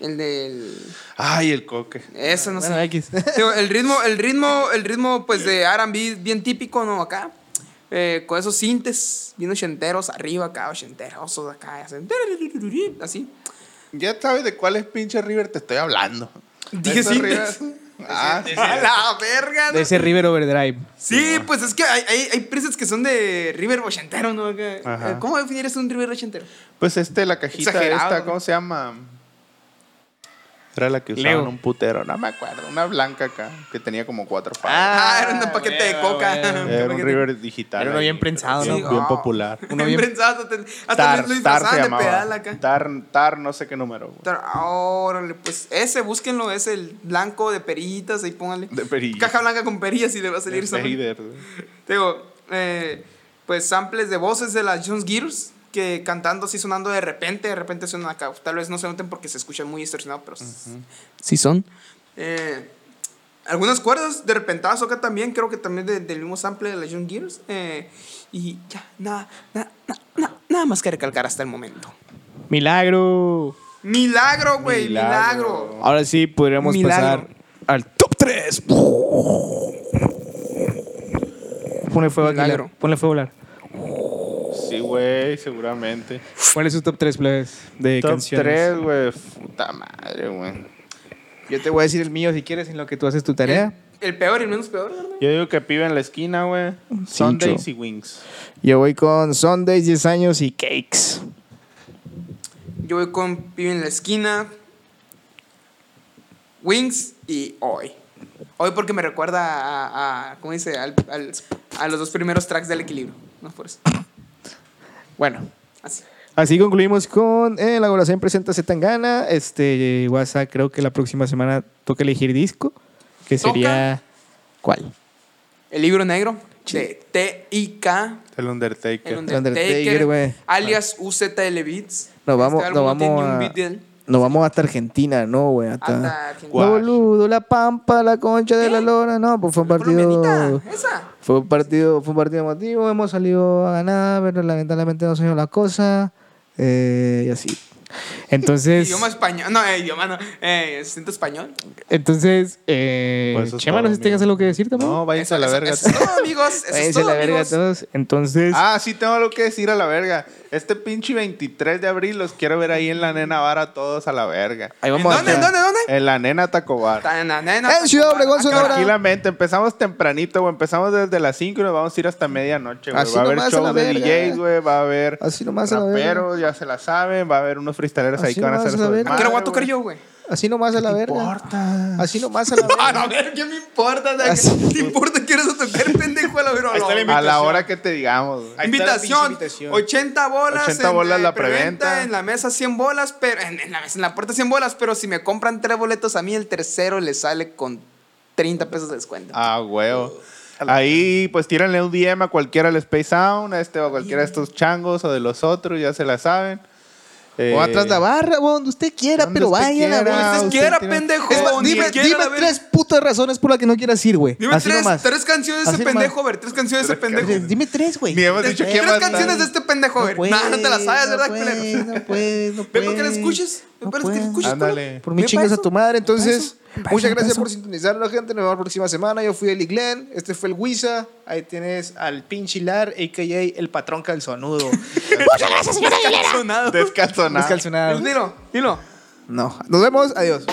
[SPEAKER 2] El del.
[SPEAKER 3] Ay, el coque.
[SPEAKER 2] Ese no
[SPEAKER 1] Bueno,
[SPEAKER 2] sé.
[SPEAKER 1] X.
[SPEAKER 2] Digo, el ritmo, el ritmo, el ritmo, pues de RB bien típico, ¿no? Acá. eh, con esos sintes bien ochenteros arriba acá, ochenterosos acá, hacen así.
[SPEAKER 3] Ya sabes de cuál es pinche River te estoy hablando.
[SPEAKER 2] Dije
[SPEAKER 3] ¿Esos
[SPEAKER 2] sí.
[SPEAKER 3] Rivers? Ah, sí.
[SPEAKER 2] A la verga,
[SPEAKER 1] De
[SPEAKER 2] ¿no?
[SPEAKER 1] ese River Overdrive.
[SPEAKER 2] Sí, pues es que hay, hay, hay presets que son de River ochentero, ¿no? Acá,
[SPEAKER 3] Ajá.
[SPEAKER 2] eh, ¿Cómo definir eso un River ochentero?
[SPEAKER 3] Pues este, la cajita
[SPEAKER 2] Exagerado,
[SPEAKER 3] esta,
[SPEAKER 2] ¿no?
[SPEAKER 3] ¿cómo se llama? Era la que usaban
[SPEAKER 1] Leo.
[SPEAKER 3] un putero, no me acuerdo. Una blanca acá, que tenía como cuatro faros.
[SPEAKER 2] Ah, era un paquete de
[SPEAKER 1] huevo,
[SPEAKER 2] coca.
[SPEAKER 1] huevo.
[SPEAKER 2] un
[SPEAKER 3] Era un
[SPEAKER 2] paquete.
[SPEAKER 3] River digital.
[SPEAKER 1] Era uno
[SPEAKER 3] ahí,
[SPEAKER 1] bien prensado,
[SPEAKER 3] bien-
[SPEAKER 2] ¿no?
[SPEAKER 3] Bien
[SPEAKER 2] Ah.
[SPEAKER 3] popular.
[SPEAKER 1] Uno bien-
[SPEAKER 2] Prensado, hasta, hasta
[SPEAKER 3] Tar,
[SPEAKER 2] lo
[SPEAKER 3] Tar
[SPEAKER 2] disfrazaban
[SPEAKER 3] se
[SPEAKER 2] de pedal
[SPEAKER 3] llamaba.
[SPEAKER 2] acá.
[SPEAKER 3] Tar, Tar, no sé qué número. güey.
[SPEAKER 2] Tar- ah, Órale, pues ese, búsquenlo, es el blanco de perillitas, ahí pónganle.
[SPEAKER 3] De perillas.
[SPEAKER 2] Caja blanca con perillas y le va a salir
[SPEAKER 3] De
[SPEAKER 2] sobre.
[SPEAKER 3] River, güey.
[SPEAKER 2] Te Digo, eh, pues samples de voces de las Jones Gears que cantando así sonando de repente, de repente suenan acá. Tal vez no se noten porque se escuchan muy distorsionados, pero s- sí son. Eh, algunas cuerdas de repentazo acá también, creo que también de- del mismo sample de las Jones Gears. eh, y ya, nada, nada, nada, nada, nada más que recalcar hasta el momento.
[SPEAKER 1] Milagro.
[SPEAKER 2] Milagro, güey, milagro.
[SPEAKER 3] Milagro.
[SPEAKER 1] Ahora sí podríamos
[SPEAKER 2] Milagro.
[SPEAKER 1] pasar al top 3. Ponle fuego a
[SPEAKER 2] Milagro.
[SPEAKER 1] Aguilar. Ponle fuego a Aguilar.
[SPEAKER 3] Sí, güey, seguramente.
[SPEAKER 1] ¿Cuál es su top 3, plebes? De
[SPEAKER 3] Top
[SPEAKER 1] canciones.
[SPEAKER 3] 3, güey. Puta madre, güey.
[SPEAKER 1] Yo te voy a decir el mío si quieres en lo que tú haces tu tarea.
[SPEAKER 2] El peor y el menos peor, ¿verdad?
[SPEAKER 3] Yo digo que pibe en la esquina, güey. Sundays y wings.
[SPEAKER 1] Yo voy con Sundays, 10 años y Cakes.
[SPEAKER 2] Yo voy con Pibe en la esquina, Wings y Hoy. Hoy porque me recuerda a, a- ¿cómo dice? Al- al- a los dos primeros tracks del equilibrio. No por eso.
[SPEAKER 1] Bueno,
[SPEAKER 2] Así.
[SPEAKER 1] Así concluimos con eh, la elaboración presenta Zetangana. Este, WhatsApp, creo que la próxima semana toca elegir disco, que
[SPEAKER 2] ¿Toca?
[SPEAKER 1] sería. ¿Cuál?
[SPEAKER 2] El libro negro de T.I.K.
[SPEAKER 3] El Undertaker.
[SPEAKER 2] El
[SPEAKER 1] Undertaker, güey.
[SPEAKER 2] Undertaker, alias UZL Beats.
[SPEAKER 1] Nos vamos,
[SPEAKER 2] Este
[SPEAKER 1] nos
[SPEAKER 2] álbum no tiene
[SPEAKER 1] vamos,
[SPEAKER 2] ni un
[SPEAKER 1] a,
[SPEAKER 2] beat de él.
[SPEAKER 1] nos vamos hasta Argentina, ¿no, güey?
[SPEAKER 2] Hasta
[SPEAKER 1] Hasta.
[SPEAKER 2] Argentina.
[SPEAKER 1] No, boludo, la pampa, la concha de
[SPEAKER 2] ¿Qué?
[SPEAKER 1] la lora. No, pues fue un
[SPEAKER 2] La
[SPEAKER 1] partido.
[SPEAKER 2] colombianita, Esa.
[SPEAKER 1] Fue un partido, fue un partido emotivo. Hemos salido a ganar, pero lamentablemente no se dio la cosa. eh, y así. Entonces.
[SPEAKER 2] Idioma español. No, eh, idioma no. Eh, se siente español.
[SPEAKER 1] entonces. Eh,
[SPEAKER 3] Pues eso es
[SPEAKER 1] Chema,
[SPEAKER 3] todo,
[SPEAKER 1] no sé si tengas
[SPEAKER 3] amigo.
[SPEAKER 1] algo que decir también.
[SPEAKER 3] No, váyanse a la
[SPEAKER 2] Eso-
[SPEAKER 3] verga.
[SPEAKER 2] Eso es todo, amigos. Eso es
[SPEAKER 1] Váyanse a
[SPEAKER 2] todo,
[SPEAKER 1] la verga
[SPEAKER 2] amigos.
[SPEAKER 1] todos. Entonces,
[SPEAKER 3] Ah, sí, tengo algo que decir a la verga. Este pinche 23 de abril los quiero ver ahí en la nena vara todos a la verga.
[SPEAKER 1] ahí
[SPEAKER 2] ¿En
[SPEAKER 1] vamos a
[SPEAKER 2] ¿Dónde,
[SPEAKER 1] estar.
[SPEAKER 2] dónde, dónde?
[SPEAKER 3] En la nena Tacobar.
[SPEAKER 2] Tan, na, na, na,
[SPEAKER 1] En Ciudad Obregón,
[SPEAKER 2] acá,
[SPEAKER 1] Sonora.
[SPEAKER 2] acá.
[SPEAKER 3] Tranquilamente, empezamos tempranito, güey. Empezamos desde las 5 y nos vamos a ir hasta medianoche, güey.
[SPEAKER 1] Así
[SPEAKER 3] Va a haber
[SPEAKER 1] nomás a la
[SPEAKER 3] shows de
[SPEAKER 1] verga.
[SPEAKER 3] DJs, güey. Va a haber
[SPEAKER 1] Así nomás a la verga.
[SPEAKER 3] raperos, ya se la saben. Va a haber unos freestaleros ahí
[SPEAKER 1] Así
[SPEAKER 3] que van a
[SPEAKER 1] nomás
[SPEAKER 3] hacer
[SPEAKER 1] a la
[SPEAKER 3] su
[SPEAKER 1] verga.
[SPEAKER 2] ¿A qué
[SPEAKER 3] desmadre,
[SPEAKER 2] hora voy a tocar
[SPEAKER 3] güey.
[SPEAKER 2] yo, güey?
[SPEAKER 1] Así nomás a la verga.
[SPEAKER 3] importa?
[SPEAKER 1] Así nomás a la
[SPEAKER 2] Ah, A
[SPEAKER 1] verga.
[SPEAKER 2] la verga, ¿qué me importa? ¿Qué
[SPEAKER 1] Así.
[SPEAKER 2] ¿Te importa que eres a tocar, pendejo? A la verga.
[SPEAKER 6] Ahí está la
[SPEAKER 2] no.
[SPEAKER 6] invitación.
[SPEAKER 3] A la hora que te digamos, güey.
[SPEAKER 6] Ahí está la pinche
[SPEAKER 2] Invitación,
[SPEAKER 6] invitación.
[SPEAKER 2] 80 bolas.
[SPEAKER 3] 80 bolas la preventa.
[SPEAKER 2] En la mesa 100 bolas, pero en, en la mesa, en la puerta 100 bolas, pero si me compran tres boletos a mí, el tercero le sale con 30 pesos de descuento.
[SPEAKER 3] Ah, huevo. Ahí, pues tírenle un DM a cualquiera del Space Sound, a este o a cualquiera de estos changos o de los otros, ya se la saben. Eh,
[SPEAKER 1] O atrás la barra, o donde usted quiera,
[SPEAKER 3] donde
[SPEAKER 1] pero
[SPEAKER 3] usted
[SPEAKER 1] vaya la
[SPEAKER 3] quiera.
[SPEAKER 1] verga.
[SPEAKER 2] Usted
[SPEAKER 3] usted
[SPEAKER 2] quiera,
[SPEAKER 3] tiene-
[SPEAKER 2] pendejo.
[SPEAKER 1] Ah, Es más,
[SPEAKER 2] ni
[SPEAKER 1] dime
[SPEAKER 2] quiera,
[SPEAKER 1] dime
[SPEAKER 2] la verga.
[SPEAKER 1] tres putas razones por las que no quieras ir, güey.
[SPEAKER 2] Dime
[SPEAKER 1] Así
[SPEAKER 2] tres,
[SPEAKER 1] nomás.
[SPEAKER 2] tres canciones de
[SPEAKER 1] Así
[SPEAKER 2] ese
[SPEAKER 1] nomás.
[SPEAKER 2] pendejo, a ver, tres canciones de ese pendejo.
[SPEAKER 1] Dime tres, güey.
[SPEAKER 3] Ni hemos dicho
[SPEAKER 2] Tres
[SPEAKER 3] quién va a estar.
[SPEAKER 2] canciones de este pendejo, a ver. No, no te las sabes, ¿verdad,
[SPEAKER 1] no
[SPEAKER 2] culero?
[SPEAKER 1] puedes, no puedes, no
[SPEAKER 2] Ven para que la
[SPEAKER 1] puedes.
[SPEAKER 2] escuches. Ven
[SPEAKER 1] No
[SPEAKER 2] para que la
[SPEAKER 1] puedes.
[SPEAKER 2] escuches. culo.
[SPEAKER 3] Ándale.
[SPEAKER 1] Por mi
[SPEAKER 2] Ven
[SPEAKER 1] chingas
[SPEAKER 2] pa'
[SPEAKER 1] a
[SPEAKER 2] eso.
[SPEAKER 1] tu madre. Entonces,
[SPEAKER 2] Ven pa'
[SPEAKER 1] muchas
[SPEAKER 2] eso,
[SPEAKER 1] gracias
[SPEAKER 2] ven
[SPEAKER 1] por sintonizar la gente. Nos vemos la próxima semana. Yo fui Eli Glenn. Este fue el Wisa. Ahí tienes al pinchilar, a.k.a. el patrón calzonudo.
[SPEAKER 4] Muchas gracias, señora Aguilera.
[SPEAKER 2] Sonado.
[SPEAKER 3] Descalzonado.
[SPEAKER 1] Descalzonado.
[SPEAKER 2] Pues Dilo, dilo.
[SPEAKER 1] No. Nos vemos. Adiós.